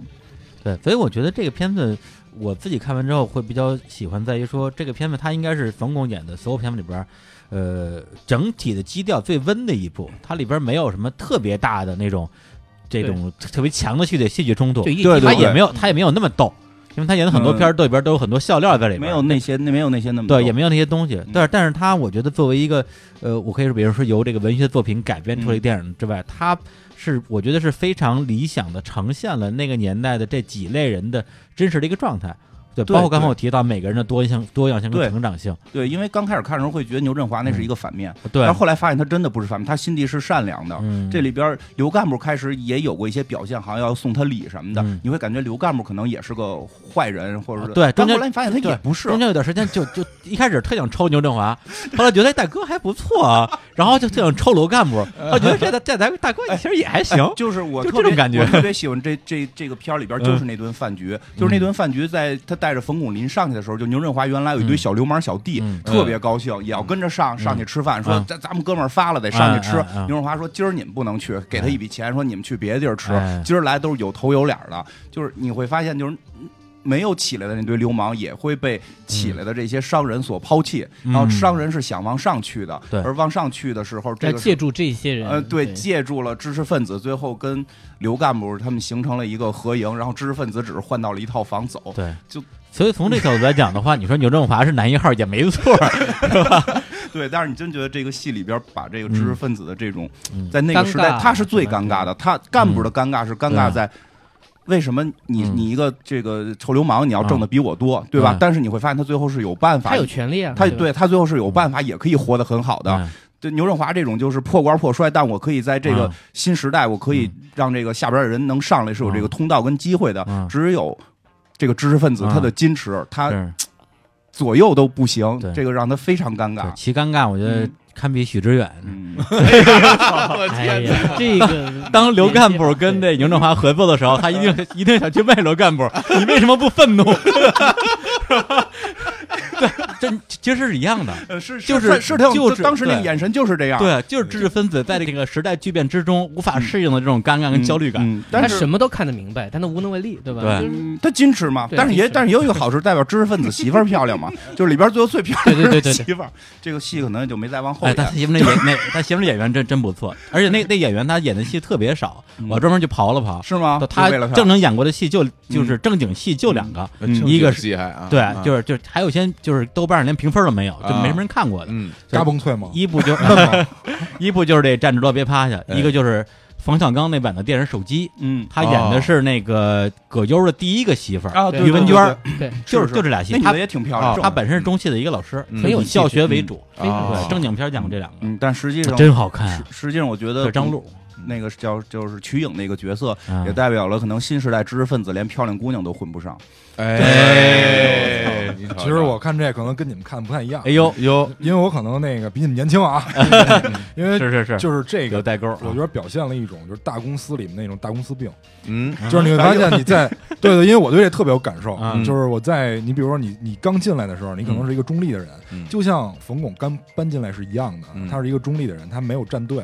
Speaker 1: 对，所以我觉得这个片子我自己看完之后会比较喜欢，在于说这个片子它应该是冯巩演的所有片子里边儿，呃，整体的基调最温的一部，它里边儿没有什么特别大的那种这种特别强的戏剧戏剧冲突
Speaker 3: 就，一
Speaker 5: 对对
Speaker 1: 他
Speaker 5: 对
Speaker 1: 也没有他也没有那么逗，因为他演的很多片儿都里边儿都有很多笑料在里边，
Speaker 5: 没有那些那没有那些那么
Speaker 1: 对，
Speaker 5: 多
Speaker 1: 也没有那些东
Speaker 5: 嗯
Speaker 1: 西。但是，但是他我觉得作为一个，呃，我可以说，比如说由这个文学作品改编出来的电影之
Speaker 5: 嗯
Speaker 1: 外，他是我觉得是非常理想的呈现了那个年代的这几类人的真实的一个状态。对，
Speaker 5: 对
Speaker 1: 包括刚才我提到每个人的多样性、多样性跟
Speaker 5: 对
Speaker 1: 成长性，
Speaker 5: 对，因为刚开始看的时候会觉得牛振华那是一个反面，
Speaker 1: 嗯对
Speaker 5: 但，后来发现他真的不是反面，他心地是善良的。
Speaker 1: 嗯，
Speaker 5: 这里边刘干部开始也有过一些表现，好像要送他礼什么的，
Speaker 1: 嗯
Speaker 5: 你会感觉刘干部可能也是个坏人，或者是、
Speaker 1: 啊对中
Speaker 5: 但
Speaker 1: 间
Speaker 5: 后来你发现他
Speaker 1: 对
Speaker 5: 也不是，
Speaker 1: 中间有段时间就就一开始特想抽牛振华，后来觉得哎大哥还不错啊， 然后就特想抽罗干 部，后来觉得这大这大大哥其实也还行，
Speaker 5: 哎就是我
Speaker 1: 就
Speaker 5: 特别
Speaker 1: 这种感觉嗯
Speaker 5: 我特别喜欢这这这个片儿里边就是那顿饭局，就是那顿饭局，在他带着冯巩林上去的时候，就牛振华原来有一堆小流氓小弟，
Speaker 1: 嗯
Speaker 5: 特别高兴，也要跟着上上去吃饭，说
Speaker 1: 嗯
Speaker 5: 咱咱们哥们儿发了得上去吃
Speaker 1: 嗯嗯嗯。
Speaker 5: 牛振华说今儿你们不能去，给他一笔钱，说你们去别的地儿吃
Speaker 1: 哎，
Speaker 5: 今儿来都是有头有脸的，就是你会发现就是。没有起来的那堆流氓也会被起来的这些商人所抛弃，
Speaker 1: 嗯
Speaker 5: 然后商人是想往上去的，
Speaker 1: 对
Speaker 5: 而往上去的时候，这
Speaker 3: 要
Speaker 5: 个是
Speaker 3: 借助这些人，
Speaker 5: 呃，对，
Speaker 3: 对，
Speaker 5: 借助了知识分子，最后跟刘干部他们形成了一个合营，然后知识分子只是换到了一套房走。
Speaker 1: 对，
Speaker 5: 就
Speaker 1: 所以从这角度来讲的话，你说牛振华是男一号也没错，
Speaker 5: 对，但是你真觉得这个戏里边把这个知识分子的这种、
Speaker 1: 嗯
Speaker 5: 在那个时代
Speaker 3: 尴，尬
Speaker 5: 他是最尴尬的，他干部的尴尬是尴尬在。为什么你
Speaker 1: 嗯
Speaker 5: 你一个这个臭流氓，你要挣的比我多，对吧
Speaker 1: 嗯？
Speaker 5: 但是你会发现他最后是有办法，
Speaker 3: 他有权利啊，
Speaker 5: 他
Speaker 3: 吧
Speaker 5: 对他最后是有办法，也可以活得很好的。
Speaker 1: 嗯
Speaker 5: 对牛振华这种就是破罐破摔，但我可以在这个
Speaker 1: 嗯
Speaker 5: 新时代，我可以让这个下边的人能上来是有
Speaker 1: 啊
Speaker 5: 这个通道跟机会的。
Speaker 1: 嗯
Speaker 5: 只有这个知识分子
Speaker 1: 嗯
Speaker 5: 他的矜持，他
Speaker 1: 是
Speaker 5: 左右都不行
Speaker 1: 对，
Speaker 5: 这个让他非常尴
Speaker 1: 对
Speaker 5: 尬。
Speaker 1: 其尴尬，我觉得
Speaker 5: 嗯
Speaker 1: 堪比许知远。
Speaker 5: 嗯，
Speaker 3: 哎呀，这个
Speaker 1: 当刘干部跟
Speaker 3: 对
Speaker 1: 这牛振华合作的时 候，他一定一定想去问刘 干部：“你为什么不愤 怒？”是吧？对，这其实是啊一样的。
Speaker 5: 呃是
Speaker 1: 就是
Speaker 5: 是是他有
Speaker 1: 就是
Speaker 5: 当时那个
Speaker 1: 对
Speaker 5: 眼神就是这样，
Speaker 1: 对，就是知识分子在这个时代巨变之中无法适应的这种尴尬
Speaker 5: 嗯，
Speaker 1: 跟焦虑感。
Speaker 5: 嗯
Speaker 3: 他
Speaker 5: 但是
Speaker 3: 什么都看得明白，但他无能为力，对吧？
Speaker 1: 对
Speaker 3: 就是
Speaker 5: 嗯他矜持嘛，
Speaker 3: 对
Speaker 5: 但是也
Speaker 3: 矜持
Speaker 5: 但是也有一个好处，代表知识分子媳妇儿漂 亮嘛，就是里边最后最漂
Speaker 3: 对
Speaker 5: 亮
Speaker 3: 对对
Speaker 5: 的
Speaker 3: 对
Speaker 5: 是媳妇儿。这个戏可能就没再往后
Speaker 1: 哎，
Speaker 5: 演
Speaker 1: 他。媳妇那演 那他媳妇那演员真真不错，而且那那演员他演的戏特别少，我专门去刨了刨，
Speaker 5: 是吗？
Speaker 1: 他嗯
Speaker 5: 就为了
Speaker 1: 正经演过的戏就就是正经戏就两个，
Speaker 5: 嗯
Speaker 1: 一个是
Speaker 2: 厉害啊，
Speaker 1: 对，
Speaker 5: 啊
Speaker 1: 就是就是还有一些就是豆瓣上连评分都没有，就
Speaker 2: 啊
Speaker 1: 没什么人看过的。
Speaker 2: 嗯，
Speaker 6: 嘎嘣脆吗？
Speaker 1: 一部就一部就是这站着说别趴下，
Speaker 2: 哎
Speaker 1: 一个就是冯小刚那版的电影《手机》，
Speaker 5: 嗯
Speaker 1: 他演的是那个葛优的第一个媳妇儿，
Speaker 5: 啊，对啊
Speaker 1: 于文娟儿，，
Speaker 3: 对，
Speaker 1: 就是
Speaker 5: 是是
Speaker 1: 就这俩戏
Speaker 5: 对对对那。女
Speaker 1: 他哦
Speaker 5: 的也挺漂亮，
Speaker 1: 他本身是中戏的一个老师，
Speaker 2: 嗯
Speaker 1: 所以以教学为主，
Speaker 3: 非常
Speaker 2: 啊
Speaker 1: 对，正经片讲过这两个，
Speaker 5: 嗯，但实际上
Speaker 1: 真好看啊，
Speaker 5: 实实际上我觉
Speaker 1: 这
Speaker 5: 得
Speaker 1: 是张璐，
Speaker 5: 那个叫就是瞿颖那个角色，
Speaker 1: 嗯
Speaker 5: 也代表了可能新时代知识分子连漂亮姑娘都混不上。
Speaker 2: 哎，你瞧瞧
Speaker 6: 其实我看这可能跟你们看不太一样
Speaker 1: 哎，呦，
Speaker 2: 哟，
Speaker 6: 因为我可能那个比你们年 轻啊，因为
Speaker 1: 嗯是是是，
Speaker 6: 就是这
Speaker 1: 有
Speaker 6: 个，
Speaker 1: 代沟啊，
Speaker 6: 我觉得表现了一种就是大公司里面那种大公司病，
Speaker 2: 嗯
Speaker 6: 就是你会发现你在
Speaker 2: 哎
Speaker 6: 对对，因为我对这特别有感受
Speaker 1: 嗯，
Speaker 6: 就是我在你比如说你你刚进来的时候，你可能是一个中立的人
Speaker 2: 嗯，
Speaker 6: 就像冯巩刚搬进来是一样的
Speaker 2: 嗯，
Speaker 6: 他是一个中立的人，他没有站队。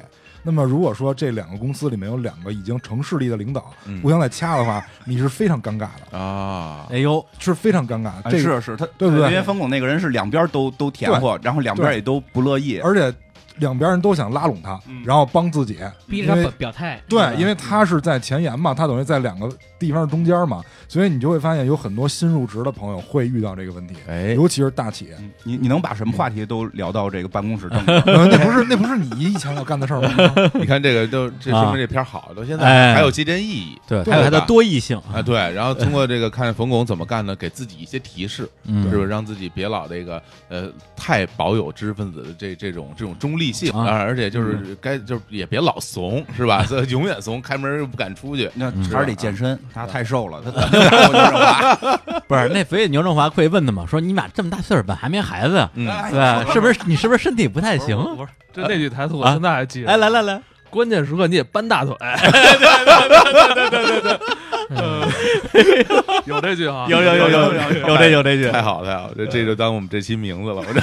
Speaker 6: 那么如果说这两个公司里面有两个已经成势力的领导
Speaker 2: 嗯
Speaker 6: 互相在掐的话，你是非常尴尬的，
Speaker 2: 啊，
Speaker 1: 哎呦，
Speaker 6: 是非常尴尬的。
Speaker 5: 哎
Speaker 6: 这
Speaker 5: 是
Speaker 6: 个
Speaker 5: 是，他
Speaker 6: 对不对
Speaker 5: 因为冯巩那个人是两边都都填过，然后两边
Speaker 6: 对
Speaker 5: 也都不乐意，
Speaker 6: 而且两边人都想拉拢他，
Speaker 5: 嗯
Speaker 6: 然后帮自己，
Speaker 3: 逼
Speaker 6: 因
Speaker 3: 着他嗯
Speaker 6: 为
Speaker 3: 表表态。
Speaker 6: 对，
Speaker 3: 吧
Speaker 6: 因为他是在前沿嘛，他等于在两个地方中间嘛，所以你就会发现有很多新入职的朋友会遇到这个问题，
Speaker 2: 哎，
Speaker 6: 尤其是大 企业。
Speaker 5: 嗯你你能把什么话题都聊到这个办公室政治？
Speaker 6: 呃那不是那不是你以前要干的事儿吗？
Speaker 2: 哎你看这个都这说明这片儿好，到现在
Speaker 1: 啊哎
Speaker 2: 还有借鉴意义。
Speaker 1: 对，
Speaker 6: 对
Speaker 1: 还有它
Speaker 2: 吧
Speaker 1: 的多异性，
Speaker 2: 啊，对，然后通过这个看冯巩怎么干呢，给自己一些提示，
Speaker 1: 嗯，
Speaker 2: 是不是让自己别老这个呃太保有知识分子的这这种这种中立性
Speaker 1: 啊
Speaker 2: 而且就是该就是也别老怂是吧？ 所以永远怂，开门又不敢出去。
Speaker 5: 那
Speaker 1: 嗯
Speaker 5: 还是得健身，他太瘦了，他 怎么打我就让他
Speaker 1: 不是那所以牛振华会问他嘛，说你俩这么大岁数，怎么还没孩哎子呀？
Speaker 2: 嗯，
Speaker 1: 对，是不是你是不是身体不太行？
Speaker 4: 不是，就那句台词我
Speaker 1: 啊
Speaker 4: 现在还记得。
Speaker 1: 哎，来来来，
Speaker 4: 关键时刻你也搬大腿。 对对对对对对对对，有这句哈，
Speaker 1: 有有有有
Speaker 5: 哎
Speaker 1: 这有这
Speaker 2: 嗯太
Speaker 1: 句，
Speaker 2: 好了，太好了，这这就当我们这期名字了。我这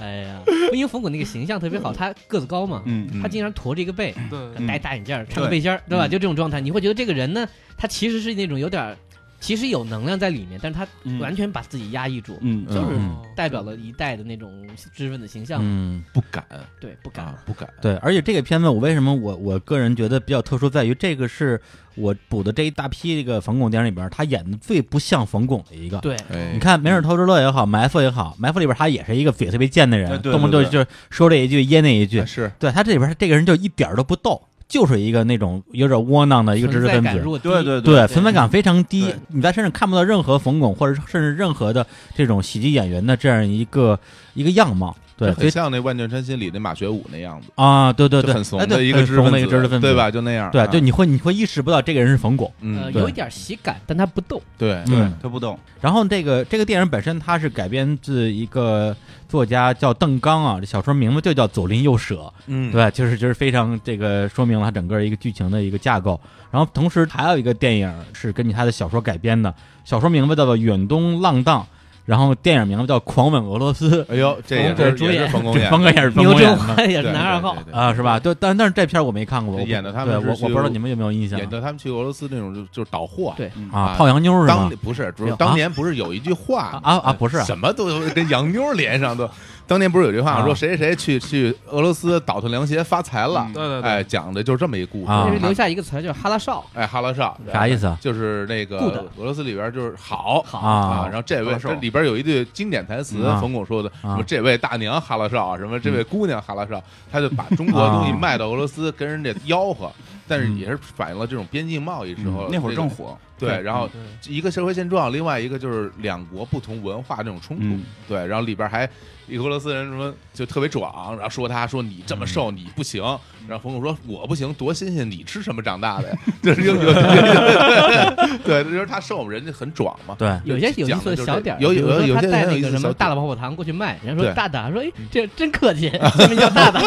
Speaker 3: 哎呀，因为冯巩那个形象特别好，他个子高嘛，
Speaker 5: 嗯，
Speaker 3: 他经常驼着一个背，
Speaker 4: 对，
Speaker 5: 嗯
Speaker 3: 戴大眼镜儿，穿
Speaker 5: 对
Speaker 3: 个背心儿，对吧？
Speaker 5: 嗯
Speaker 3: 就这种状态，你会觉得这个人呢，他其实是那种有点儿，其实有能量在里面，但是他
Speaker 5: 嗯
Speaker 3: 完全把自己压抑住，
Speaker 5: 嗯
Speaker 3: 就是
Speaker 1: 嗯
Speaker 3: 代表了一代的那种知识分子形象。
Speaker 1: 嗯，
Speaker 2: 不敢
Speaker 3: 对，不敢。
Speaker 2: 啊，不敢。
Speaker 1: 对，而且这个片子我为什么我我个人觉得比较特殊，在于这个是我补的这一大批这个冯巩电影里边，他演的最不像冯巩的一个。
Speaker 3: 对，
Speaker 2: 哎
Speaker 1: 你，看《没事偷着乐》也好，《埋伏》也好，《埋伏》里边他也是一个嘴特别贱的人，
Speaker 5: 哎对
Speaker 1: 动不动
Speaker 5: 对
Speaker 1: 就说这一句噎那一句。
Speaker 2: 啊是
Speaker 1: 对他这里边这个人就一点儿都不逗，就是一个那种有点窝囊啊的一个知识
Speaker 3: 存在
Speaker 1: 分
Speaker 3: 感
Speaker 1: 子。
Speaker 3: 弱低，
Speaker 5: 对对
Speaker 1: 对，存在
Speaker 2: 嗯
Speaker 1: 感非常低
Speaker 5: 对，
Speaker 1: 你在身上看不到任何冯巩或者甚至任何的这种喜剧演员的这样一个一个样貌。对，所
Speaker 2: 很
Speaker 1: 以
Speaker 2: 像那《万箭穿心》里那马学武那样子，
Speaker 1: 啊，对对
Speaker 2: 就
Speaker 1: 对，
Speaker 2: 很怂
Speaker 1: 哎
Speaker 2: 的
Speaker 1: 对
Speaker 2: 一个
Speaker 1: 很
Speaker 2: 知识
Speaker 1: 怂的一个知识
Speaker 2: 分
Speaker 1: 分
Speaker 2: 子，
Speaker 1: 子，
Speaker 2: 对？吧？就那样，
Speaker 1: 对，
Speaker 2: 啊
Speaker 1: 就你会你会意识不到这个人是冯巩。
Speaker 3: 呃，
Speaker 2: 嗯，
Speaker 1: 对
Speaker 3: 有一点喜感，但他不逗。
Speaker 2: 对，
Speaker 5: 对
Speaker 1: 嗯，
Speaker 5: 他不动，
Speaker 1: 然后这个这个电影本身它是改编自一个作家叫邓刚啊，这小说名字就叫《左邻右舍》。
Speaker 2: 嗯，
Speaker 1: 对，就是就是非常这个说明了它整个一个剧情的一个架构。然后同时还有一个电影是根据他的小说改编的，小说名字叫做《远东浪荡》，然后电影名字叫《狂吻俄罗斯》，
Speaker 2: 哎呦，这也
Speaker 1: 对
Speaker 2: 是
Speaker 3: 主
Speaker 2: 也是
Speaker 3: 演
Speaker 2: 冯巩
Speaker 1: 这
Speaker 2: 演
Speaker 1: 冯
Speaker 2: 的
Speaker 1: 巩也是冯
Speaker 3: 牛
Speaker 1: 巩
Speaker 3: 振
Speaker 1: 演的
Speaker 3: 华也是
Speaker 2: 对
Speaker 3: 男
Speaker 2: 对
Speaker 3: 二
Speaker 2: 对
Speaker 3: 号，
Speaker 2: 对对
Speaker 1: 啊，是吧？对，但但是这片儿我没看过，我不
Speaker 2: 演的他们
Speaker 1: 对
Speaker 2: 是
Speaker 1: 我我不知道
Speaker 2: 去
Speaker 1: 你们有没有印象
Speaker 2: 演的他们去俄罗斯那种就就是倒货，
Speaker 3: 对
Speaker 1: 啊
Speaker 2: 啊？
Speaker 1: 泡洋妞是
Speaker 2: 当
Speaker 1: 吗？
Speaker 2: 不是不
Speaker 1: 没
Speaker 2: 是
Speaker 1: 有
Speaker 2: 当
Speaker 1: 啊
Speaker 2: 年不是有一句话吗
Speaker 1: 啊啊啊不是啊
Speaker 2: 什么都跟洋妞连上都，当年不是有句话
Speaker 1: 啊
Speaker 2: 说谁谁谁去去俄罗斯倒腾凉鞋发财了
Speaker 5: 嗯，
Speaker 4: 对对对
Speaker 2: 哎，讲的就是这么一故事
Speaker 1: 啊
Speaker 3: 那是留下一个词儿，叫哈拉少。
Speaker 2: 哎，哈拉少
Speaker 1: 啥意思啊？
Speaker 2: 就是那个
Speaker 3: Good
Speaker 2: 俄罗斯里边就是好。
Speaker 3: 好，
Speaker 2: 啊，
Speaker 1: 啊
Speaker 2: 然后这
Speaker 5: 哈
Speaker 2: 位
Speaker 5: 拉少
Speaker 2: 这里边有一句经典台词
Speaker 1: 啊，
Speaker 2: 冯巩说的，什
Speaker 1: 啊嗯
Speaker 2: 么这位大娘哈拉少，什么这位姑娘哈拉少，他就把中国的东西
Speaker 1: 啊
Speaker 2: 卖到俄罗斯跟人家吆喝，但是
Speaker 1: 嗯
Speaker 2: 也是反映了这种边境贸易时候
Speaker 5: 嗯那会儿
Speaker 2: 这个
Speaker 5: 正火，
Speaker 2: 对，然后
Speaker 4: 对嗯
Speaker 2: 一个社会现状，另外一个就是两国不同文化这种冲突。
Speaker 5: 嗯
Speaker 2: 对，然后里边还一个俄罗斯人什么就特别壮，然后说他说你这么瘦你不行，然后冯巩说我不行多新鲜，你吃什么长大的呀？就是有有 对，就是他瘦，人家很壮嘛。
Speaker 1: 对，
Speaker 3: 有些有意思的小点儿，
Speaker 2: 有
Speaker 3: 比如
Speaker 2: 有
Speaker 3: 说
Speaker 2: 有
Speaker 3: 他
Speaker 2: 些
Speaker 3: 带
Speaker 2: 很有
Speaker 3: 那
Speaker 2: 意
Speaker 3: 个
Speaker 2: 思的
Speaker 3: 什
Speaker 2: 小
Speaker 3: 么大
Speaker 2: 点
Speaker 3: 大泡泡糖过去卖，人家说
Speaker 2: 对嗯
Speaker 3: 大大说，哎，这真 客气，这名叫大大。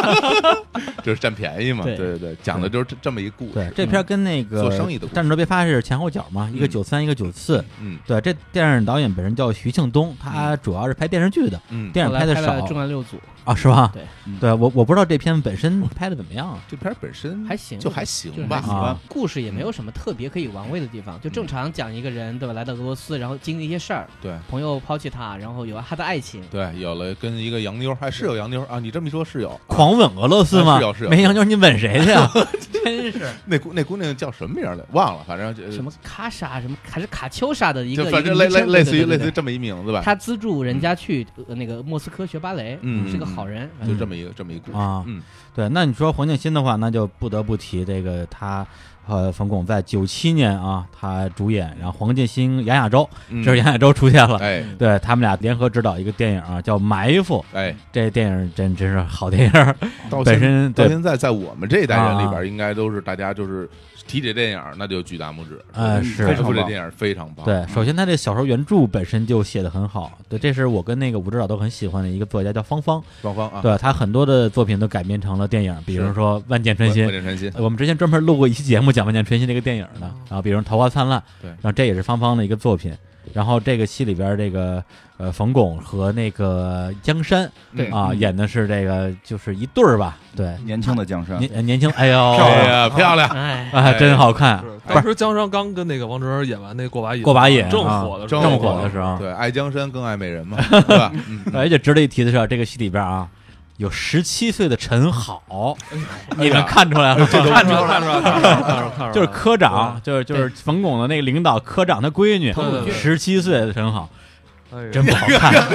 Speaker 2: 就是占便宜嘛。对
Speaker 3: 对
Speaker 2: 对对，讲的就是这这么一故事。
Speaker 1: 对，这片儿跟那个
Speaker 2: 嗯做生意的故事
Speaker 1: 《战争别发》是前后脚嘛，一个
Speaker 2: 嗯
Speaker 1: 九三，一个九四。
Speaker 2: 嗯
Speaker 1: 对，这电影导演本身叫徐庆东，他主要是拍电视剧的，
Speaker 2: 嗯，
Speaker 1: 电
Speaker 3: 后
Speaker 1: 影
Speaker 3: 来
Speaker 1: 的
Speaker 3: 拍了
Speaker 1: 少
Speaker 3: 《重案六组》，
Speaker 1: 啊，是吧？
Speaker 3: 对
Speaker 5: 嗯
Speaker 1: 对我我不知道这片本身拍的怎么样啊。
Speaker 2: 这片儿本身
Speaker 3: 还行
Speaker 2: 嗯就还
Speaker 3: 就是
Speaker 2: 行
Speaker 3: 还
Speaker 2: 吧。
Speaker 3: 行
Speaker 1: 啊
Speaker 3: 故事也没有什么特别可以玩味的地
Speaker 2: 嗯
Speaker 3: 方，就正常讲一个人对吧，来到俄罗斯，然后经历一些事儿，
Speaker 2: 对
Speaker 3: 朋友抛弃他，然后有了他的爱情，
Speaker 2: 对，有了跟一个洋妞儿，还是有洋妞儿啊？你这么一说，是有
Speaker 1: 狂吻俄罗斯
Speaker 2: 啊
Speaker 1: 吗？
Speaker 2: 是有是有
Speaker 1: 没洋妞你吻谁去 啊？
Speaker 3: 真是
Speaker 2: 那姑那姑娘叫什么名儿来？忘了，反正就
Speaker 3: 什么卡莎什么还是卡秋莎的一
Speaker 2: 就
Speaker 3: 个，
Speaker 2: 反
Speaker 3: 一
Speaker 2: 正
Speaker 3: 个
Speaker 2: 类
Speaker 3: 名
Speaker 2: 类
Speaker 3: 称
Speaker 2: 类似于类。似于
Speaker 3: 对对对对
Speaker 2: 这么一名字吧。
Speaker 3: 他资助人家去呃那个莫斯科学芭蕾，
Speaker 2: 嗯
Speaker 3: 是个好人，
Speaker 2: 就这么一个这么一故事
Speaker 1: 啊
Speaker 2: 嗯，
Speaker 1: 对，那你说黄建新的话，那就不得不提这个他，呃，冯巩在九七年啊，他主演，然后黄建新、杨亚洲，
Speaker 2: 嗯
Speaker 1: 这是杨亚洲出现了，
Speaker 2: 哎
Speaker 1: 对他们俩联合执导一个电影啊，叫《埋伏》，
Speaker 2: 哎，
Speaker 1: 这电影真真是好
Speaker 2: 哦
Speaker 1: 电影儿，
Speaker 2: 到
Speaker 1: 本
Speaker 2: 现
Speaker 1: 身
Speaker 2: 到
Speaker 1: 对，
Speaker 2: 现在在我们这一代人里
Speaker 1: 啊
Speaker 2: 边，应该都是大家就是提起电影儿，那就举大拇指。
Speaker 1: 呃，
Speaker 5: 嗯
Speaker 1: 是
Speaker 5: 非
Speaker 2: 这
Speaker 5: 常
Speaker 2: 部这
Speaker 5: 棒
Speaker 2: 电影儿非常棒。
Speaker 1: 对，首先他这小说原著本身就写的很好，对，这是我跟那个武指导都很喜欢的一个作家叫方方，
Speaker 2: 双方啊，
Speaker 1: 对他很多的作品都改编成了电影，比如
Speaker 2: 是
Speaker 1: 说《万箭穿
Speaker 2: 万
Speaker 1: 心》
Speaker 2: 万。箭穿心，嗯
Speaker 1: 呃我们之前专门录过一期节目讲《万箭穿心》这个电影的，然后比如《桃花灿烂》，
Speaker 2: 对
Speaker 1: 然后这也是芳芳的一个作品。然后这个戏里边，这个呃冯巩和那个江山
Speaker 2: 嗯
Speaker 3: 对
Speaker 1: 啊，演的是这个就是一对儿吧？对，
Speaker 5: 年轻的江山，
Speaker 1: 年年轻，哎呦，
Speaker 2: 哎呀，嗯漂亮，
Speaker 3: 哎，
Speaker 1: 啊，真好看，
Speaker 4: 是当时江山刚跟那个王哲演完那过把瘾，
Speaker 1: 过把瘾
Speaker 4: 正
Speaker 1: 啊
Speaker 4: 火的时
Speaker 2: 正
Speaker 4: 候，
Speaker 1: 这么
Speaker 2: 火
Speaker 1: 火的时候，
Speaker 2: 对，爱江山更爱美人嘛，对吧？嗯
Speaker 1: 而且值得一提的是，这个戏里边啊，有十七岁的陈好，
Speaker 2: 哎
Speaker 1: 你们看出来了吗？
Speaker 4: 看出来看出来看出来看出来看出来，
Speaker 1: 就是科长，就是就是冯巩的那个领导科长他闺女
Speaker 4: 对对，对
Speaker 1: 十七岁的陈好，
Speaker 4: 哎呀
Speaker 1: 真不好看，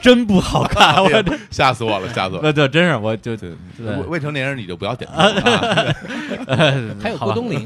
Speaker 1: 真不好看，我这
Speaker 2: 吓死我了，吓死我了。
Speaker 1: 对对，真是我就
Speaker 2: 对，
Speaker 1: 对
Speaker 2: 未未成年人你就不要点评了啊。
Speaker 1: 呃
Speaker 3: 还有
Speaker 1: 好吧
Speaker 3: 郭冬临，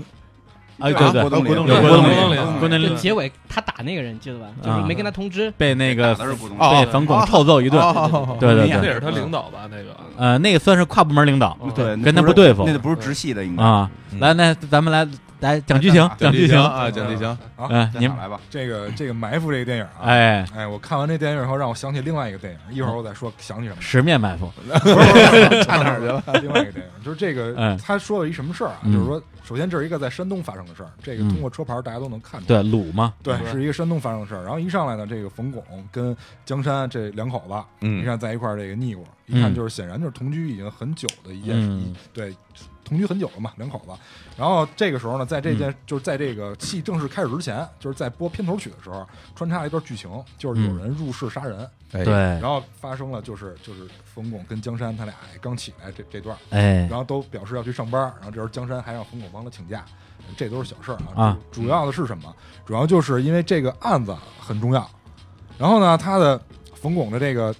Speaker 1: 啊，对
Speaker 5: 吧
Speaker 1: 对，
Speaker 5: 冬
Speaker 2: 郭冬临
Speaker 5: 临，
Speaker 1: 有
Speaker 4: 郭
Speaker 1: 郭冬
Speaker 4: 冬
Speaker 1: 临
Speaker 4: 临
Speaker 1: 郭冬
Speaker 3: 就
Speaker 1: 临
Speaker 3: 结尾他打那个人，记得吧？就是
Speaker 1: 啊
Speaker 3: 没跟他通知，
Speaker 1: 被那
Speaker 5: 打
Speaker 1: 个
Speaker 5: 的是郭冬
Speaker 2: 哦
Speaker 5: 临，
Speaker 1: 被冯巩臭揍一顿，
Speaker 2: 哦
Speaker 1: 对对
Speaker 5: 哦
Speaker 4: 那也
Speaker 1: 对，
Speaker 4: 是他领导吧？那个
Speaker 1: 呃，那个算是跨部门领导
Speaker 4: 嗯
Speaker 5: 对，
Speaker 1: 跟他
Speaker 5: 是
Speaker 1: 不对付
Speaker 5: 那不是直系的，应该
Speaker 1: 啊。
Speaker 2: 嗯
Speaker 1: 来，那咱们来来讲剧情，
Speaker 2: 蒋
Speaker 1: 剧
Speaker 2: 劲
Speaker 1: 情
Speaker 2: 行，啊，蒋劲行，
Speaker 1: 嗯，
Speaker 5: 咱
Speaker 1: 您
Speaker 5: 俩来吧，
Speaker 6: 这个这个埋伏这个电影啊，哎
Speaker 1: 哎，
Speaker 6: 我看完这电影以后，让我想起另外一个电影，一会儿我再说 想起什么。
Speaker 1: 十面埋伏，
Speaker 6: 不是不是不是差哪儿去了？另外一个电影就是这个
Speaker 1: 嗯，
Speaker 6: 他说了一什么事儿啊？
Speaker 1: 嗯
Speaker 6: 就是说，首先这是一个在山东发生的事儿，这个
Speaker 1: 嗯
Speaker 6: 通过车牌大家都能看出来。
Speaker 1: 对鲁嘛，
Speaker 6: 对，
Speaker 4: 对
Speaker 6: 是一个山东发生的事儿。然后一上来呢，这个冯巩跟江山这两口子，你
Speaker 2: 嗯，
Speaker 6: 看在一块儿这个腻过，
Speaker 1: 嗯
Speaker 6: 一看就是显然就是同居已经很久的一件事，
Speaker 1: 嗯
Speaker 6: 一对，同居很久了嘛，两口子。然后这个时候呢，在这件、就是在这个戏正式开始之前，就是在播片头曲的时候，穿插了一段剧情，就是有人入室杀人，
Speaker 2: 哎
Speaker 1: 对，，
Speaker 6: 然后发生了就是就是冯巩跟江山他俩哎刚起来这这段，
Speaker 1: 哎，
Speaker 6: 然后都表示要去上班，然后这时候江山还让冯巩帮他请假，这都是小事儿啊。
Speaker 1: 啊
Speaker 6: 主主要的是什么？主要就是因为这个案子很重要。然后呢，他的冯巩的这个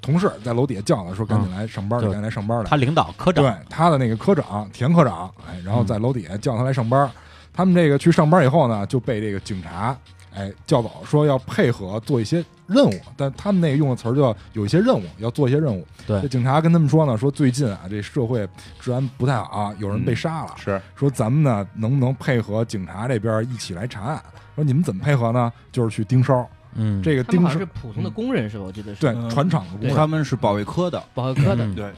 Speaker 6: 同事在楼底下叫他说：“赶紧来上班来，
Speaker 1: 啊对
Speaker 6: 赶紧来上班来。
Speaker 1: 他领导科”
Speaker 6: 对
Speaker 1: 长，，嗯
Speaker 6: 他的那个科长田科长，哎，然后在楼底下叫他来上班。他们这个去上班以后呢，就被这个警察哎叫走，说要配合做一些任务，但他们那个用的词儿叫有一些任务，要做一些任务。
Speaker 1: 对
Speaker 6: 这警察跟他们说呢，说最近啊，这社会治安不太好啊、有人被杀
Speaker 1: 嗯
Speaker 6: 了。
Speaker 2: 是
Speaker 6: 说咱们呢，能不能配合警察这边一起来查案？说你们怎么配合呢？就是去盯梢，
Speaker 1: 嗯，
Speaker 6: 这个
Speaker 3: 他们
Speaker 6: 盯
Speaker 3: 好
Speaker 6: 梢
Speaker 3: 像是普通的工人是吧？我记得是
Speaker 6: 对
Speaker 5: 嗯
Speaker 6: 船厂的工
Speaker 3: 对
Speaker 6: 作，
Speaker 5: 他们是保卫科的，
Speaker 3: 保卫科的，
Speaker 1: 嗯
Speaker 5: 对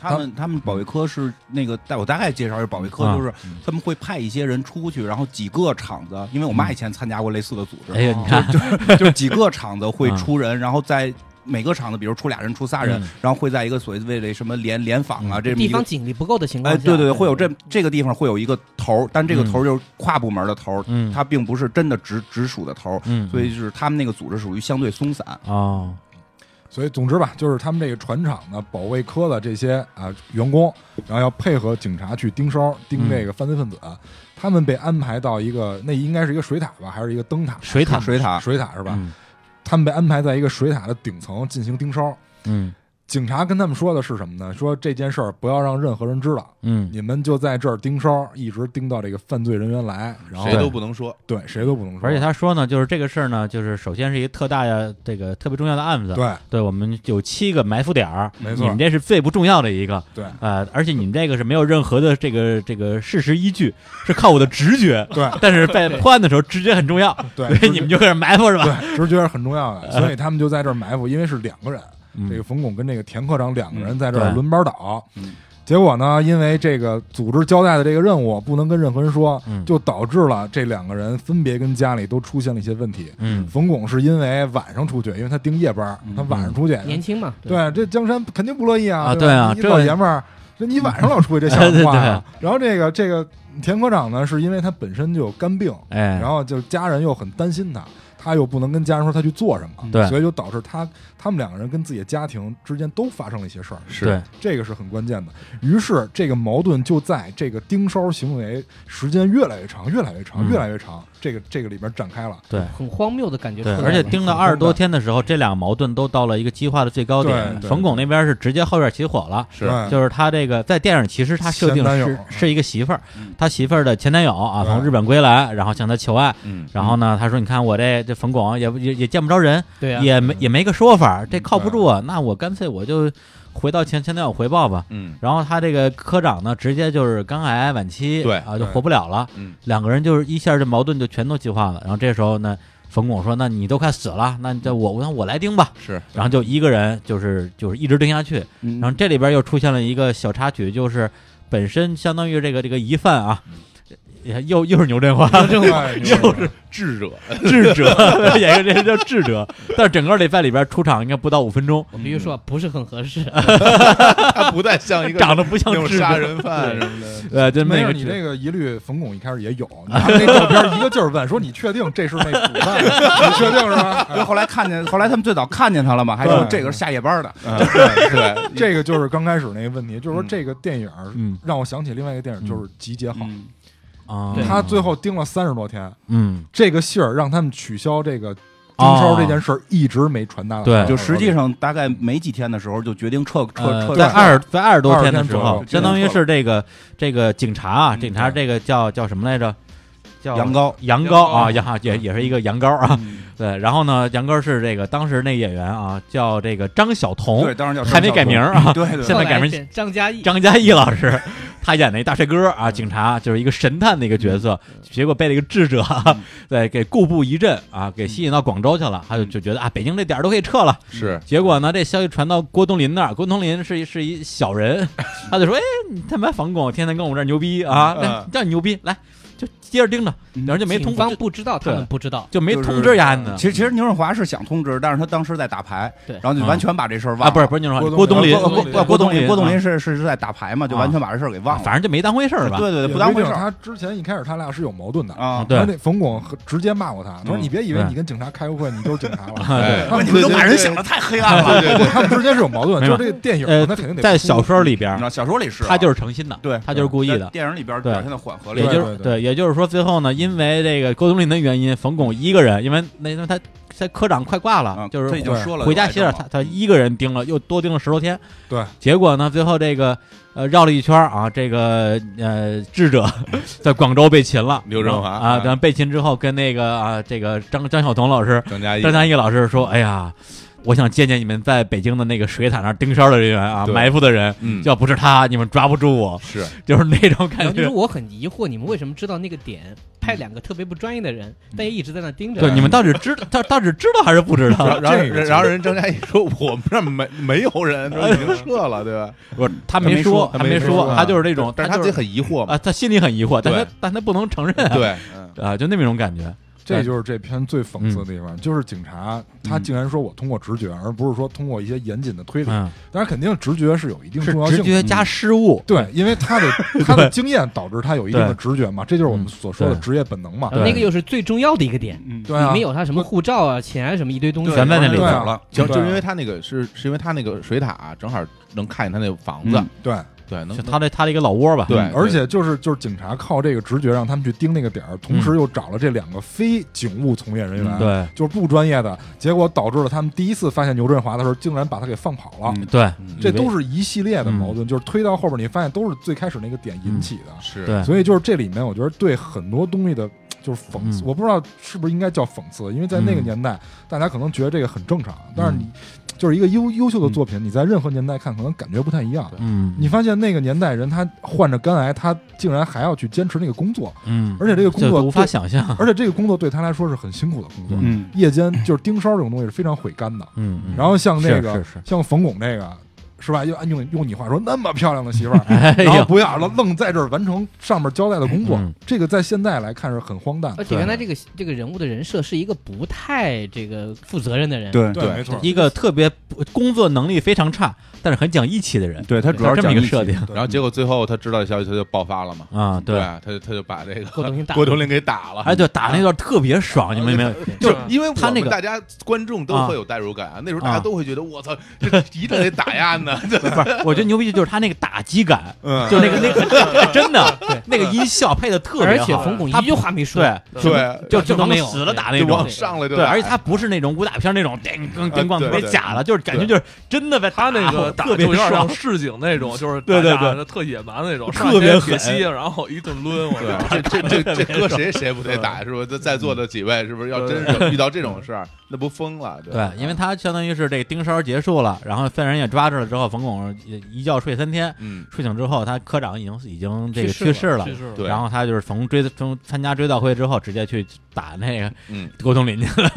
Speaker 5: 他们他们保卫科是那个，但我大概介绍一下保卫科，
Speaker 1: 啊
Speaker 5: 就是他们会派一些人出去，然后几个厂子，因为我妈以前参加过类似的组
Speaker 1: 嗯哎
Speaker 5: 织，
Speaker 1: 呀，你看，
Speaker 5: 就是几个厂 子会出人，然后在。每个厂子，比如出俩人、出仨人
Speaker 1: 嗯，
Speaker 5: 然后会在一个所谓的什么联联访啊，这么一
Speaker 3: 地
Speaker 5: 个
Speaker 3: 方警力不够的情况
Speaker 5: 哎，
Speaker 3: 下，嗯
Speaker 5: 对对对，会有这这个地方会有一个头儿，但这个头儿就是跨部门的头儿，
Speaker 1: 嗯
Speaker 5: 它并不是真的直直属的头儿，
Speaker 1: 嗯，
Speaker 5: 所以就是他们那个组织属于相对松散。
Speaker 1: 哦，
Speaker 6: 所以总之吧，就是他们这个船厂的保卫科的这些啊员工，然后要配合警察去盯梢盯这个犯罪分子。啊
Speaker 1: 嗯
Speaker 6: 他们被安排到一个，那应该是一个水塔吧，还是一个灯塔？
Speaker 1: 水塔
Speaker 5: 水塔
Speaker 6: 水塔是吧？
Speaker 1: 嗯
Speaker 6: 他们被安排在一个水塔的顶层进行盯梢。
Speaker 1: 嗯
Speaker 6: 警察跟他们说的是什么呢？说这件事儿不要让任何人知道，
Speaker 1: 嗯，
Speaker 6: 你们就在这儿盯梢，一直盯到这个犯罪人员来，
Speaker 1: 嗯
Speaker 6: 然后
Speaker 2: 谁都不能说，
Speaker 6: 对谁都不能说，
Speaker 1: 而且他说呢，就是这个事儿呢，就是首先是一个特大的这个特别重要的案子，
Speaker 6: 对，
Speaker 1: 对，我们有七个埋伏点儿，
Speaker 6: 没
Speaker 1: 你
Speaker 6: 错
Speaker 1: 们，这是最不重要的一个，
Speaker 6: 对
Speaker 1: 呃，而且你们这个是没有任何的这个这个事实依据，是靠我的直觉，
Speaker 6: 对
Speaker 1: 但是在破案的时候直觉很重要，
Speaker 6: 对
Speaker 1: 所以你们就开始埋伏是吧？
Speaker 6: 对直觉是很重要的，所以他们就在这儿埋伏，因为是两个人，
Speaker 1: 嗯
Speaker 6: 这个冯巩跟这个田科长两个人在这儿
Speaker 1: 对
Speaker 6: 轮班倒
Speaker 5: 嗯。
Speaker 6: 结果呢，因为这个组织交代的这个任务不能跟任何人说
Speaker 1: 嗯，
Speaker 6: 就导致了这两个人分别跟家里都出现了一些问题。
Speaker 1: 嗯
Speaker 6: 冯巩是因为晚上出去，因为他盯夜班，他晚上出去，
Speaker 3: 年轻嘛，
Speaker 6: 对，这江山肯定不乐意啊！
Speaker 1: 嗯啊
Speaker 6: 对
Speaker 1: 对啊
Speaker 6: 吧你
Speaker 1: 这
Speaker 6: 你老爷们儿，这你晚上老出去，这小
Speaker 1: 对对
Speaker 6: 子话
Speaker 1: 对
Speaker 6: 啊。然后这个这个田科长呢，是因为他本身就有肝病，
Speaker 1: 哎，
Speaker 6: 然后就家人又很担心他，他又不能跟家人说他去做什么，
Speaker 1: 对
Speaker 6: 所以就导致他他们两个人跟自己的家庭之间都发生了一些事儿，
Speaker 1: 对，
Speaker 6: 这个是很关键的。于是这个矛盾就在这个盯梢行为时间越来越长，越来越长，
Speaker 1: 嗯
Speaker 6: 越来越长，这个这个里边展开了。
Speaker 1: 对。
Speaker 3: 很荒谬的感觉出
Speaker 1: 对，
Speaker 3: 来了，
Speaker 1: 而且盯到二十多天的时候，这两个矛盾都到了一个激化的最高点。
Speaker 6: 对对
Speaker 1: 冯巩那边是直接后院起火了，
Speaker 2: 是
Speaker 6: 对
Speaker 1: 就是他这个在电影其实他设定
Speaker 6: 前男友
Speaker 1: 是是一个媳妇儿
Speaker 5: 嗯，
Speaker 1: 他媳妇儿的前男友啊，
Speaker 6: 对
Speaker 1: 从日本归来，然后向他求爱。
Speaker 2: 嗯，
Speaker 1: 然后呢，他说：“你看我这这冯巩也不也也见不着人，
Speaker 3: 对啊，
Speaker 1: 也没也没个说法，这靠不住啊。那我干脆我就回到前前男友回报吧。
Speaker 2: 嗯，
Speaker 1: 然后他这个科长呢，直接就是肝癌晚期，
Speaker 2: 对
Speaker 1: 啊，就
Speaker 6: 对
Speaker 1: 活不了了。
Speaker 2: 嗯，
Speaker 1: 两个人就是一下这矛盾就全都激化了。然后这时候呢，冯巩说：“那你都快死了，那这我那我来盯吧。
Speaker 2: 是”
Speaker 1: 然后就一个人就是就是一直盯下去。
Speaker 5: 然
Speaker 1: 然后这里边又出现了一个小插曲，就是本身相当于这个这个疑犯啊，又又是牛振华，
Speaker 6: 哎牛
Speaker 1: 又
Speaker 6: 振
Speaker 1: 是
Speaker 2: 智者，
Speaker 1: 智者 演员，这叫智者。但是整个礼拜里边出场应该不到五分钟，
Speaker 3: 我必须说不是很合适。
Speaker 2: 他不太像一个
Speaker 1: 长得不像
Speaker 2: 那种
Speaker 1: 智
Speaker 2: 杀
Speaker 1: 者。
Speaker 2: 人犯什么的。
Speaker 1: 呃，就
Speaker 6: 没
Speaker 1: 那
Speaker 6: 事，
Speaker 1: 个
Speaker 6: 你
Speaker 1: 智
Speaker 6: 这个疑虑，冯巩一开始也有，你看那照片，一个劲儿问说：“你确定这是那古代？你确定是吧？”哎
Speaker 5: 因为后来看见，后来他们最早看见他了嘛，还说这个是下夜班的，
Speaker 2: 嗯对，
Speaker 6: 这个就是刚开始那个问题，就是说
Speaker 5: 嗯
Speaker 6: 这个电影
Speaker 1: 嗯
Speaker 6: 让我想起另外一个电影，就是《集结号》，
Speaker 5: 嗯
Speaker 1: 啊，
Speaker 3: 对
Speaker 6: 他最后盯了三十多天，
Speaker 1: 嗯
Speaker 6: 这个信儿让他们取消这个盯梢这件事儿，一直没传达到
Speaker 1: 哦对
Speaker 6: 他们
Speaker 5: 就实际上大概没几天的时候就决定撤撤
Speaker 1: 呃
Speaker 5: 撤，
Speaker 1: 在
Speaker 5: 撤
Speaker 1: 二在二十多
Speaker 6: 二十
Speaker 1: 天的
Speaker 6: 天
Speaker 1: 时
Speaker 6: 左
Speaker 1: 候
Speaker 6: 右，
Speaker 1: 相当于是这个这个警察啊，
Speaker 5: 嗯
Speaker 1: 警察这个叫叫什么来着？叫
Speaker 5: 羊羔
Speaker 1: 羊
Speaker 4: 羊
Speaker 1: 羔
Speaker 4: 羔
Speaker 1: 啊，羊也也是一个羊羔啊。
Speaker 5: 嗯
Speaker 1: 对，然后呢，羊羔是这个当时那演员啊，叫这个张晓彤
Speaker 5: 对，，当然叫
Speaker 1: 哦
Speaker 5: 嗯
Speaker 1: 还没改名儿啊，
Speaker 5: 对对
Speaker 1: 现在改名
Speaker 3: 后来是张嘉译，
Speaker 1: 张嘉译老 师，他演了一大帅哥
Speaker 5: 嗯
Speaker 1: 啊，警察就是一个神探的一个角色，结果被了一个智者，
Speaker 5: 嗯
Speaker 1: 对，给固步一阵啊，给吸引到广州去了，他就就觉得啊，北京这点儿都可以撤了。
Speaker 2: 嗯是
Speaker 1: 结果呢，这消息传到郭冬临那儿，郭冬临是一是一小 人，他就说，哎，你他妈反共，天天跟我们这儿牛逼啊，那
Speaker 5: 嗯
Speaker 1: 叫你牛逼，来就接着盯着，
Speaker 5: 嗯
Speaker 1: 然后就没通
Speaker 3: 警方
Speaker 1: 就
Speaker 3: 不知道，他
Speaker 1: 对
Speaker 3: 们不知 道，
Speaker 1: 就没
Speaker 5: 就是
Speaker 1: 通知丫呢
Speaker 5: 嗯其实其实牛润华是想通知，但是他当时在打牌，
Speaker 3: 对
Speaker 5: 然后就完全把这事儿忘了
Speaker 1: 嗯啊，不是不是你说
Speaker 6: 郭
Speaker 1: 郭冬
Speaker 6: 冬
Speaker 1: 临
Speaker 6: 临
Speaker 5: 呃郭
Speaker 6: 郭
Speaker 5: 郭郭冬
Speaker 1: 临
Speaker 5: 临，郭冬
Speaker 1: 啊
Speaker 5: 临是是是在打牌嘛，就
Speaker 1: 啊
Speaker 5: 完全把这事儿给忘了，
Speaker 1: 反正就没当回事儿吧，
Speaker 5: 对对对，
Speaker 6: 也
Speaker 5: 不当
Speaker 6: 不
Speaker 5: 回
Speaker 6: 一
Speaker 5: 事
Speaker 6: 定
Speaker 5: 儿
Speaker 6: 他之前一开始他俩是有矛盾的。
Speaker 5: 啊。
Speaker 1: 啊对
Speaker 6: 然后那冯巩和直接骂过他，他说：“
Speaker 5: 嗯
Speaker 6: 你别以为
Speaker 1: 对
Speaker 6: 你跟警察开过会，你就是警察 了。
Speaker 2: 哎
Speaker 6: 他们
Speaker 5: 你们都把人想
Speaker 2: 想
Speaker 5: 的太黑暗了。
Speaker 2: 对对对，
Speaker 6: 他们之间是有矛盾，
Speaker 1: 没
Speaker 6: 就
Speaker 1: 有
Speaker 6: 是这个电影，
Speaker 1: 呃
Speaker 6: 那肯定得
Speaker 1: 在
Speaker 6: 铺
Speaker 1: 小说里
Speaker 5: 你
Speaker 1: 边
Speaker 5: 知道
Speaker 1: 儿，
Speaker 5: 小说里是啊
Speaker 1: 他就是诚心的，
Speaker 5: 对
Speaker 1: 他就是故意的
Speaker 5: 在。电影里边
Speaker 1: 对
Speaker 5: 表现的缓和了一
Speaker 1: 也
Speaker 5: 点，
Speaker 1: 就
Speaker 6: 对
Speaker 1: 是
Speaker 6: 对
Speaker 1: 也就是说，最后呢，因为这个郭冬临的原因，冯巩一个人，因为那那他他科长快挂了，
Speaker 5: 啊
Speaker 1: 就是
Speaker 5: 这已经说了，
Speaker 1: 回家歇着，他他一个人盯了，又多盯了十多天。
Speaker 6: 对，
Speaker 1: 结果呢，最后这个呃绕了一圈儿啊，这个呃智 者在广州被擒了，
Speaker 2: 刘振华
Speaker 1: 啊，
Speaker 5: 哎
Speaker 2: 啊
Speaker 1: 然后被擒之后，跟那个啊这个张张晓彤老师、
Speaker 2: 张嘉译
Speaker 1: 张嘉译老师说，哎呀。我想见见你们在北京的那个水塔那儿盯梢的人员啊，
Speaker 2: 对
Speaker 1: 埋伏的人，
Speaker 2: 嗯
Speaker 1: 要不是他，你们抓不住我，
Speaker 2: 是
Speaker 1: 就是那种
Speaker 3: 然后
Speaker 1: 感
Speaker 3: 就
Speaker 1: 觉
Speaker 3: 是。我很疑惑，你们为什么知道那个点？派两个特别不专业的人，但也一直在那盯着。
Speaker 1: 嗯对，你们到底知道到到底知道还是不知道？
Speaker 2: 然后然后
Speaker 6: 这个
Speaker 2: 然后人张嘉译说 我们这儿没没有人，说已经撤了，对吧？
Speaker 1: 不是，他
Speaker 5: 没
Speaker 1: 没
Speaker 5: 说
Speaker 1: 说，
Speaker 5: 他
Speaker 1: 他
Speaker 5: 没
Speaker 1: 说
Speaker 5: 说，
Speaker 1: 他就是那种，
Speaker 2: 但是他
Speaker 1: 就
Speaker 2: 自
Speaker 1: 是
Speaker 2: 己很疑惑 嘛，
Speaker 1: 啊，他心里很疑惑，但
Speaker 2: 对
Speaker 1: 他但他不能承认啊，
Speaker 2: 对，嗯
Speaker 1: 啊，就那么一种感觉，
Speaker 6: 这就是这篇最讽
Speaker 1: 嗯
Speaker 6: 刺的地方，就是警察他竟然说我通过直觉，而不是说通过一些严谨的推理。
Speaker 1: 嗯，
Speaker 6: 当然，肯定直觉是有一定
Speaker 1: 是
Speaker 6: 重要
Speaker 1: 直
Speaker 6: 性
Speaker 1: 觉
Speaker 6: 的。
Speaker 1: 加失误，
Speaker 6: 对，因为 他的他的经验导致他有一定的直觉嘛，这就是我们所说的
Speaker 1: 嗯对
Speaker 6: 职业本能嘛。
Speaker 5: 呃
Speaker 3: 呃然后那个又是最重要的一个点，
Speaker 5: 嗯，
Speaker 6: 对啊，
Speaker 3: 里面有他什么护照啊、钱啊什么一堆东西
Speaker 5: 对，
Speaker 1: 全在那里
Speaker 5: 对
Speaker 6: 对
Speaker 5: 啊
Speaker 6: 啊
Speaker 2: 就
Speaker 6: 对
Speaker 2: 就因为他那个是是因为他那个水塔啊正好能看见他那个房子
Speaker 5: 嗯，
Speaker 6: 对，
Speaker 2: 对，能
Speaker 1: 就他的他的一个老窝吧，
Speaker 2: 对
Speaker 6: 嗯而且就是就是警察靠这个直觉让他们去盯那个点儿，同时又找了这两个非警务从业人
Speaker 5: 嗯
Speaker 6: 员，
Speaker 1: 对
Speaker 6: 就是不专业的，结果导致了他们第一次发现牛振华的时候，竟然把他给放跑了。
Speaker 5: 嗯
Speaker 1: 对
Speaker 6: 这都是一系
Speaker 1: 嗯
Speaker 6: 列的矛盾，就是推到后边，你发现都是最开始那个点引起的。
Speaker 2: 是
Speaker 1: 对，
Speaker 6: 所以就是这里面，我觉得对很多东西的，就是讽
Speaker 1: 嗯
Speaker 6: 刺，我不知道是不是应该叫讽刺，因为在那个
Speaker 1: 嗯
Speaker 6: 年代，大家可能觉得这个很正常，但是你、就是一个优优秀的作品，你在任何年代看，可能感觉不太一样。
Speaker 1: 嗯，
Speaker 6: 你发现那个年代人他患着肝癌，他竟然还要去坚持那个工作，
Speaker 1: 嗯，
Speaker 6: 而且这个工
Speaker 1: 这
Speaker 6: 作
Speaker 1: 都无法
Speaker 6: 对
Speaker 1: 想象，
Speaker 6: 而且这个工作对他来说是很辛苦的工作。
Speaker 1: 嗯
Speaker 5: 嗯，
Speaker 6: 夜间就是盯梢这种东西是非常毁肝的。
Speaker 1: 嗯，嗯
Speaker 6: 然后像那
Speaker 1: 是
Speaker 6: 个
Speaker 1: 是 是，，
Speaker 6: 像冯巩这个是吧？又按用用你话说，那么漂亮的媳妇儿
Speaker 1: 哎
Speaker 6: 然后
Speaker 1: 呀，
Speaker 6: 不要了，愣在这儿完成上面交代的工作
Speaker 1: 嗯，
Speaker 6: 这个在现在来看是很荒
Speaker 1: 啊
Speaker 6: 诞的
Speaker 3: 而。哦且原来这个这个人物的人设是一个不太这个负责任的人，
Speaker 5: 对
Speaker 2: 对
Speaker 6: 没错。
Speaker 1: 一个特别不工作能力非常差，但是很讲义气的人，
Speaker 5: 对，他主
Speaker 1: 是
Speaker 5: 要
Speaker 1: 这么
Speaker 5: 讲
Speaker 1: 一个
Speaker 5: 义气
Speaker 1: 设定
Speaker 2: 然后结果最后他知道消息，他就爆发了嘛，
Speaker 1: 啊，
Speaker 2: 对
Speaker 1: 对，
Speaker 2: 吧，他就他就把这个
Speaker 3: 郭冬临打
Speaker 2: 郭冬临给打了，
Speaker 1: 哎，对，打那段特别爽，你们有没有？
Speaker 2: 就是因为
Speaker 1: 他
Speaker 2: 我
Speaker 1: 那
Speaker 2: 们
Speaker 1: 个
Speaker 2: 大家观众都会有代入感啊，那时候大家
Speaker 1: 啊
Speaker 2: 都会觉得我操，这一定得打压 呢，这
Speaker 1: 不是，我觉得牛逼就是他那个打击感，
Speaker 2: 嗯
Speaker 1: 就那个那个真的那个音效配的特别好，
Speaker 3: 而且冯巩
Speaker 1: 他
Speaker 3: 一句话没说，
Speaker 1: 对，
Speaker 2: 对，
Speaker 1: 就
Speaker 3: 就
Speaker 1: 就
Speaker 3: 都
Speaker 1: 往
Speaker 3: 没有
Speaker 1: 死了打那
Speaker 2: 就
Speaker 1: 种
Speaker 2: 往。上来就
Speaker 1: 对，
Speaker 2: 打
Speaker 1: 而且他不是那种武打片那种叮咣叮咣
Speaker 2: 对
Speaker 1: 特别
Speaker 2: 对
Speaker 1: 假的，就是感觉
Speaker 2: 对
Speaker 1: 就是真的呗。
Speaker 4: 他那个
Speaker 1: 打
Speaker 4: 打
Speaker 1: 特
Speaker 4: 就
Speaker 1: 别
Speaker 4: 有点
Speaker 1: 爽
Speaker 4: 像，市井那种，就是
Speaker 1: 对对
Speaker 4: 打架
Speaker 1: 对
Speaker 4: 特野蛮的那种，
Speaker 1: 特别
Speaker 4: 上街
Speaker 1: 狠
Speaker 4: 铁西，然后一顿抡， 我操，
Speaker 2: 对，这这 这这搁谁谁不得
Speaker 1: 嗯
Speaker 2: 打是吧？这在座的几位是不是要真是遇到这种事儿，那不疯了？
Speaker 1: 对，因为他相当于是这个盯梢结束了，然后犯人也抓着了之后，冯巩也一觉睡三天，
Speaker 2: 嗯，
Speaker 1: 睡醒之后，他科长已经已经这个
Speaker 3: 去
Speaker 1: 去
Speaker 3: 世
Speaker 1: 世
Speaker 3: 了
Speaker 1: 了
Speaker 4: 去。世了
Speaker 2: 对
Speaker 1: 然后他就是从追从参加追悼会之后，直接去打那个
Speaker 2: 嗯
Speaker 1: 郭冬临去了。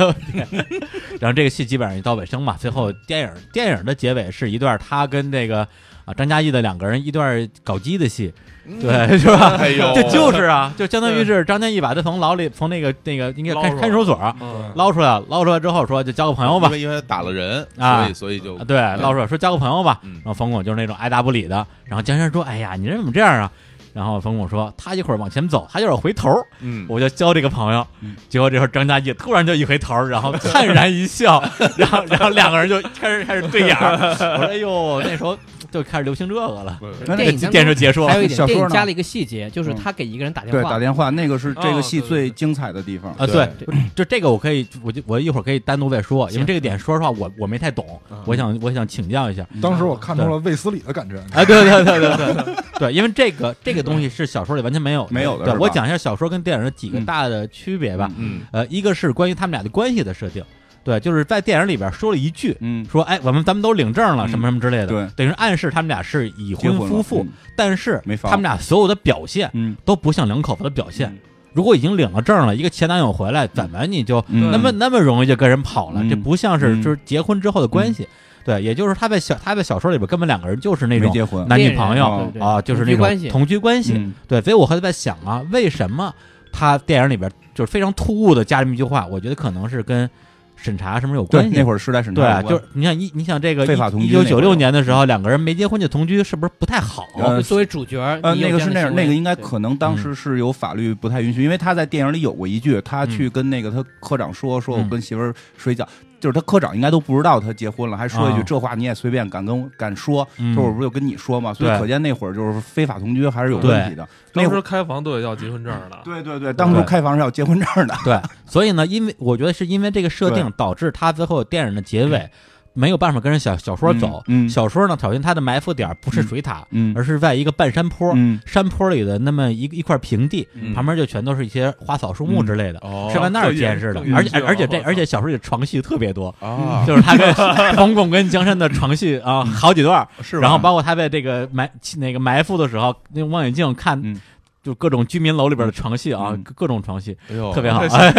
Speaker 1: 然后这个戏基本上就到尾声嘛，最后电影电影的结尾是一段他跟这个啊，张嘉译的两个人一段搞基的戏， 对，是吧？
Speaker 2: 哎呦，
Speaker 1: 这就是啊，就相当于是张嘉译把他从牢里从那个那个应该看看守所
Speaker 4: 嗯
Speaker 1: 捞出来了，捞出来之后说就交个朋友吧
Speaker 2: 因，为因为打了人，
Speaker 1: 啊
Speaker 2: 所以所以就
Speaker 1: 啊，对，老手说交个朋友吧，
Speaker 2: 嗯
Speaker 1: 然后冯巩就是那种爱答不理的，然后江先生说，哎呀，你这怎么这样啊？然后冯巩说，他一会儿往前走，他一会儿回头，
Speaker 2: 嗯，
Speaker 1: 我就交这个朋友。结果这时候张嘉译突然就一回头，然后灿然一笑，然后然后两个人就开始开始对眼儿。我说，哎呦，那时候就开始流行这个了。
Speaker 5: 那
Speaker 3: 电哎
Speaker 5: 那
Speaker 3: 影当中
Speaker 1: 电视结束
Speaker 3: 还有一
Speaker 5: 小
Speaker 3: 点，
Speaker 5: 说呢
Speaker 3: 电
Speaker 5: 嗯
Speaker 3: 影加了一个细节，就是他给一个人打电
Speaker 5: 对
Speaker 3: 话，
Speaker 5: 打电话那个是这个
Speaker 4: 哦
Speaker 5: 戏
Speaker 4: 对对对
Speaker 5: 最精彩的地方。
Speaker 1: 啊，
Speaker 2: 对
Speaker 1: 对，就这个我可以，我就我一会儿可以单独再说，因为
Speaker 3: 行
Speaker 1: 这个点说实话我我没太懂，我想我想请教一嗯下。
Speaker 6: 当时我看出了卫斯理的感 觉，
Speaker 1: 哎，对对对对对对，因为这个这个东西是小说里完全没有
Speaker 5: 没有的
Speaker 1: 对
Speaker 5: 是吧
Speaker 1: 我讲一下小说跟电影的几个
Speaker 5: 嗯
Speaker 1: 大的区别吧。
Speaker 2: 嗯
Speaker 1: 呃，一个是关于他们俩的关系的设定，对，就是在电影里边说了一句，
Speaker 5: 嗯，
Speaker 1: 说哎，我们咱们都领证了，什么什么之类的，
Speaker 5: 对
Speaker 1: 等于是暗示他们俩是已
Speaker 5: 结
Speaker 1: 婚
Speaker 5: 婚了嗯
Speaker 1: 夫妇，，但是
Speaker 5: 没法
Speaker 1: 他们俩所有的表现
Speaker 5: 嗯，
Speaker 1: 都不像两口子的表
Speaker 5: 嗯
Speaker 1: 现。如果已经领了证了，一个前男友回来，怎么你就
Speaker 5: 嗯
Speaker 1: 那么那么容易就跟人跑了？
Speaker 5: 嗯
Speaker 1: 这不像是
Speaker 5: 嗯
Speaker 1: 就是结婚之后的关系。对，也就是他在小他在小说里边根本两个人就是那
Speaker 5: 没
Speaker 1: 种
Speaker 5: 结婚，
Speaker 1: 男女
Speaker 3: 恋人
Speaker 1: 朋友
Speaker 5: 哦
Speaker 3: 对对
Speaker 1: 啊，就是那
Speaker 3: 同居关
Speaker 1: 种
Speaker 3: 系
Speaker 1: 同居关系。
Speaker 5: 嗯
Speaker 1: 对，所以我后来在想啊，为什么他电影里边就是非常突兀的加这么一句话？我觉得可能是跟审查什么有
Speaker 5: 对
Speaker 1: 关，系。
Speaker 5: 那会儿时代审查有
Speaker 1: 对，啊
Speaker 5: 关，
Speaker 1: 就是你想一你想这个
Speaker 5: 非法同
Speaker 1: 一
Speaker 5: 居
Speaker 1: 九
Speaker 5: 那
Speaker 1: 九
Speaker 5: 会
Speaker 1: 六
Speaker 5: 儿
Speaker 1: 年的时候，两个人没结婚就同居，是不是不太好？
Speaker 5: 呃
Speaker 3: 就作为主角，
Speaker 5: 呃，
Speaker 3: 你有
Speaker 5: 那个是
Speaker 3: 这
Speaker 5: 那
Speaker 3: 样
Speaker 5: 样，
Speaker 3: 的行为
Speaker 5: 那个应该可能当
Speaker 1: 嗯
Speaker 5: 时是有法律不太允许，因为他在电影里有过一句，他去跟那个他科长说，说我
Speaker 1: 嗯
Speaker 5: 跟媳妇儿睡觉，就是他科长应该都不知道他结婚了，还说一句
Speaker 1: 啊
Speaker 5: 这话你也随便敢跟我敢说，
Speaker 1: 嗯
Speaker 5: 说我不是就跟你说嘛，所以
Speaker 1: 对
Speaker 5: 可见那会儿就是非法同居还是有问题的，那
Speaker 4: 当
Speaker 5: 会
Speaker 4: 时
Speaker 5: 儿
Speaker 4: 开房都得要结婚证的，
Speaker 5: 对对对，当初
Speaker 1: 对
Speaker 5: 开房是要结婚证的，
Speaker 1: 对，所以呢，因为我觉得是因为这个设定导致他最后电影的结尾没有办法跟人小小说走。
Speaker 5: 嗯嗯嗯
Speaker 1: 小说呢，首先它的埋伏点不是水塔，
Speaker 5: 嗯
Speaker 1: 而是在一个半山坡。
Speaker 5: 嗯
Speaker 1: 山坡里的那么一一块平地，
Speaker 2: 嗯
Speaker 1: 旁边就全都是一些花草树木之类的，
Speaker 2: 哦
Speaker 1: 是在那儿监视的
Speaker 4: 更。严
Speaker 1: 而且
Speaker 4: 更严
Speaker 1: 而且
Speaker 4: 峻
Speaker 1: 这
Speaker 4: 了
Speaker 1: 而且小说里床戏特别多，
Speaker 2: 啊，
Speaker 1: 就是他跟冯巩跟江山的床戏啊，好几段儿。
Speaker 2: 是吧
Speaker 1: 然后包括他在这个埋那个埋伏的时候，用望远镜看
Speaker 5: 嗯，
Speaker 1: 就各种居民楼里边的床戏啊
Speaker 5: 嗯，
Speaker 1: 各各种床戏
Speaker 2: 哎呦
Speaker 1: 特别好。
Speaker 4: 哎
Speaker 1: 哎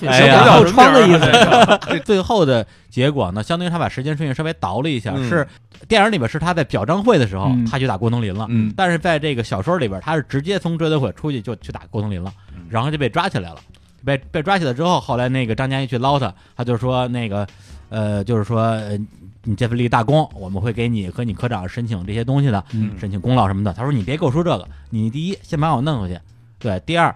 Speaker 3: 对
Speaker 1: 哎呀
Speaker 3: 小
Speaker 4: 呀，
Speaker 3: 后窗的意思，
Speaker 4: 思，
Speaker 1: 最后的结果呢，相当于他把时间顺序稍微倒了一下，
Speaker 2: 嗯
Speaker 1: 是电影里边是他在表彰会的时候，
Speaker 5: 嗯
Speaker 1: 他去打郭冬临了。
Speaker 2: 嗯
Speaker 1: 但是在这个小说里边，他是直接从追悼会出去就去打郭冬临了，
Speaker 2: 嗯
Speaker 1: 然后就被抓起来了。被被抓起来之后，后来那个张嘉译去捞他，他就说那个，呃，就是说呃你这份立大功，我们会给你和你科长申请这些东西的，
Speaker 5: 嗯
Speaker 1: 申请功劳什么的。他说你别给我说这个，你第一先把我弄回去，对，第二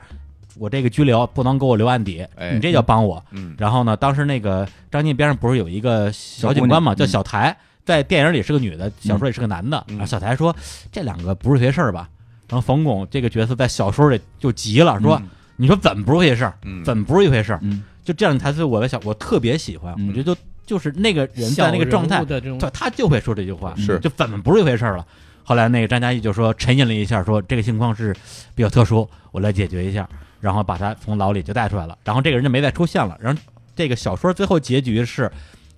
Speaker 1: 我这个拘留不能给我留案底，
Speaker 2: 哎
Speaker 1: 你这叫帮我。
Speaker 2: 嗯
Speaker 1: 然后呢，当时那个张晋边上不是有一个小警官嘛，
Speaker 5: 小姑
Speaker 1: 叫
Speaker 5: 娘
Speaker 1: 小台，在电影里是个女的，小说里是个男的。
Speaker 2: 嗯
Speaker 1: 然后小台说这两个不是回事儿吧？然后冯巩这个角色在小说里就急了，说、
Speaker 5: 嗯
Speaker 1: 你说怎么不是一回事儿？
Speaker 2: 嗯
Speaker 1: 怎么不是一回事儿？
Speaker 5: 嗯
Speaker 1: 就这样才是我的小，我特别喜欢，
Speaker 5: 嗯
Speaker 1: 我觉得就就是那个人在那个状
Speaker 3: 小人
Speaker 1: 态
Speaker 3: 物，的这种
Speaker 1: 对，他就会说这句话，
Speaker 2: 是
Speaker 1: 就怎么不是一回事儿了。后来那个张嘉译就说沉吟了一下，说这个情况是比较特殊，我来解决一下，然后把他从牢里就带出来了。然后这个人就没再出现了。然后这个小说最后结局是，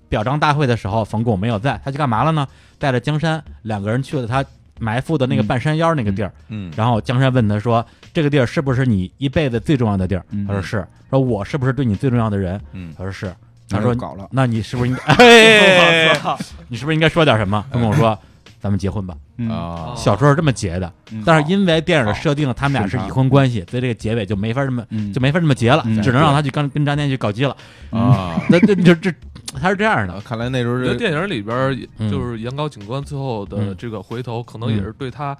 Speaker 1: 表彰大会的时候冯巩没有在，他去干嘛了呢？带着江山两个人去了他埋伏的那个半山腰那个地儿。
Speaker 2: 嗯
Speaker 1: 然后江山问他说：“这个地儿是不是你一辈子最重要的地儿？”
Speaker 5: 嗯
Speaker 1: 他说：“是。”说：“我是不是对你最重要的人？”
Speaker 2: 嗯
Speaker 1: 他说：“是。”
Speaker 5: 那
Speaker 1: 他说
Speaker 5: 就：“搞了，
Speaker 1: 那你是不是应该？哎，你是不是应该说点什么？他跟我说，咱们结婚吧。
Speaker 5: 嗯
Speaker 2: 啊
Speaker 1: 小说是这么结的，
Speaker 5: 嗯
Speaker 1: 但
Speaker 5: 好
Speaker 1: 是因为电影的设定了，他们俩是已婚关系，所以这个结尾就没法这么
Speaker 5: 嗯
Speaker 1: 就没法这么结了，
Speaker 5: 嗯
Speaker 1: 只能让他去跟跟张天去搞基了。
Speaker 2: 啊，
Speaker 1: 那那就这他是这样
Speaker 2: 啊
Speaker 1: 嗯的，
Speaker 2: 看来那时候
Speaker 4: 我觉得
Speaker 2: 这
Speaker 4: 电影里边儿也
Speaker 1: 嗯
Speaker 4: 就是杨高警官最后的
Speaker 1: 嗯
Speaker 4: 这个回头，可能也是对他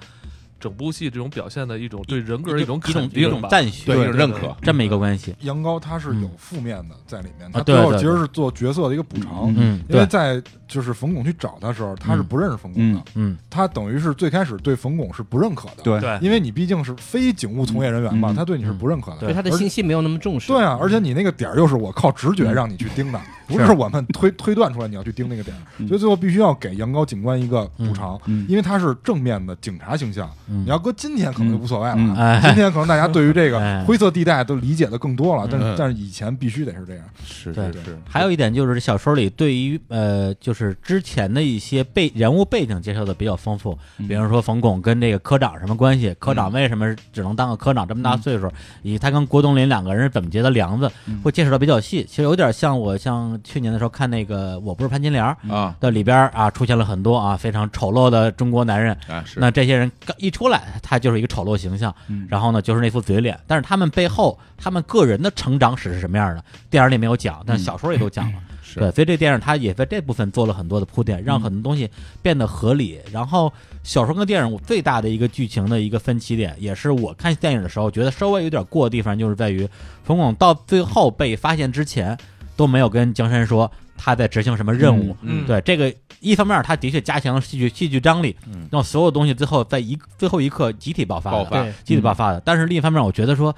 Speaker 4: 整部戏这种表现的一种对人格的
Speaker 1: 一
Speaker 4: 种
Speaker 1: 一种
Speaker 4: 肯
Speaker 1: 一
Speaker 4: 定
Speaker 1: 种
Speaker 4: 吧。
Speaker 1: 赞许，
Speaker 2: 对一种认
Speaker 4: 对
Speaker 2: 可，
Speaker 1: 这么一个关系。
Speaker 6: 杨高他是有负面的在里面，
Speaker 1: 嗯
Speaker 6: 他
Speaker 1: 啊对
Speaker 6: 最后
Speaker 1: 对
Speaker 6: 其实是做角色的一个补偿，
Speaker 1: 嗯，
Speaker 6: 因
Speaker 1: 对，
Speaker 6: 为在就是冯巩去找他的时候，他是不认识冯巩的
Speaker 5: 嗯，
Speaker 1: 嗯
Speaker 6: 他等于是最开始对冯巩是不认可的，
Speaker 5: 对
Speaker 4: 对
Speaker 6: 因为你毕竟是非警务从业人员嘛，
Speaker 5: 嗯
Speaker 6: 他对你是不认可的，
Speaker 3: 对他的
Speaker 6: 而
Speaker 3: 信息没有那么重视，
Speaker 6: 对啊，而且你那个点儿又是我靠直觉让你去盯的，不是我们推推断出来你要去盯那个点儿，
Speaker 5: 嗯
Speaker 6: 所以最后必须要给杨高警官一个补偿，
Speaker 5: 嗯
Speaker 6: 因为他是正面的警察形象。
Speaker 1: 嗯
Speaker 6: 你要搁今天可能就无所谓了，
Speaker 5: 嗯
Speaker 1: 哎
Speaker 6: 今天可能大家对于这
Speaker 1: 哎
Speaker 6: 个灰色地带都理解的更多了，但
Speaker 2: 嗯
Speaker 6: 是但是以前必须得是这样。
Speaker 2: 是
Speaker 1: 对
Speaker 2: 是是，
Speaker 1: 还有一点就是这小说里对于呃，就是就是之前的一些背人物背景介绍的比较丰富，
Speaker 5: 嗯
Speaker 1: 比如说冯巩跟这个科长什么关系，科长为什么只能当个科长这么大岁数，以及他跟郭冬临两个人是怎么结的梁子，
Speaker 5: 嗯
Speaker 1: 会介绍的比较细。其实有点像我像去年的时候看那个《我不是潘金莲》
Speaker 2: 啊
Speaker 1: 的里边儿啊，出现了很多啊非常丑陋的中国男人，
Speaker 2: 啊是
Speaker 1: 那这些人刚一出来，他就是一个丑陋形象，
Speaker 5: 嗯
Speaker 1: 然后呢就是那副嘴脸，但是他们背后他们个人的成长史是什么样的，电影里没有讲，但小说里都讲了。
Speaker 2: 是
Speaker 1: 对，所以这电影它也在这部分做了很多的铺垫，让很多东西变得合理。然后小说跟电影最大的一个剧情的一个分歧点，也是我看电影的时候觉得稍微有点过的地方，就是在于冯巩到最后被发现之前都没有跟江山说他在执行什么任务。
Speaker 4: 嗯，
Speaker 1: 对这个，一方面他的确加强了戏剧戏剧张力，
Speaker 2: 嗯
Speaker 1: 让所有东西最后在一最后一刻集体爆发
Speaker 2: 爆
Speaker 1: 的，
Speaker 2: 发
Speaker 3: 对，
Speaker 1: 集体爆发的。但是另一方面，我觉得说，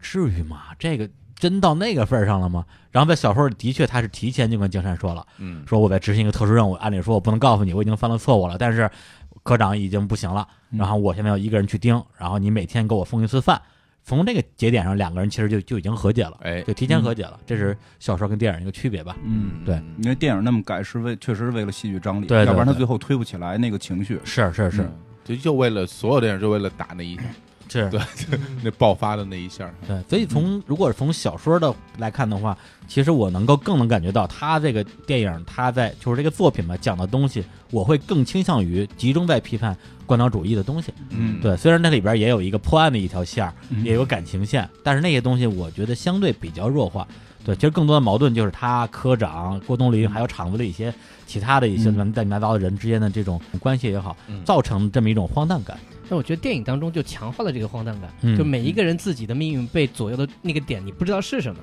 Speaker 1: 至于吗？这个真到那个份儿上了吗？然后在小说里的确他是提前就跟江山说了，
Speaker 2: 嗯
Speaker 1: 说我在执行一个特殊任务，按理说我不能告诉你，我已经犯了错误了，但是科长已经不行了，
Speaker 5: 嗯
Speaker 1: 然后我现在要一个人去盯，然后你每天给我送一次饭。从这个节点上，两个人其实就就已经和解了，
Speaker 2: 哎
Speaker 1: 就提前和解了，这是小说跟电影一个区别吧？
Speaker 5: 嗯，
Speaker 1: 对
Speaker 5: 因为电影那么改是为确实是为了戏剧张力，
Speaker 1: 对对
Speaker 5: 要不然他
Speaker 1: 对
Speaker 5: 最后推不起来那个情绪。
Speaker 1: 是是是
Speaker 5: 嗯
Speaker 2: 就就为了所有电影就为了打那一下，
Speaker 1: 是，
Speaker 2: 对，那爆发的那一下，
Speaker 1: 对，所以从如果是从小说的来看的话，其实我能够更能感觉到他这个电影，他在就是这个作品吧讲的东西，我会更倾向于集中在批判官僚主义的东西。
Speaker 2: 嗯
Speaker 1: 对，虽然那里边也有一个破案的一条线儿，
Speaker 5: 嗯
Speaker 1: 也有感情线，但是那些东西我觉得相对比较弱化。对，其实更多的矛盾就是他科长郭冬临还有厂子里一些其他的一些
Speaker 5: 嗯
Speaker 1: 乱七八糟的人之间的这种关系也好
Speaker 2: 嗯，
Speaker 1: 造成这么一种荒诞感。
Speaker 3: 但我觉得电影当中就强化了这个荒诞感，
Speaker 1: 嗯
Speaker 3: 就每一个人自己的命运被左右的那个点，你不知道是什么。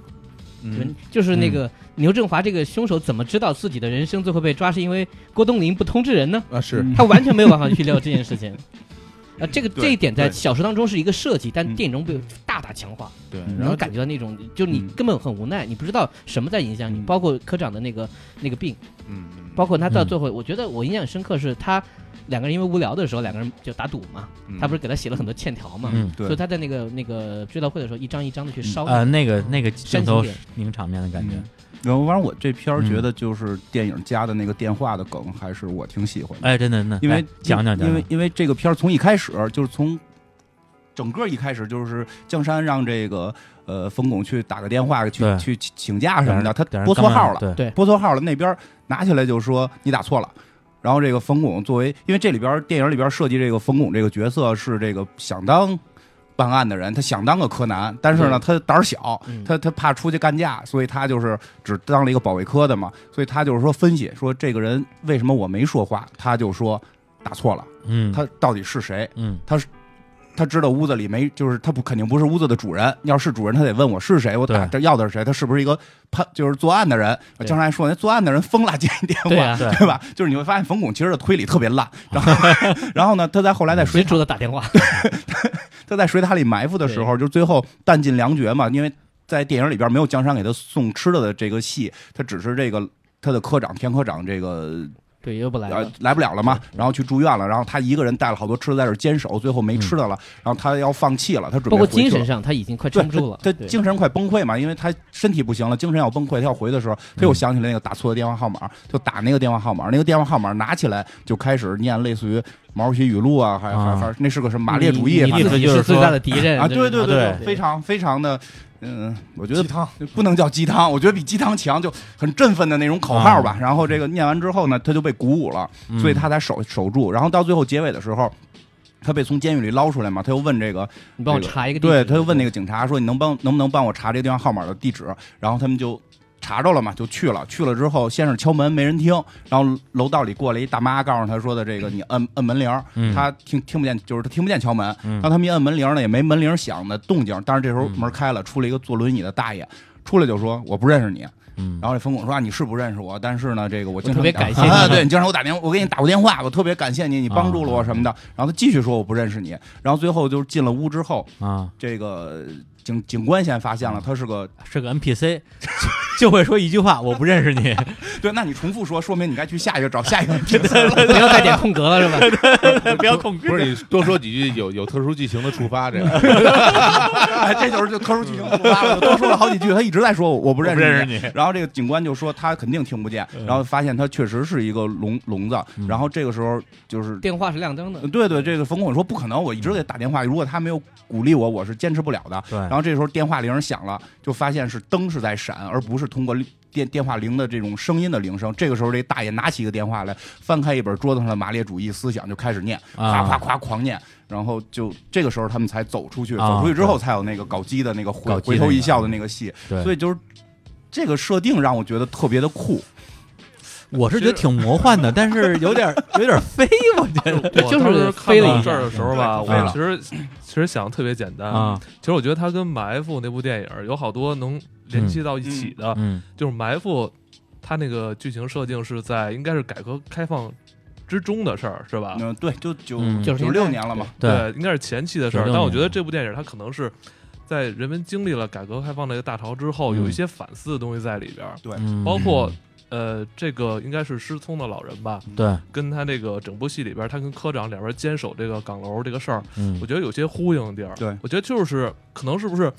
Speaker 3: 就
Speaker 2: 嗯
Speaker 3: 就是那个牛振华这个凶手怎么知道自己的人生最后被抓，是因为郭冬临不通知人呢？
Speaker 2: 啊是
Speaker 5: 嗯
Speaker 3: 他完全没有办法去料这件事情。啊，这个
Speaker 2: 对
Speaker 3: 这一点在
Speaker 2: 对
Speaker 3: 小说当中是一个设计，但
Speaker 5: 嗯
Speaker 3: 电影中被大大强化，
Speaker 2: 对，
Speaker 5: 嗯
Speaker 3: 你
Speaker 2: 然后
Speaker 3: 能感觉到那种，就你
Speaker 5: 嗯
Speaker 3: 根本很无奈，你不知道什么在影响你，
Speaker 5: 嗯
Speaker 3: 包括科长的那个那个病，
Speaker 2: 嗯嗯
Speaker 3: 包括他到
Speaker 1: 嗯
Speaker 3: 最后，我觉得我印象深刻是他两个人因为无聊的时候，两个人就打赌嘛，
Speaker 2: 嗯
Speaker 3: 他不是给他写了很多欠条嘛，
Speaker 1: 嗯，
Speaker 5: 对
Speaker 3: 所以他在那个那个追悼会的时候，一张一张的去烧，
Speaker 1: 呃，那个那个镜
Speaker 3: 煽情
Speaker 1: 头
Speaker 3: 点
Speaker 1: 名场面的感觉。
Speaker 5: 嗯然后，反正我这片儿
Speaker 1: 嗯
Speaker 5: 觉得就是电影加的那个电话的梗，还是我挺喜欢的。
Speaker 1: 哎，真的，真的，
Speaker 5: 因为
Speaker 1: 来讲讲讲讲，
Speaker 5: 因为因为这个片儿从一开始就是从整个一开始就是江山让这个呃冯巩去打个电话去
Speaker 1: 对
Speaker 5: 去去请假什么的，他
Speaker 1: 点儿
Speaker 5: 拨错
Speaker 1: 刚才
Speaker 5: 号了，
Speaker 1: 对，
Speaker 3: 对
Speaker 5: 拨错号了，那边拿起来就说你打错了。然后这个冯巩作为，因为这里边电影里边设计这个冯巩这个角色是这个想当办案的人，他想当个柯南，但是呢他胆儿小，
Speaker 3: 嗯
Speaker 5: 他他怕出去干架，所以他就是只当了一个保卫科的嘛，所以他就是说分析说这个人为什么我没说话，他就说打错了，
Speaker 1: 嗯，
Speaker 5: 他到底是谁？
Speaker 1: 嗯
Speaker 5: 他知道屋子里没，就是他不肯定不是屋子的主人。要是主人，他得问我是谁，我打
Speaker 1: 对
Speaker 5: 这要的是谁，他是不是一个判就是作案的人？
Speaker 3: 对
Speaker 5: 江山还说那作案的人疯了接一电
Speaker 3: 对
Speaker 5: 话，
Speaker 3: 啊，
Speaker 1: 对
Speaker 5: 对吧？就是你会发现冯巩其实的推理特别烂，然 后然后呢，他在后来在水
Speaker 3: 执着的打电话，
Speaker 5: 他在水塔里埋伏的时候，就是最后弹尽粮绝嘛，因为在电影里边没有江山给他送吃的的这个戏，他只是这个。他的科长田科长这个
Speaker 3: 对，又不来
Speaker 5: 呃
Speaker 3: 了，
Speaker 5: 来不了了嘛，然后去住院了，然后他一个人带了好多吃的在这儿坚守，最后没吃的了，然后他要放弃了，他准备
Speaker 3: 嗯包括
Speaker 5: 回去
Speaker 3: 精
Speaker 5: 了
Speaker 3: 神上他已经快
Speaker 5: 对
Speaker 3: 撑不住了，
Speaker 5: 他
Speaker 3: 对
Speaker 5: 精神快崩溃嘛，因为他身体不行了，精神要崩溃，他要回的时候，他
Speaker 3: 嗯
Speaker 5: 又想起来那个打错的电话号码，就打那个电话号码，那个电话号码拿起来就开始念类似于毛主席语录啊，还还
Speaker 1: 啊
Speaker 5: 还那是个什么马列主义
Speaker 3: 你
Speaker 5: 反
Speaker 1: 意
Speaker 5: 正
Speaker 3: 你
Speaker 1: 思
Speaker 3: 自己
Speaker 1: 就是
Speaker 3: 是最
Speaker 1: 说
Speaker 3: 大的敌人
Speaker 5: 啊，对对
Speaker 1: 对
Speaker 5: 非常非常的，嗯，我觉
Speaker 6: 鸡
Speaker 5: 得
Speaker 6: 汤，
Speaker 5: 不能叫鸡汤，我觉得比鸡汤强，就很振奋的那种口号吧。然后这个念完之后呢，他就被鼓舞了，
Speaker 1: 嗯
Speaker 5: 所以他才守守住。然后到最后结尾的时候。他被从监狱里捞出来嘛，他又问这个
Speaker 3: 你帮我查一个地址，
Speaker 5: 对，他就问那个警察说：“你能帮能不能帮我查这个电话号码的地址？”然后他们就查着了嘛，就去了。去了之后，先是敲门没人听，然后楼道里过来一大妈，告诉他说的这个你摁摁门铃儿，
Speaker 1: 嗯
Speaker 5: 他听听不见，就是他听不见敲门。
Speaker 1: 嗯
Speaker 5: 然后他们一摁门铃儿呢，也没门铃响的动静。但是这时候
Speaker 1: 嗯
Speaker 5: 门开了，出来一个坐轮椅的大爷。出来就说我不认识你，
Speaker 1: 嗯
Speaker 5: 然后这冯巩说啊你是不认识我，但是呢这个我经常
Speaker 3: 特别
Speaker 5: 给你打
Speaker 3: 感谢你
Speaker 5: 啊，对你经常给我打电话，我给你打过电话，我特别感谢你，你帮助了我什么的。然后他继续说我不认识你，然后最后就是进了屋之后，
Speaker 1: 啊，
Speaker 5: 这个警警官先发现了，他是个
Speaker 1: 是个 NPC，就 会说一句话：“我不认识 你。
Speaker 5: 对，那你重复说，说明你该去下一个找下一个人
Speaker 3: 不要再点空格了，是吧？”
Speaker 1: 不要恐
Speaker 2: 不是
Speaker 1: 惧。
Speaker 2: 你多说几句有有 特殊剧情的触发，这个
Speaker 5: 哎，这就是就特殊剧情触发了，我多说了好几句，他一直在说我我不认识
Speaker 1: 我不认识
Speaker 5: 你。然后这个警官就说他肯定听不见，
Speaker 1: 嗯
Speaker 5: 然后发现他确实是一个聋聋子。然后这个时候就是。呃
Speaker 3: 电话是亮 灯的，
Speaker 5: 对对，这个冯巩说不可能，我一直给他打电话，如果他没有鼓励我，我是坚持不了的。
Speaker 1: 对
Speaker 5: 然后这时候电话铃响了，就发现是灯是在闪，而不是通过电电话铃的这种声音的铃声。这个时候，这大爷拿起一个电话来，翻开一本桌子上的马列主义思想，就开始念，
Speaker 1: 啊
Speaker 5: 夸夸夸狂念。然后就这个时候他们才走出去，
Speaker 1: 啊
Speaker 5: 走出去之后才有那个搞基的那个回
Speaker 1: 搞基
Speaker 5: 回
Speaker 1: 那
Speaker 5: 头
Speaker 1: 个嗯
Speaker 5: 一笑的那个戏。
Speaker 1: 对
Speaker 5: 所以就是这个设定让我觉得特别的酷。
Speaker 1: 我是觉得挺魔幻的，但是有点有点飞，我 觉得
Speaker 4: 对
Speaker 3: 就是
Speaker 4: 看
Speaker 3: 飞了
Speaker 4: 到
Speaker 3: 一
Speaker 4: 这
Speaker 3: 下
Speaker 4: 儿的
Speaker 1: 嗯
Speaker 4: 时候吧，
Speaker 5: 对飞
Speaker 4: 我
Speaker 5: 了
Speaker 4: 其实其实想的特别简单
Speaker 1: 啊，
Speaker 4: 其实我觉得它跟《埋伏》那部电影有好多能联系到一起的，
Speaker 1: 嗯
Speaker 4: 就是《埋伏》，它那个剧情设定是在应该是改革开放之中的事儿，是吧？
Speaker 5: 嗯，对，就九
Speaker 1: 嗯
Speaker 5: 九六
Speaker 3: 96
Speaker 5: 年了嘛，
Speaker 1: 对，
Speaker 4: 应该是前期的事儿。
Speaker 1: 96
Speaker 4: 但我觉得这部电影它可能是在人们经历了改革开放的一个大潮之后，
Speaker 1: 嗯
Speaker 4: 有一些反思的东西在里边儿。
Speaker 1: 嗯
Speaker 4: 包括呃，这个应该是失聪的老人吧，
Speaker 1: 对，
Speaker 4: 跟他这个整部戏里边，他跟科长两边坚守这个岗楼这个事儿，
Speaker 1: 嗯
Speaker 4: 我觉得有些呼应的地儿。
Speaker 5: 对
Speaker 4: 我觉得就是可能是不是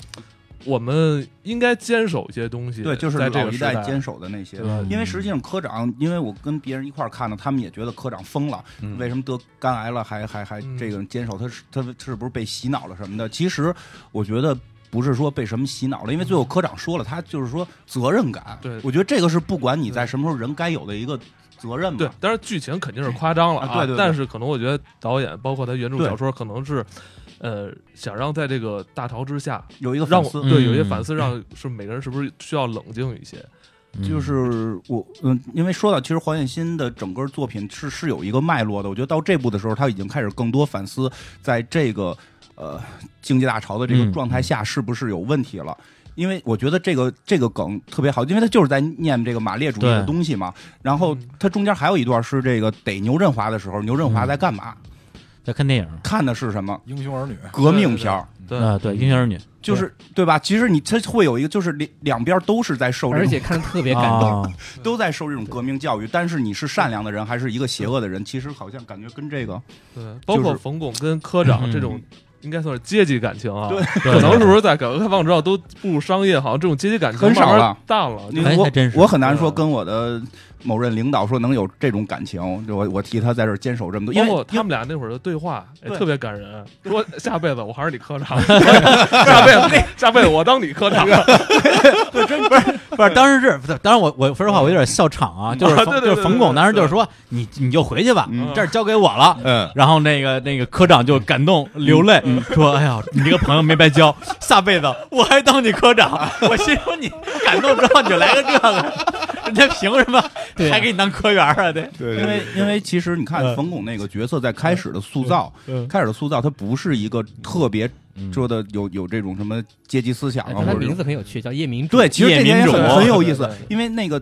Speaker 4: 我们应该坚守一些东西，
Speaker 5: 对，就是
Speaker 4: 在这
Speaker 5: 老
Speaker 4: 个
Speaker 5: 一
Speaker 4: 时
Speaker 5: 代
Speaker 4: 代
Speaker 5: 坚守的那些。
Speaker 1: 嗯
Speaker 5: 因为实际上科长，因为我跟别人一块儿看的，他们也觉得科长疯了，
Speaker 2: 嗯
Speaker 5: 为什么得肝癌了还还还
Speaker 4: 嗯
Speaker 5: 这个坚守？他是他是不是被洗脑了什么的？其实我觉得。不是说被什么洗脑了，因为最后科长说了，他就是说责任感。
Speaker 4: 对
Speaker 5: 我觉得这个是不管你在什么时候人该有的一个责任吧。
Speaker 4: 对，当然剧情肯定是夸张了
Speaker 5: 啊对对对
Speaker 4: 但是可能我觉得导演包括他原著
Speaker 5: 对
Speaker 4: 小说可能是，呃，想让在这个大潮之下，
Speaker 5: 有一 个
Speaker 4: 让
Speaker 5: 反
Speaker 4: 我
Speaker 5: 思。
Speaker 1: 嗯
Speaker 4: 对有一些反思，让是每个人是不是需要冷静一些？
Speaker 5: 嗯
Speaker 1: 嗯
Speaker 5: 就是我，嗯，因为说到其实黄建新的整个作品是是有一个脉络的，我觉得到这步的时候，他已经开始更多反思，在这个呃经济大潮的这个
Speaker 1: 嗯
Speaker 5: 状态下是不是有问题了。嗯因为我觉得这个这个梗特别好，因为他就是在念这个马列主义的
Speaker 1: 对
Speaker 5: 东西嘛。然后
Speaker 4: 嗯
Speaker 5: 他中间还有一段是这个逮牛振华的时候，牛振华
Speaker 1: 嗯
Speaker 5: 在干嘛？
Speaker 1: 在看电影，
Speaker 5: 看的是什么
Speaker 6: 英雄儿女，
Speaker 5: 革
Speaker 4: 对
Speaker 5: 命
Speaker 4: 对
Speaker 5: 片儿？
Speaker 4: 对，
Speaker 1: 啊，对，英雄儿女
Speaker 5: 就是对吧？其实你他会有一个，就是两两边都是在受这
Speaker 3: 而
Speaker 5: 种
Speaker 3: 且看着特别感动。
Speaker 1: 动，啊
Speaker 5: 都在受这种革命教育，但是你是善良的人还是一个邪恶的人，其实好像感觉跟这个
Speaker 4: 对，包括冯巩跟科
Speaker 1: 嗯
Speaker 4: 长这种，应该算是阶级感情啊。
Speaker 5: 对
Speaker 1: 对
Speaker 4: 可能是不是在改革开放之后都步入商业，好像这种阶级感情
Speaker 5: 很少
Speaker 4: 慢慢
Speaker 5: 了
Speaker 4: 淡了。
Speaker 5: 你
Speaker 1: 哎
Speaker 5: 我
Speaker 1: 还真是
Speaker 5: 我很难说
Speaker 4: 对
Speaker 5: 跟我的某任领导说能有这种感情，我我替他在这儿坚守这么多，因
Speaker 4: 包
Speaker 5: 为
Speaker 4: 括他们俩那会儿的对话，哎
Speaker 5: 对
Speaker 4: 特别感人。说下辈子我还是你科 长，下辈子下辈子我当你科长。
Speaker 1: 不是，当时是，当然我我说实话，我有点笑场啊， 就是
Speaker 4: 啊
Speaker 1: 冯
Speaker 4: 对对
Speaker 1: 就
Speaker 4: 对
Speaker 1: 是冯巩当时就是说，你你就回去吧，
Speaker 5: 嗯
Speaker 1: 这儿交给我了。
Speaker 2: 嗯，
Speaker 1: 然后那个那个科长就感动
Speaker 4: 嗯
Speaker 1: 流泪，说：“哎呀，你这个朋友没白交，下辈子我还当你科 长。”我心说你感动之后你就来个这个，人家凭什么
Speaker 3: 对啊
Speaker 1: 还给你当科员啊？对，
Speaker 4: 嗯
Speaker 2: 对
Speaker 5: 因
Speaker 2: 对
Speaker 5: 为因为其实你看
Speaker 1: 嗯
Speaker 5: 冯巩那个角色在开始的塑造，
Speaker 4: 嗯
Speaker 5: 开始的塑造他不是一个特别
Speaker 2: 嗯
Speaker 5: 说的有有这种什么阶级思想
Speaker 3: 哎
Speaker 5: 啊，或
Speaker 3: 但他
Speaker 5: 者
Speaker 3: 名字很有趣，叫夜明珠。
Speaker 5: 对，其实这
Speaker 1: 夜
Speaker 5: 点也
Speaker 1: 明
Speaker 5: 很
Speaker 1: 种
Speaker 5: 很有意思
Speaker 4: 对对对，
Speaker 5: 因为那个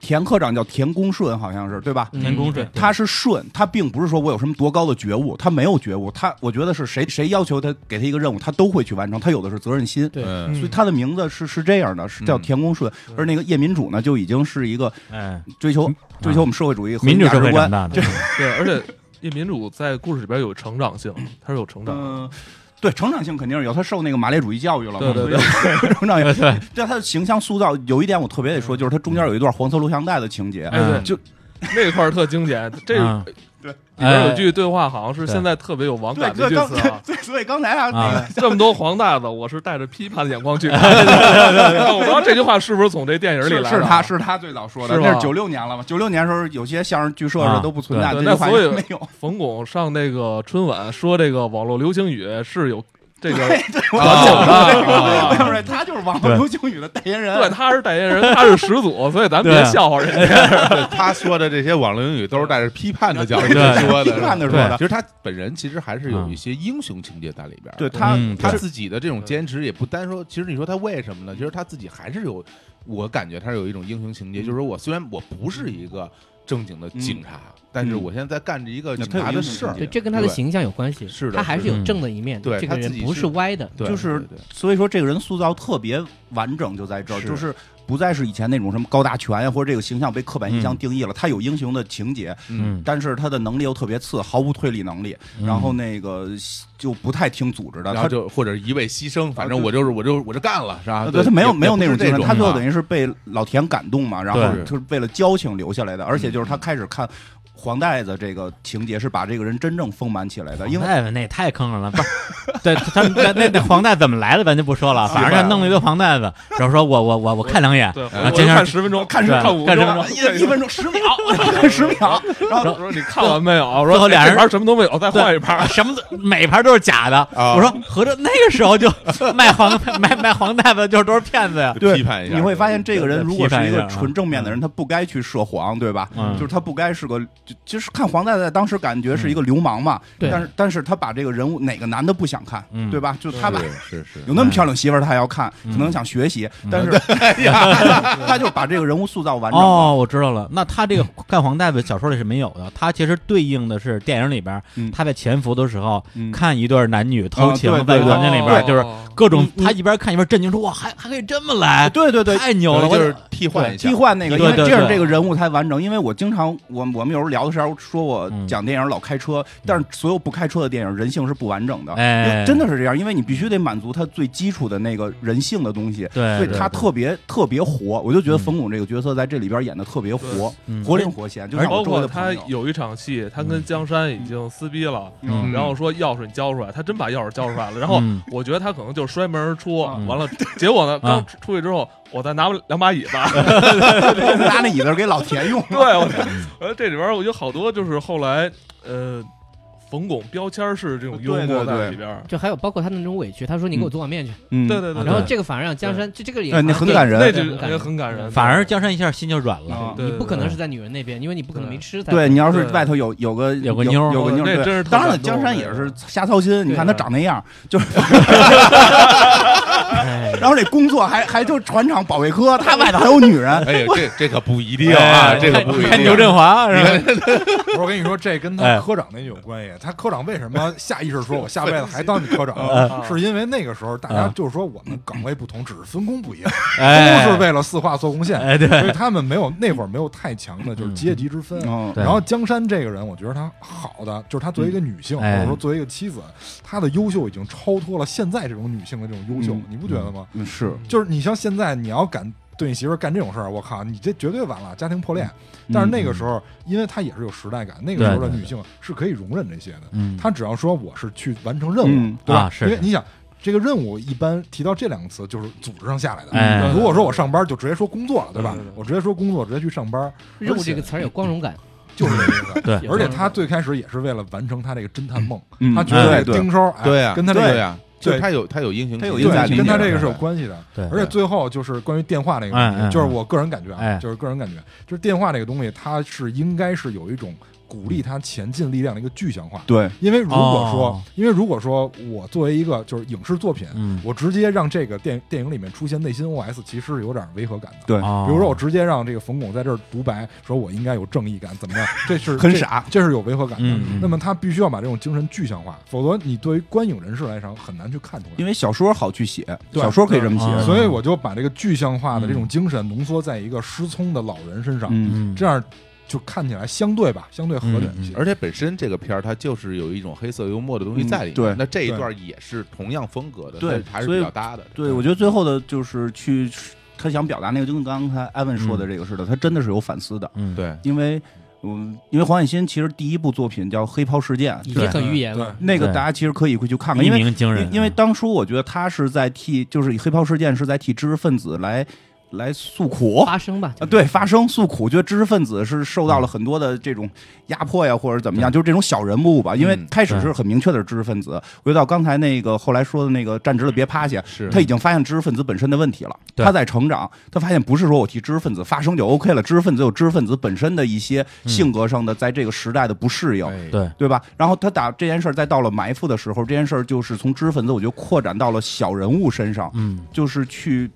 Speaker 5: 田科长叫田公顺，好像是对吧？
Speaker 3: 嗯
Speaker 1: 田宫顺，
Speaker 5: 他是顺，他并不是说我有什么多高的觉悟，他没有觉悟，他我觉得是谁谁要求他给他一个任务，他都会去完成，他有的是责任心。
Speaker 3: 对
Speaker 2: 嗯
Speaker 4: 嗯
Speaker 5: 所以他的名字是是这样的，是叫
Speaker 2: 嗯
Speaker 5: 田公顺，而那个叶民主呢，就已经是一个
Speaker 1: 哎，
Speaker 5: 追求追求我们社会主义和
Speaker 1: 民主
Speaker 5: 价
Speaker 1: 社
Speaker 5: 值
Speaker 1: 会长
Speaker 5: 观。
Speaker 1: 大的，
Speaker 4: 对，而且叶民主在故事里边有成长性，他是有成长的。
Speaker 5: 嗯，对，成长性肯定是有，他受那个马列主义教育了嘛，
Speaker 4: 对对
Speaker 5: 对，成长性。对他的形象塑造，有一点我特别得说，就是他中间有一段黄色录像带的情节，
Speaker 4: 哎，对，
Speaker 1: 嗯
Speaker 4: 就那块儿特经典。这
Speaker 1: 嗯
Speaker 4: 里边
Speaker 1: 哎
Speaker 4: 有句对话，好像是
Speaker 1: 对
Speaker 4: 现在特别有网
Speaker 5: 对
Speaker 4: 感的
Speaker 5: 对，
Speaker 4: 句
Speaker 5: 刚。
Speaker 4: 词啊
Speaker 5: 对，所以刚才啊，那个
Speaker 1: 啊，
Speaker 4: 这么多黄大子，我是带着批判的眼光去看的。但我不知道这句话是不是从这电影里
Speaker 5: 是
Speaker 4: 来的啊。
Speaker 5: 是他是他最早说的，
Speaker 4: 是
Speaker 5: 那
Speaker 4: 吧
Speaker 5: 是九六年了嘛？九六年的时候，有些相声剧社
Speaker 1: 啊
Speaker 5: 是都不存在，
Speaker 4: 对
Speaker 5: 这句话
Speaker 4: 那所以啊
Speaker 5: 也没有。
Speaker 4: 冯巩上那个春晚说这个网络流行语是有这个，
Speaker 5: 我
Speaker 4: 啊
Speaker 5: 想
Speaker 4: 啊
Speaker 5: 这个
Speaker 4: 啊
Speaker 5: 我想说他就是网络流行语的代言人。
Speaker 4: 对，他是代言人，他是始祖，所以咱
Speaker 1: 对
Speaker 4: 别笑话人家。
Speaker 2: 对他说的这些网络英语都是带着批判的角度
Speaker 1: 对
Speaker 2: 说的，
Speaker 5: 批判地说的
Speaker 2: 其实他本人其实还是
Speaker 3: 嗯
Speaker 2: 有一些英雄情节在里边儿。
Speaker 5: 对他
Speaker 1: 嗯
Speaker 2: 他
Speaker 5: 是
Speaker 2: 自己的这种坚持也不单说，其实你说他为什么呢？其实他自己还是有，我感觉他是有一种英雄情节，就是说我虽然我不是一个正经的警察，但是我现在在干着一个警察的事儿。
Speaker 5: 对
Speaker 3: 对，这跟他的形象有关系。
Speaker 2: 是的
Speaker 3: 他还是
Speaker 1: 是
Speaker 5: 嗯
Speaker 3: 有
Speaker 1: 的
Speaker 3: 正的一面的。
Speaker 2: 对
Speaker 3: 这
Speaker 2: 他
Speaker 3: 个
Speaker 2: 自
Speaker 3: 人
Speaker 2: 己
Speaker 3: 不
Speaker 2: 是
Speaker 3: 是歪的。
Speaker 2: 对，
Speaker 5: 就是所以说这个人塑造特别完整，就在这儿，
Speaker 2: 是
Speaker 5: 就是不再是以前那种什么高大全呀，或者这个形象被刻板印象
Speaker 1: 嗯
Speaker 5: 定义了。他有英雄的情节，
Speaker 1: 嗯，
Speaker 5: 但是他的能力又特别次，毫无推理能力。然
Speaker 4: 嗯
Speaker 5: 后那个就不太听组织
Speaker 2: 然
Speaker 5: 的，啊他
Speaker 2: 后就或者一味牺牲，反正
Speaker 5: 啊
Speaker 2: 我就是我就我就干了，是吧？
Speaker 5: 对他没有没有那
Speaker 2: 种啊
Speaker 5: 种精神，他最后等
Speaker 2: 于
Speaker 5: 于是被老田感动嘛，然后
Speaker 2: 对
Speaker 5: 就是为了交情留下来的，而且就是他开始看黄袋子这个情节是把这个人真正丰满起来的，因为
Speaker 1: 大夫那也太坑人了，不是？对他那那那黄带怎么来的咱就不说了，反正他弄了一堆黄带子，然后说我我我我看两眼，
Speaker 4: 对，
Speaker 1: 然后
Speaker 4: 我就
Speaker 1: 经常
Speaker 4: 看十分钟，看
Speaker 1: 对
Speaker 4: 看五
Speaker 1: 看
Speaker 4: 分
Speaker 1: 十
Speaker 4: 钟
Speaker 1: 分钟，
Speaker 5: 一一分钟十秒， 十秒，然后
Speaker 4: 我说你看完没有？我
Speaker 1: 最后
Speaker 4: 说
Speaker 1: 俩人
Speaker 4: 这盘什么都没有，再换一盘。
Speaker 1: 什么都每盘都是假的。
Speaker 2: 啊
Speaker 1: 我说合着那个时候就卖黄卖卖黄带子就是都是骗子呀。
Speaker 5: 对
Speaker 2: 批判一下，
Speaker 5: 你会发现这个人如果是一
Speaker 1: 批判一下
Speaker 5: 个
Speaker 1: 啊
Speaker 5: 纯正面的人，他不该去涉黄，对吧？
Speaker 1: 嗯
Speaker 5: 就是他不该是个，就就是看黄带在当时感觉是一个流氓嘛，
Speaker 3: 对
Speaker 5: 但是但是他把这个人物哪个男的不想看，
Speaker 1: 嗯
Speaker 5: 对吧？就他把
Speaker 2: 是是是
Speaker 5: 有那么漂亮媳妇儿，他要看，
Speaker 1: 嗯
Speaker 5: 可能想学习，但 是 他就把这个人物塑造完整了。
Speaker 1: 哦，我知道了。那他这个
Speaker 5: 嗯
Speaker 1: 看黄带子小说里是没有的，他其实对应的是电影里边
Speaker 5: 嗯
Speaker 1: 他在潜伏的时候
Speaker 5: 嗯
Speaker 1: 看一对男女偷情
Speaker 5: 啊对
Speaker 1: 在
Speaker 5: 对
Speaker 1: 房间里边，就是
Speaker 4: 哦
Speaker 1: 各种
Speaker 5: 嗯
Speaker 1: 他一边看一边震惊说哇还还可以这么来，
Speaker 5: 对对对，
Speaker 1: 太牛
Speaker 2: 有
Speaker 1: 了！
Speaker 2: 了，
Speaker 1: 我
Speaker 2: 就是替换一下，
Speaker 5: 替换那个，因
Speaker 1: 对
Speaker 5: 为
Speaker 1: 对
Speaker 5: 这样
Speaker 1: 对
Speaker 5: 这个人物才完整。因为我经常，我我们有时候聊的时候说我
Speaker 1: 嗯
Speaker 5: 讲电影老开车，但是所有不开车的电影人性是不完整的，
Speaker 1: 哎
Speaker 5: 因为真的是这样，因为你必须得满足他最基础的那个人性的东西。
Speaker 1: 哎对，
Speaker 5: 所以
Speaker 1: 对
Speaker 5: 他
Speaker 1: 对
Speaker 5: 特别特别活，我就觉得
Speaker 1: 嗯
Speaker 5: 冯巩这个角色在这里边演的特别活，
Speaker 1: 嗯哎
Speaker 5: 活灵活现，就像
Speaker 4: 包
Speaker 5: 我周围
Speaker 4: 括
Speaker 5: 的朋
Speaker 4: 他
Speaker 5: 友。嗯
Speaker 4: 有一场戏，他跟江山已经撕逼了，
Speaker 1: 嗯
Speaker 4: 然后说钥匙你交出来，他真把钥匙交出来了。然后
Speaker 1: 嗯
Speaker 4: 我觉得他可能就摔门而出，
Speaker 1: 嗯
Speaker 4: 完了，结果呢，
Speaker 1: 啊
Speaker 4: 刚出去之后，我再拿两把 椅子。
Speaker 5: 拿那椅子给老 田用
Speaker 4: 对，我觉得我觉得这里边儿我有好多就是后来呃，冯巩标签式这种幽
Speaker 5: 对对
Speaker 4: 默在
Speaker 5: 对
Speaker 4: 里边儿。
Speaker 3: 就还有包括他的那种委屈，他说你给我做碗面去，啊
Speaker 5: 嗯
Speaker 4: 对对对，
Speaker 3: 然后
Speaker 4: 对
Speaker 3: 这个反而让江山，这这个也
Speaker 5: 哎那很感人
Speaker 4: 那
Speaker 3: 对
Speaker 4: 就也很感人，
Speaker 1: 反而江山一下心就软了。
Speaker 5: 啊
Speaker 4: 对
Speaker 3: 你不可能是在女人那边，因为你不可能没吃才
Speaker 5: 对你要是
Speaker 4: 对
Speaker 5: 外头有有个
Speaker 1: 有个妞儿
Speaker 5: 有个妞儿，
Speaker 4: 那
Speaker 5: 对
Speaker 4: 真是特
Speaker 5: 当然了，
Speaker 4: 感动
Speaker 5: 江山
Speaker 4: 那
Speaker 5: 也
Speaker 4: 个
Speaker 5: 是瞎操心。你看他长那样，就是，
Speaker 1: 哎
Speaker 5: 然后这工作还还就船厂保卫科，他外头还有 女人，
Speaker 2: 哎呀，这这可不一定啊，
Speaker 5: 哎
Speaker 2: 这个不一定。
Speaker 1: 看牛振华是吧？
Speaker 6: 不是我跟你说，这跟
Speaker 1: 哎
Speaker 6: 他科长那有关系。他科长为什么下意识说我下辈子还当你科
Speaker 4: 嗯
Speaker 6: 长，是因为那个时候大家
Speaker 1: 嗯
Speaker 6: 就是说我们岗位不同，只是分工不一样。
Speaker 1: 哎，
Speaker 6: 都是为了四化做贡献，
Speaker 1: 哎对
Speaker 6: 所以他们没有那会儿没有太强的就是阶级之分。
Speaker 5: 嗯
Speaker 1: 对
Speaker 6: 然后江山这个人，我觉得她好的就是她作为一个女性，
Speaker 1: 哎
Speaker 6: 或者说作为一个妻子，她的优秀已经超脱了现在这种女性的这种优秀，
Speaker 5: 嗯
Speaker 6: 你不觉得吗？
Speaker 5: 嗯是
Speaker 6: 就是你像现在，你要敢对你媳妇儿干这种事儿，我靠，你这绝对完了，家庭破裂。但是那个时候，因为她也是有时代感，那个时候的
Speaker 1: 对对
Speaker 6: 女性是可以容忍这些的。
Speaker 1: 嗯
Speaker 6: 她只要说我是去完成任务，
Speaker 5: 嗯
Speaker 6: 对吧？
Speaker 1: 啊是
Speaker 6: 因为你想。这个任务一般提到这两个词，就是组织上下来的。
Speaker 1: 哎
Speaker 6: 如果说我上班，就直接说工作了，对吧？
Speaker 4: 对对对
Speaker 6: 我直接说工作，直接去上班，
Speaker 3: 任务这个
Speaker 6: 而且
Speaker 3: 词儿有光荣感，
Speaker 6: 就是这个意 思。
Speaker 1: 对
Speaker 3: 有光
Speaker 6: 而且
Speaker 3: 荣
Speaker 6: 他
Speaker 3: 感
Speaker 6: 最开始也是为了完成他这个侦探梦，
Speaker 5: 嗯
Speaker 6: 他觉得这
Speaker 5: 对
Speaker 6: 个
Speaker 5: 对
Speaker 6: 丁收，哎
Speaker 2: 对呀，
Speaker 6: 跟他这
Speaker 2: 对
Speaker 6: 个
Speaker 2: 呀，就
Speaker 6: 对
Speaker 2: 他有他有英雄气
Speaker 5: 他
Speaker 2: 质，
Speaker 5: 有
Speaker 6: 对
Speaker 5: 英雄气质
Speaker 6: 跟他这
Speaker 5: 理
Speaker 6: 个
Speaker 5: 解
Speaker 6: 是有关系的。
Speaker 1: 对
Speaker 6: 而且最后就是关于电话那个
Speaker 1: 嗯
Speaker 6: 问
Speaker 1: 嗯
Speaker 6: 题，就是我个人感觉
Speaker 1: 哎
Speaker 6: 啊，就是个人感觉，就是电话这个东西，它是应该是有一种鼓励他前进力量的一个具象化。
Speaker 5: 对
Speaker 6: 因为如果
Speaker 1: 哦
Speaker 6: 说，因为如果说我作为一个就是影视作品，
Speaker 1: 嗯，
Speaker 6: 我直接让这个电电影里面出现内心 OS，其实是有点违和感的。
Speaker 5: 对，
Speaker 1: 哦
Speaker 6: 比如说我直接让这个冯巩在这儿独白，说我应该有正义感，怎 么样？这是
Speaker 5: 很傻，
Speaker 6: 这这是有违和感的。
Speaker 1: 嗯嗯
Speaker 6: 那么他必须要把这种精神具象化，否则你对于观影人士来讲很难去看出来。
Speaker 5: 因为小说好去写，
Speaker 6: 对
Speaker 5: 小说可以这么
Speaker 1: 对啊
Speaker 5: 写，
Speaker 6: 所以我就把这个具象化的这种精神浓缩在一个失聪的老人身上，
Speaker 5: 嗯
Speaker 1: 嗯
Speaker 6: 这样就看起来相对吧，相对合理一些。
Speaker 2: 而且本身这个片儿它就是有一种黑色幽默的东西
Speaker 5: 嗯
Speaker 2: 在里面，
Speaker 5: 对
Speaker 2: 那这一段也是同样风格的，
Speaker 5: 对
Speaker 2: 还是
Speaker 5: 所以
Speaker 2: 比较搭的。
Speaker 5: 对，我觉得最后的就是去他想表达那个，就跟刚才艾文说的这个似的，他真的是有反思的，
Speaker 1: 嗯
Speaker 2: 对，
Speaker 5: 因为嗯，因为黄远欣其实第一部作品叫《黑袍事件
Speaker 3: 已》，
Speaker 5: 对
Speaker 3: 经很预言
Speaker 6: 对
Speaker 3: 了。
Speaker 5: 那个
Speaker 1: 对
Speaker 5: 大家其实可以去看看，
Speaker 1: 一
Speaker 5: 因为
Speaker 1: 鸣惊人，
Speaker 5: 因因为当初我觉得他是在替，就是以黑袍事件是在替知识分子来来诉苦。
Speaker 3: 发声吧，
Speaker 5: 啊，对，发声诉苦，觉得知识分子是受到了很多的这种压迫呀，或者怎么样，就是这种小人物吧。因为
Speaker 2: 嗯
Speaker 5: 开始是很明确的是知识分子，回到刚才那个后来说的那个站直了别趴下，
Speaker 2: 是
Speaker 5: 他已经发现知识分子本身的问题了，
Speaker 1: 对
Speaker 5: 他在成长，他发现不是说我替知识分子发声就 OK 了，知识分子有知识分子本身的一些性格上的在这个时代的不适应，
Speaker 2: 哎
Speaker 1: 对
Speaker 5: 对吧？然后他打这件事儿，再到了埋伏的时候，这件事儿就是从知识分子，我觉得扩展到了小人物身上，
Speaker 1: 嗯
Speaker 5: 就是去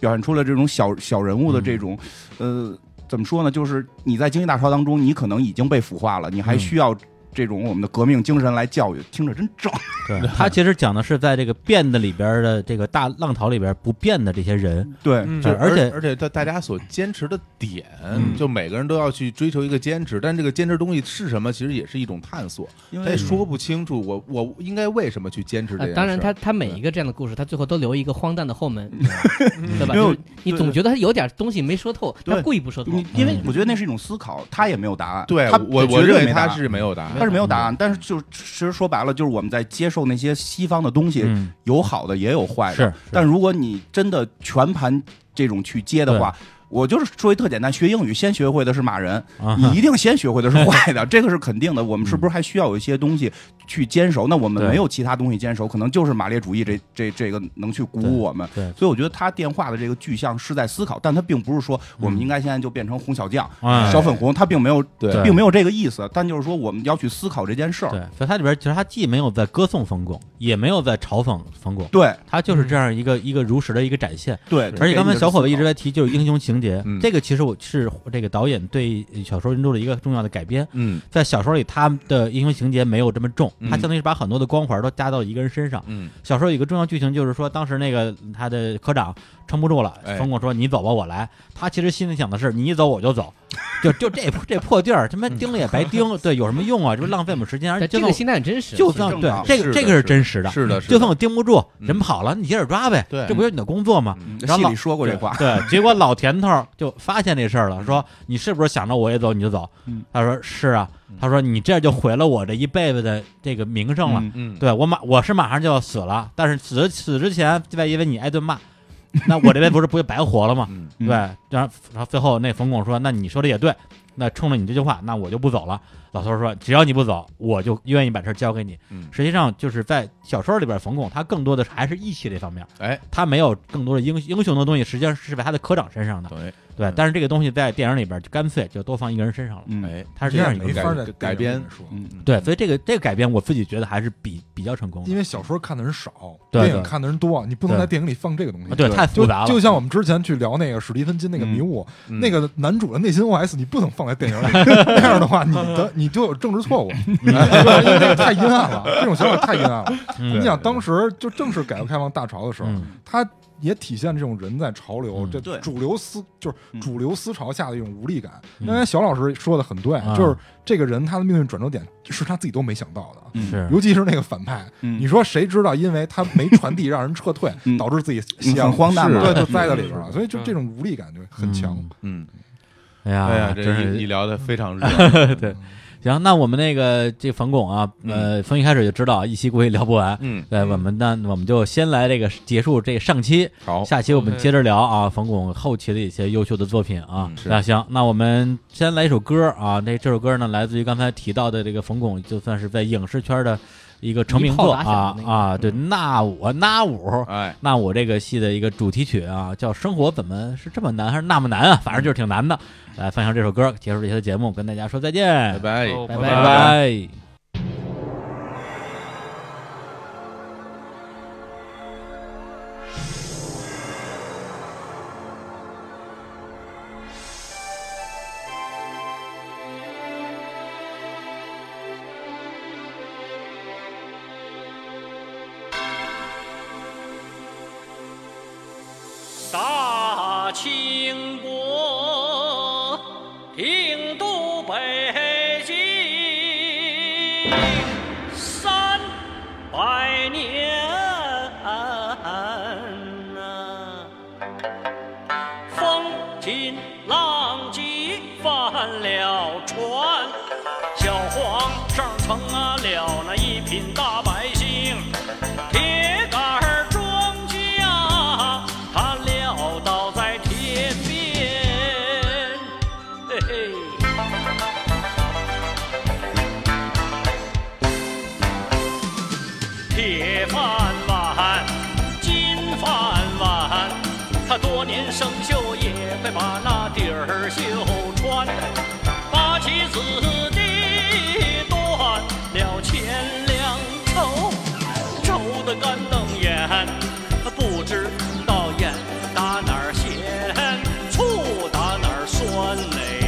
Speaker 5: 表现出了这种小小人物的这种，
Speaker 2: 嗯
Speaker 5: 呃，怎么说呢？就是你在经济大潮当中，你可能已经被腐化了，你还需要这种我们的革命精神来教育，听着真正。
Speaker 1: 对，他其实讲的是在这个变的里边的这个大浪潮里边不变的这些人，
Speaker 5: 对，
Speaker 4: 嗯
Speaker 2: 就
Speaker 1: 对
Speaker 2: 是而
Speaker 1: 而且
Speaker 2: 而且大大家所坚持的点
Speaker 5: 嗯，
Speaker 2: 就每个人都要去追求一个坚持，但这个坚持东西是什么，其实也是一种探索，
Speaker 5: 因
Speaker 2: 他也说不清楚我我应该为什么去坚持这
Speaker 5: 呃
Speaker 3: 啊
Speaker 2: 件事。
Speaker 3: 当然他，他每一个这样的故事，他最后都留一个荒诞的后门，对吧？
Speaker 5: 因为我
Speaker 3: 就是你
Speaker 5: 对
Speaker 3: 总
Speaker 5: 对
Speaker 3: 觉得他有点东西没说透，他
Speaker 5: 对
Speaker 3: 故意不说透。
Speaker 5: 你因为我觉得那是一种思考，他也没有答案。
Speaker 2: 对
Speaker 5: 他
Speaker 2: 我
Speaker 5: 绝
Speaker 2: 我
Speaker 5: 对
Speaker 2: 认为
Speaker 5: 没答
Speaker 2: 他
Speaker 5: 案
Speaker 2: 是没有答案
Speaker 5: 他，是没有答案，但是就是其实说白了，就是我们在接受那些西方的东西，
Speaker 1: 嗯，
Speaker 5: 有好的也有坏
Speaker 6: 哎
Speaker 5: 的。
Speaker 1: 是是
Speaker 5: 但如果你真的全盘这种去接的话，我就是说一特简单，学英语先学会的是骂人，
Speaker 1: 啊，
Speaker 5: 你一定先学会的是坏 的，这个是肯定的。我们是不是还需要有一些东西去坚守？那我们
Speaker 1: 嗯对
Speaker 5: 没有其他东西坚守，可能就是马列主义这这这个能去鼓舞我们。
Speaker 1: 对对
Speaker 5: 所以我觉得他电话的这个具象是在思考，但他并不是说我们应该现在就变成红小将、
Speaker 1: 哎
Speaker 5: 小粉红，他并没有
Speaker 2: 对
Speaker 5: 并没有这个意思。但就是说我们要去思考这件事
Speaker 1: 对
Speaker 5: 儿。，
Speaker 1: 所以它里边其实它既没有在歌颂冯巩，也没有在嘲讽冯巩，
Speaker 5: 对
Speaker 1: 它
Speaker 6: 嗯
Speaker 1: 就是这样一个一个如实的一个展现。
Speaker 5: 对，
Speaker 1: 而且刚才小伙
Speaker 5: 子
Speaker 1: 子一直在提就是英雄情节
Speaker 2: 嗯，
Speaker 1: 这个其实我是这个导演对小说原著的一个重要的改编。
Speaker 2: 嗯
Speaker 1: 在小说里，他的英雄情节没有这么重，
Speaker 2: 嗯
Speaker 1: 他相当于是把很多的光环都加到一个人身上。
Speaker 2: 嗯
Speaker 1: 小说有一个重要剧情，就是说当时那个他的科长撑不住了
Speaker 2: 哎，
Speaker 1: 冯巩说：“你走吧，我来。”他其实心里想的是：“你一走我就 走，就就这这破地儿，他
Speaker 2: 嗯
Speaker 1: 妈盯了也白盯，对，有什么用啊？这不浪费我们时间。”而且
Speaker 3: 但
Speaker 1: 就
Speaker 3: 这个
Speaker 1: 算
Speaker 3: 心态很真实，
Speaker 1: 就
Speaker 3: 其实
Speaker 1: 算
Speaker 5: 正
Speaker 1: 对
Speaker 5: 常
Speaker 1: 这个
Speaker 2: 是的
Speaker 1: 这个是
Speaker 2: 是的
Speaker 1: 真实的，
Speaker 2: 是的，是的
Speaker 1: 就算我盯不住，
Speaker 2: 嗯
Speaker 1: 人跑了，你接着抓呗，
Speaker 2: 对
Speaker 1: 这不就是你的工作吗？
Speaker 2: 嗯
Speaker 1: 然后
Speaker 5: 戏
Speaker 1: 老
Speaker 5: 里说过这话，
Speaker 1: 对，结果老田头儿就发现这事儿了，说你是不是想着我也走你就走？
Speaker 5: 嗯
Speaker 1: 他说是啊，他说你这就毁了我这一辈子的这个名声了。
Speaker 5: 嗯
Speaker 2: 嗯，
Speaker 1: 对我马我是马上就要死了，但是死死之前就在因为你挨顿骂，那我这边不是不就白活了吗？
Speaker 2: 嗯
Speaker 1: 对，然后然后最后那冯巩说，那你说的也对，那冲着你这句话，那我就不走了。老头儿说，只要你不走，我就愿意把事儿交给你。
Speaker 2: 嗯
Speaker 1: 实际上就是在小说里边，冯巩他更多的还是义气这方面，
Speaker 2: 哎，
Speaker 1: 他没有更多的英英雄的东西，实际上是在他的科长身上的。
Speaker 2: 对，
Speaker 1: 对，但是这个东西在电影里边就干脆就都放一个人身上了。
Speaker 5: 嗯，
Speaker 2: 哎，
Speaker 1: 他是
Speaker 6: 这
Speaker 1: 这样
Speaker 6: 样
Speaker 1: 一个
Speaker 6: 没
Speaker 2: 改
Speaker 6: 法在
Speaker 2: 改
Speaker 6: 电影
Speaker 2: 编
Speaker 6: 里说，
Speaker 5: 嗯
Speaker 1: 对，所以这个这个改编，我自己觉得还是比比较成功的。
Speaker 6: 因为小说看的人少，
Speaker 1: 对
Speaker 6: 电影
Speaker 1: 对
Speaker 6: 看的人多，你不能
Speaker 1: 对
Speaker 6: 在电影里放这个东西
Speaker 1: 啊。对，太复
Speaker 6: 就
Speaker 1: 杂了。
Speaker 6: 就像我们之前去聊那个史蒂芬金那个
Speaker 5: 嗯
Speaker 6: 迷雾，
Speaker 2: 嗯
Speaker 6: 那个男主的内心 OS 你不能放在电影 里，那样的话你的你就有政治错误，因为这个太阴暗了，这种想法太阴暗了。
Speaker 1: 嗯
Speaker 6: 你想当时就正是改革开放大潮的时候
Speaker 1: 嗯，
Speaker 6: 它也体现这种人在潮流，
Speaker 1: 嗯
Speaker 6: 这
Speaker 5: 对
Speaker 6: 主流思就是
Speaker 5: 嗯
Speaker 6: 主流思潮下的一种无力感。
Speaker 1: 嗯
Speaker 6: 刚才小老师说的很对
Speaker 1: 啊，
Speaker 6: 就是这个人他的命运转折点是他自己都没想到的。
Speaker 5: 嗯
Speaker 1: 是
Speaker 6: 尤其是那个反派，
Speaker 5: 嗯
Speaker 6: 你说谁知道？因为他没传递，让人撤退，
Speaker 5: 嗯
Speaker 6: 导致自己
Speaker 5: 你
Speaker 6: 陷
Speaker 5: 很
Speaker 6: 入
Speaker 5: 荒诞
Speaker 2: 是
Speaker 5: 嘛，
Speaker 6: 对，就
Speaker 5: 嗯
Speaker 6: 栽在里边了。所以就
Speaker 4: 嗯
Speaker 6: 这种无力感就很强。
Speaker 1: 嗯
Speaker 2: 嗯，
Speaker 1: 哎呀，
Speaker 2: 哎呀，
Speaker 1: 真
Speaker 2: 这
Speaker 1: 是
Speaker 2: 你聊的非常热，
Speaker 1: 行，那我们那个这个冯巩啊，
Speaker 2: 嗯
Speaker 1: 呃，从一开始就知道一期估计聊不完。
Speaker 2: 嗯，
Speaker 1: 对，我们那我们就先来这个结束这上期，
Speaker 2: 好，
Speaker 1: 下期我们
Speaker 4: OK
Speaker 1: 接着聊啊，冯巩后期的一些优秀的作品啊
Speaker 2: 嗯。是
Speaker 1: 那行，那我们先来一首歌啊，那这首歌呢来自于刚才提到的这个冯巩，就算是在影视圈的一个成名作
Speaker 3: 一炮打响
Speaker 1: 啊
Speaker 3: 的那个
Speaker 1: 啊，对，那我那我
Speaker 2: 哎，
Speaker 1: 那我这个戏的一个主题曲啊，叫《生活怎么是这么难》还是那么难啊？反正就是挺难的。来分享这首歌，结束这期的节目，跟大家说再见，
Speaker 2: 拜拜。
Speaker 4: 哦
Speaker 3: 拜
Speaker 4: 拜
Speaker 1: 拜拜
Speaker 7: 大清国，定都北京三百年啊，风平浪静翻了船，小皇上成了那一品大百姓。铁杆儿庄稼，他撂倒在天边。嘿嘿，铁饭碗，金饭碗，他多年生锈也会把那底儿锈穿。八旗子弟断了钱粮愁。愁得干瞪眼，不知道眼打哪儿咸，醋打哪儿酸嘞。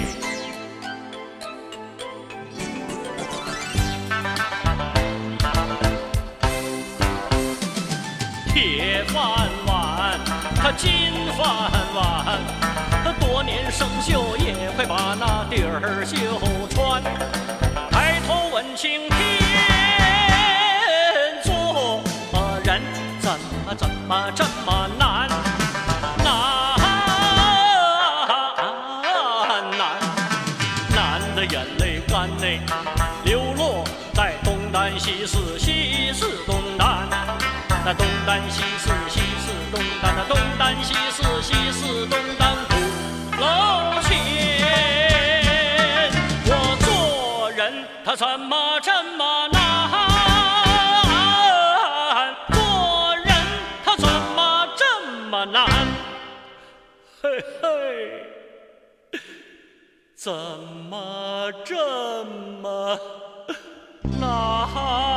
Speaker 7: 金饭碗，多年生锈也快把那底儿锈穿。抬头问青天，做啊人怎么怎么这么难？难难难的眼泪干内流落在东南西四西四东南，那东南西四西四东南，那东南西四西四东南鼓楼县，我做人他怎么这么难？做人他怎么这么难？嘿嘿。怎么这么难？